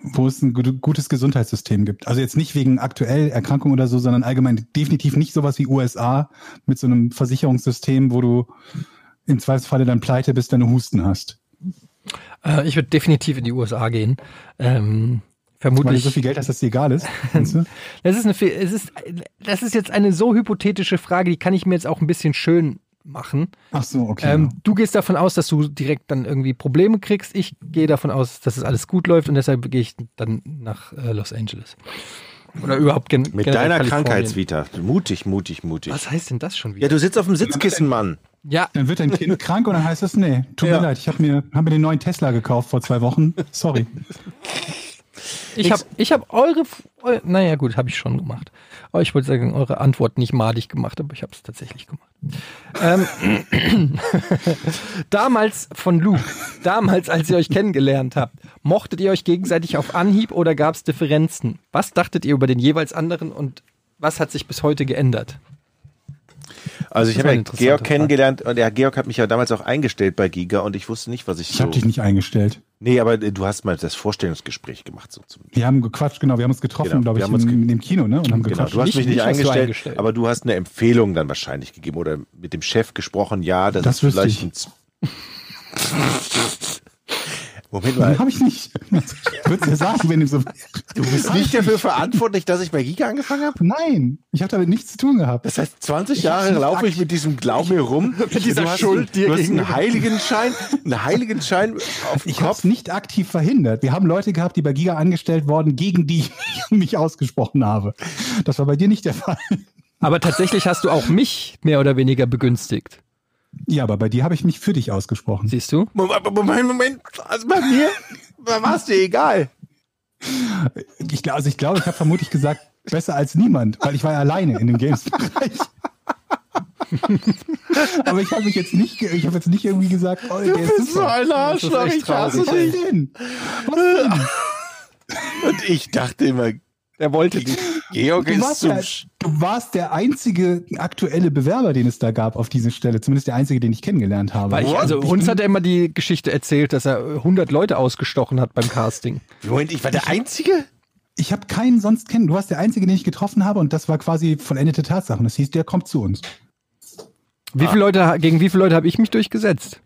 Speaker 3: wo es ein gut- gutes Gesundheitssystem gibt. Also jetzt nicht wegen aktuell Erkrankung oder so, sondern allgemein definitiv nicht sowas wie USA mit so einem Versicherungssystem, wo du im Zweifelsfalle dann pleite bist, wenn du Husten hast.
Speaker 2: Äh, ich würde definitiv in die USA gehen. Ähm,
Speaker 3: Weil du
Speaker 2: vermutlich.
Speaker 3: so viel Geld hast, dass dir egal ist. Weißt du?
Speaker 2: Das ist, eine, Fe- es ist, das ist jetzt eine so hypothetische Frage, die kann ich mir jetzt auch ein bisschen schön machen.
Speaker 3: Ach so, okay.
Speaker 2: Ähm, du gehst davon aus, dass du direkt dann irgendwie Probleme kriegst. Ich gehe davon aus, dass es alles gut läuft und deshalb gehe ich dann nach äh, Los Angeles. Oder überhaupt gen
Speaker 1: Mit
Speaker 2: generell
Speaker 1: deiner
Speaker 2: Kalifornien.
Speaker 1: Krankheitsvita. Mutig, mutig, mutig.
Speaker 2: Was heißt denn das schon
Speaker 1: Ja,
Speaker 2: wieder?
Speaker 1: du sitzt auf dem Sitzkissen, Mann.
Speaker 2: Ja,
Speaker 3: dann wird dein Kind krank und dann heißt es, nee, tut
Speaker 1: Ja.
Speaker 3: mir leid, ich habe mir, hab mir den neuen Tesla gekauft vor zwei Wochen. Sorry.
Speaker 2: ich habe ich hab eure, F- eu naja gut, habe ich schon gemacht. Oh, ich wollte sagen, eure Antwort nicht madig gemacht, aber ich habe es tatsächlich gemacht. Ähm, damals von Luke, damals, als ihr euch kennengelernt habt, mochtet ihr euch gegenseitig auf Anhieb oder gab es Differenzen? Was dachtet ihr über den jeweils anderen und was hat sich bis heute geändert?
Speaker 1: Also ich
Speaker 2: Das
Speaker 1: habe
Speaker 2: ist eine
Speaker 1: ja
Speaker 2: interessante
Speaker 1: Georg
Speaker 2: Frage.
Speaker 1: kennengelernt und der Georg hat mich ja damals auch eingestellt bei Giga und ich wusste nicht, was ich,
Speaker 3: Ich
Speaker 1: so.
Speaker 3: habe dich nicht eingestellt.
Speaker 1: nee, aber äh, du hast mal das Vorstellungsgespräch gemacht. So zum,
Speaker 3: Wir haben gequatscht, genau, wir haben uns getroffen,
Speaker 1: Genau,
Speaker 3: glaube
Speaker 1: wir
Speaker 3: ich,
Speaker 1: haben uns
Speaker 3: in,
Speaker 1: ge-
Speaker 3: in dem Kino, ne? Und haben
Speaker 1: genau,
Speaker 3: gequatscht.
Speaker 1: du hast
Speaker 2: Nicht-
Speaker 1: mich nicht,
Speaker 2: nicht hast du
Speaker 1: eingestellt,
Speaker 2: eingestellt.
Speaker 1: aber du hast eine Empfehlung dann wahrscheinlich gegeben oder mit dem Chef gesprochen. Ja, das,
Speaker 3: Das
Speaker 1: ist
Speaker 3: wüsste
Speaker 1: vielleicht.
Speaker 3: ich.
Speaker 1: Ein Z- Moment
Speaker 3: Nein,
Speaker 1: mal.
Speaker 3: habe ich nicht. Ich würde dir sagen, wenn du so.
Speaker 1: Du bist nicht dafür verantwortlich, dass ich bei Giga angefangen habe?
Speaker 3: Nein, ich habe damit nichts zu tun gehabt.
Speaker 1: Das heißt, 20 Jahre laufe ich mit diesem Glauben hier rum. Mit
Speaker 2: dieser Schuld dir
Speaker 1: Du hast einen
Speaker 2: gegenüber.
Speaker 1: Heiligenschein, einen Heiligenschein auf dem
Speaker 3: Ich habe
Speaker 1: Kopf.
Speaker 3: es nicht aktiv verhindert. Wir haben Leute gehabt, die bei Giga angestellt wurden, gegen die ich mich ausgesprochen habe. Das war bei dir nicht der Fall.
Speaker 2: Aber tatsächlich hast du auch mich mehr oder weniger begünstigt.
Speaker 3: Ja, aber bei dir habe ich mich für dich ausgesprochen.
Speaker 2: Siehst du?
Speaker 1: Moment, Moment, Moment. Also bei mir war es dir egal.
Speaker 3: Ich, gl- also ich glaube, ich habe vermutlich gesagt, besser als niemand, weil ich war ja alleine in dem Games-Bereich. aber ich habe mich jetzt nicht, ge- ich habe jetzt nicht irgendwie gesagt, oh, der ist super.
Speaker 1: ein
Speaker 2: Das ist echt traurig,
Speaker 3: Was denn?
Speaker 1: Und ich dachte immer, Er wollte die. Georg
Speaker 3: Du
Speaker 1: ist
Speaker 3: warst,
Speaker 1: zum.
Speaker 3: der,
Speaker 1: Sch-
Speaker 3: du warst der einzige aktuelle Bewerber, den es da gab auf diese Stelle. Zumindest der einzige, den ich kennengelernt habe.
Speaker 2: Weil ich, also uns hat er immer die Geschichte erzählt, dass er äh, 100 Leute ausgestochen hat beim Casting.
Speaker 1: Moment, ich war der Einzige?
Speaker 3: ich habe keinen sonst kennen. Du warst der einzige, den ich getroffen habe und das war quasi vollendete Tatsachen. Das hieß, der kommt zu uns. Ah.
Speaker 2: Wie viele Leute, gegen wie viele Leute habe ich mich durchgesetzt?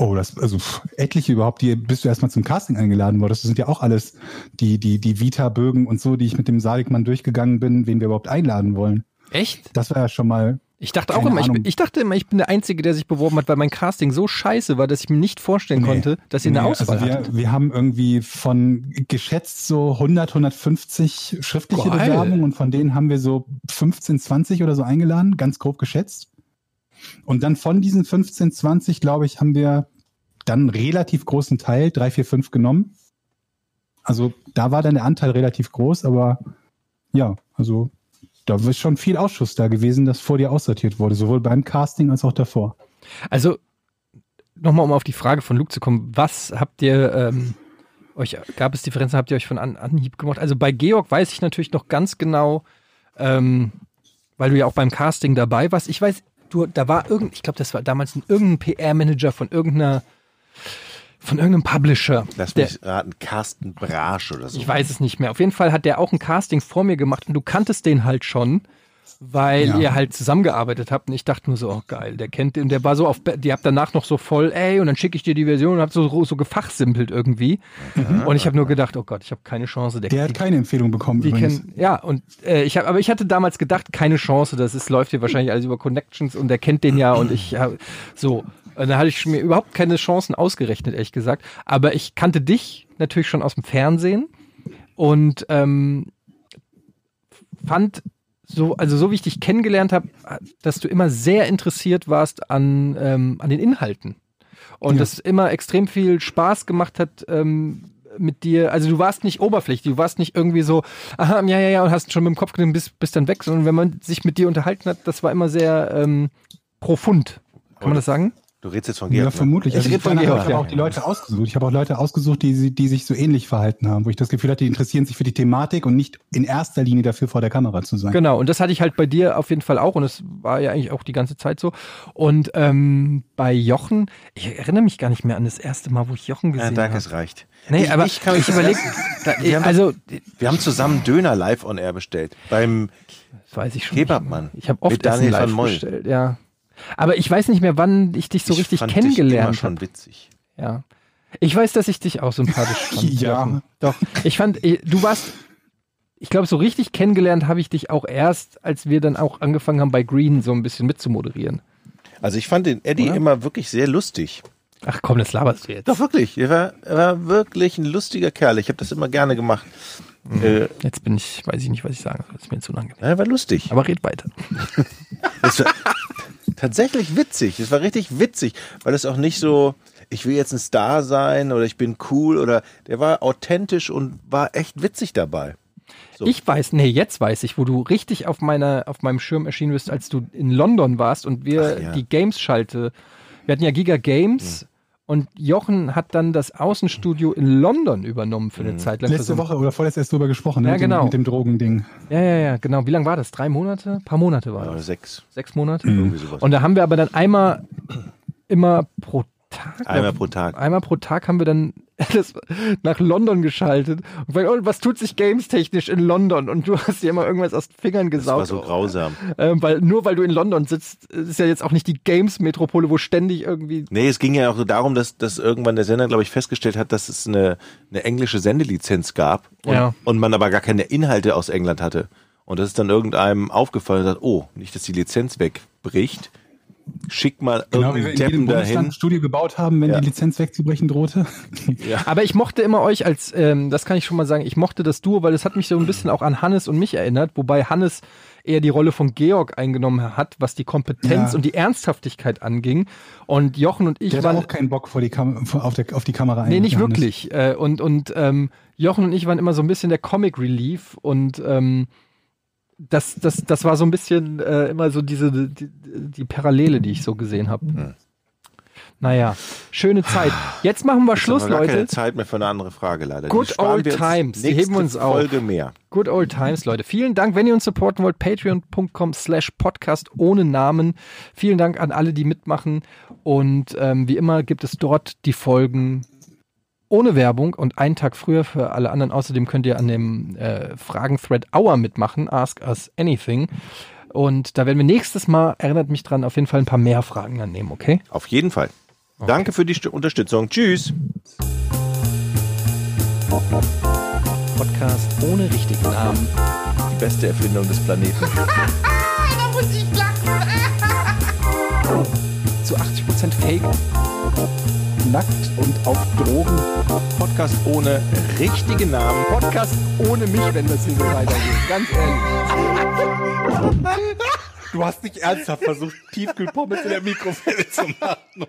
Speaker 3: Oh, das, also pff, etliche überhaupt, die bis du erstmal zum Casting eingeladen wurdest. Das sind ja auch alles die, die, die Vita-Bögen und so, die ich mit dem Salikmann durchgegangen bin, wen wir überhaupt einladen wollen.
Speaker 2: Echt?
Speaker 3: Das war ja schon mal.
Speaker 2: Ich dachte
Speaker 3: Keine
Speaker 2: auch immer, ich, bin,
Speaker 3: Ahnung.
Speaker 2: ich dachte immer, ich bin der Einzige, der sich beworben hat, weil mein Casting so scheiße war, dass ich mir nicht vorstellen konnte, dass ihr eine
Speaker 3: Nee,
Speaker 2: Auswahl
Speaker 3: also
Speaker 2: hattet.
Speaker 3: wir, wir haben irgendwie von geschätzt so 100, 150 schriftliche
Speaker 2: Geil.
Speaker 3: Bewerbungen und von denen haben wir so 15, 20 oder so eingeladen, ganz grob geschätzt. Und dann von diesen 15, 20, glaube ich, haben wir dann einen relativ großen Teil, 3, 4, 5 genommen. Also da war dann der Anteil relativ groß, aber ja, also da ist schon viel Ausschuss da gewesen, das vor dir aussortiert wurde, sowohl beim Casting als auch davor.
Speaker 2: Also, nochmal, um auf die Frage von Luke zu kommen, was habt ihr ähm, euch, gab es Differenzen, habt ihr euch von an, Anhieb gemacht? Also bei Georg weiß ich natürlich noch ganz genau, ähm, weil du ja auch beim Casting dabei warst. Ich weiß, du, da war irgend, ich glaube, das war damals ein, irgendein PR-Manager von irgendeiner, von irgendeinem Publisher.
Speaker 1: Lass
Speaker 2: der-
Speaker 1: mich raten, Carsten Brasch oder so.
Speaker 2: Ich weiß es nicht mehr. Auf jeden Fall hat der auch ein Casting vor mir gemacht und du kanntest den halt schon, weil
Speaker 3: Ja.
Speaker 2: ihr halt zusammengearbeitet habt. Und ich dachte nur so, oh geil, der kennt den. Und der war so auf, Be- die habt danach noch so voll, ey, und dann schicke ich dir die Version und hab so, so gefachsimpelt irgendwie. Und ich habe nur gedacht, oh Gott, ich habe keine Chance. Der,
Speaker 3: Der hat keine Empfehlung bekommen
Speaker 2: die kennen, ja, und äh, ich habe, aber ich hatte damals gedacht, keine Chance, das ist, läuft hier wahrscheinlich alles über Connections und er kennt den ja und ich hab, so. Und da hatte ich mir überhaupt keine Chancen ausgerechnet, ehrlich gesagt. Aber ich kannte dich natürlich schon aus dem Fernsehen und ähm, fand so, also so wie ich dich kennengelernt habe, dass du immer sehr interessiert warst an, ähm, an den Inhalten. Und
Speaker 3: Ja.
Speaker 2: das immer extrem viel Spaß gemacht hat ähm, mit dir. Also du warst nicht oberflächlich, du warst nicht irgendwie so, aha, ja, ja, ja, und hast schon mit dem Kopf genommen, bist, bist dann weg, sondern wenn man sich mit dir unterhalten hat, das war immer sehr ähm, profund. Kann man das sagen?
Speaker 1: Du redest jetzt von
Speaker 3: Ja,
Speaker 1: Georg. ne?
Speaker 3: vermutlich.
Speaker 2: Ich
Speaker 3: Also
Speaker 2: rede
Speaker 3: ich
Speaker 2: von
Speaker 3: habe
Speaker 2: Georg, ja.
Speaker 3: auch die Leute ausgesucht. Ich habe auch Leute ausgesucht, die, sie- die sich so ähnlich verhalten haben, wo ich das Gefühl hatte, die interessieren sich für die Thematik und nicht in erster Linie dafür, vor der Kamera zu sein.
Speaker 2: Genau, und das hatte ich halt bei dir auf jeden Fall auch und es war ja eigentlich auch die ganze Zeit so. Und ähm, bei Jochen, ich erinnere mich gar nicht mehr an das erste Mal, wo ich Jochen
Speaker 1: Ja,
Speaker 2: gesehen
Speaker 1: danke,
Speaker 2: habe.
Speaker 1: es reicht.
Speaker 2: Nee, aber ich,
Speaker 1: ich kann mich das
Speaker 2: überlege,
Speaker 1: Wir haben-
Speaker 2: also,
Speaker 1: Wir haben zusammen Döner live on air bestellt. Beim
Speaker 2: das weiß ich schon. nicht mehr.
Speaker 1: Kebabmann.
Speaker 2: Ich habe oft
Speaker 1: Mit Daniel
Speaker 2: Essen live
Speaker 1: van Moll.
Speaker 2: bestellt, ja. Aber ich weiß nicht mehr, wann ich dich so
Speaker 1: Ich
Speaker 2: richtig
Speaker 1: fand dich immer
Speaker 2: kennengelernt habe.
Speaker 1: schon witzig.
Speaker 2: Ja. Ich weiß, dass ich dich auch sympathisch fand.
Speaker 3: Ja.
Speaker 2: Jochen. Doch. Ich fand, eh, du warst, ich glaube, so richtig kennengelernt habe ich dich auch erst, als wir dann auch angefangen haben, bei Green so ein bisschen mitzumoderieren.
Speaker 1: Also ich fand den Eddie
Speaker 2: Oder?
Speaker 1: immer wirklich sehr lustig.
Speaker 2: Ach komm, das laberst du jetzt.
Speaker 1: Doch wirklich, er war, er war wirklich ein lustiger Kerl. Ich habe das immer gerne gemacht. Äh,
Speaker 2: Jetzt bin ich, weiß ich nicht, was ich sagen soll. Ist mir zu unangenehm.
Speaker 1: er war lustig.
Speaker 2: Aber red weiter.
Speaker 1: Es war tatsächlich witzig. Es war richtig witzig, weil es auch nicht so, ich will jetzt ein Star sein oder ich bin cool oder der war authentisch und war echt witzig dabei. So.
Speaker 2: Ich weiß, nee, jetzt weiß ich, wo du richtig auf meiner, auf meinem Schirm erschienen bist, als du in London warst und wir
Speaker 1: Ach ja. Mhm.
Speaker 2: die Games-Schalte. Wir hatten ja Giga Games und Jochen hat dann das Außenstudio in London übernommen für eine
Speaker 1: Mhm.
Speaker 2: Zeit lang.
Speaker 3: Letzte
Speaker 2: Für so-
Speaker 3: Woche oder vorletzt erst drüber gesprochen, ne,
Speaker 2: Ja,
Speaker 3: mit, dem,
Speaker 2: genau.
Speaker 3: mit dem Drogending.
Speaker 2: Ja, ja, ja, genau. Wie lange war das? Drei Monate? Ein paar Monate war
Speaker 1: Ja, Mhm.
Speaker 2: das.
Speaker 1: sechs,
Speaker 2: Sechs Monate?
Speaker 1: irgendwie sowas.
Speaker 2: Und da haben wir aber dann einmal, immer pro Tag.
Speaker 1: Einmal
Speaker 2: glaub-
Speaker 1: pro Tag.
Speaker 2: Einmal pro Tag haben wir dann das nach London geschaltet und gefragt, oh, was tut sich gamestechnisch in London? Und du hast dir immer irgendwas aus den Fingern
Speaker 1: Das war
Speaker 2: gesaugt.
Speaker 1: so grausam.
Speaker 2: Ähm, weil, nur weil du in London sitzt, ist ja jetzt auch nicht die Games-Metropole, wo ständig irgendwie.
Speaker 1: Nee, es ging ja auch so darum, dass, dass irgendwann der Sender, glaube ich, festgestellt hat, dass es eine, eine englische Sendelizenz gab und,
Speaker 2: Ja.
Speaker 1: und man aber gar keine Inhalte aus England hatte. Und das ist dann irgendeinem aufgefallen und sagt, oh, nicht, dass die Lizenz wegbricht. Schick mal
Speaker 3: wie wir
Speaker 1: irgendeinen
Speaker 3: Genau, in jedem
Speaker 1: Deppen
Speaker 3: Bundesland
Speaker 1: dahin.
Speaker 3: ein Studio gebaut haben, wenn
Speaker 1: Ja.
Speaker 3: die Lizenz wegzubrechen drohte.
Speaker 2: Aber ich mochte immer euch als, ähm, das kann ich schon mal sagen, ich mochte das Duo, weil es hat mich so ein bisschen auch an Hannes und mich erinnert, wobei Hannes eher die Rolle von Georg eingenommen hat, was die Kompetenz
Speaker 3: Ja.
Speaker 2: und die Ernsthaftigkeit anging. Und Jochen und ich
Speaker 3: Der hatte
Speaker 2: waren
Speaker 3: auch keinen Bock vor die Kam vor- auf, der, auf die Kamera
Speaker 2: Nee, nicht
Speaker 3: Johannes.
Speaker 2: wirklich. Äh, und und ähm, Jochen und ich waren immer so ein bisschen der Comic Relief und ähm, das, das, das war so
Speaker 1: Hm.
Speaker 2: ein bisschen äh, immer so diese die, die Parallele, die ich so gesehen habe. Naja, schöne Zeit. Jetzt machen wir Schluss,
Speaker 1: haben wir gar
Speaker 2: Leute.
Speaker 1: keine Zeit mehr für eine andere Frage leider.
Speaker 2: Good
Speaker 1: Die sparen
Speaker 2: old
Speaker 1: wir uns
Speaker 2: times. Die
Speaker 1: nächste
Speaker 2: heben uns auf.
Speaker 1: Folge mehr.
Speaker 2: Good old times, Leute. Vielen Dank, wenn ihr uns supporten wollt, patreon.com slash podcast ohne Namen. Vielen Dank an alle, die mitmachen. Und ähm, wie immer gibt es dort die Folgen ohne Werbung und einen Tag früher für alle anderen. Außerdem könnt ihr an dem äh, Fragen-Thread Hour mitmachen, Ask Us Anything. Und da werden wir nächstes Mal, erinnert mich dran, auf jeden Fall ein paar mehr Fragen dann nehmen, okay?
Speaker 1: Auf jeden Fall. Danke für die Stu- Unterstützung. Tschüss.
Speaker 4: Podcast ohne richtigen Namen.
Speaker 1: Die beste Erfindung des Planeten.
Speaker 5: da muss ich lachen.
Speaker 4: Zu 80% Fake. Nackt und auf Drogen.
Speaker 1: Podcast ohne richtigen Namen.
Speaker 4: Podcast ohne mich, wenn das hier so weitergeht. Ganz ehrlich.
Speaker 1: Du hast nicht ernsthaft versucht, Tiefkühlpommes in der Mikrowelle zu machen.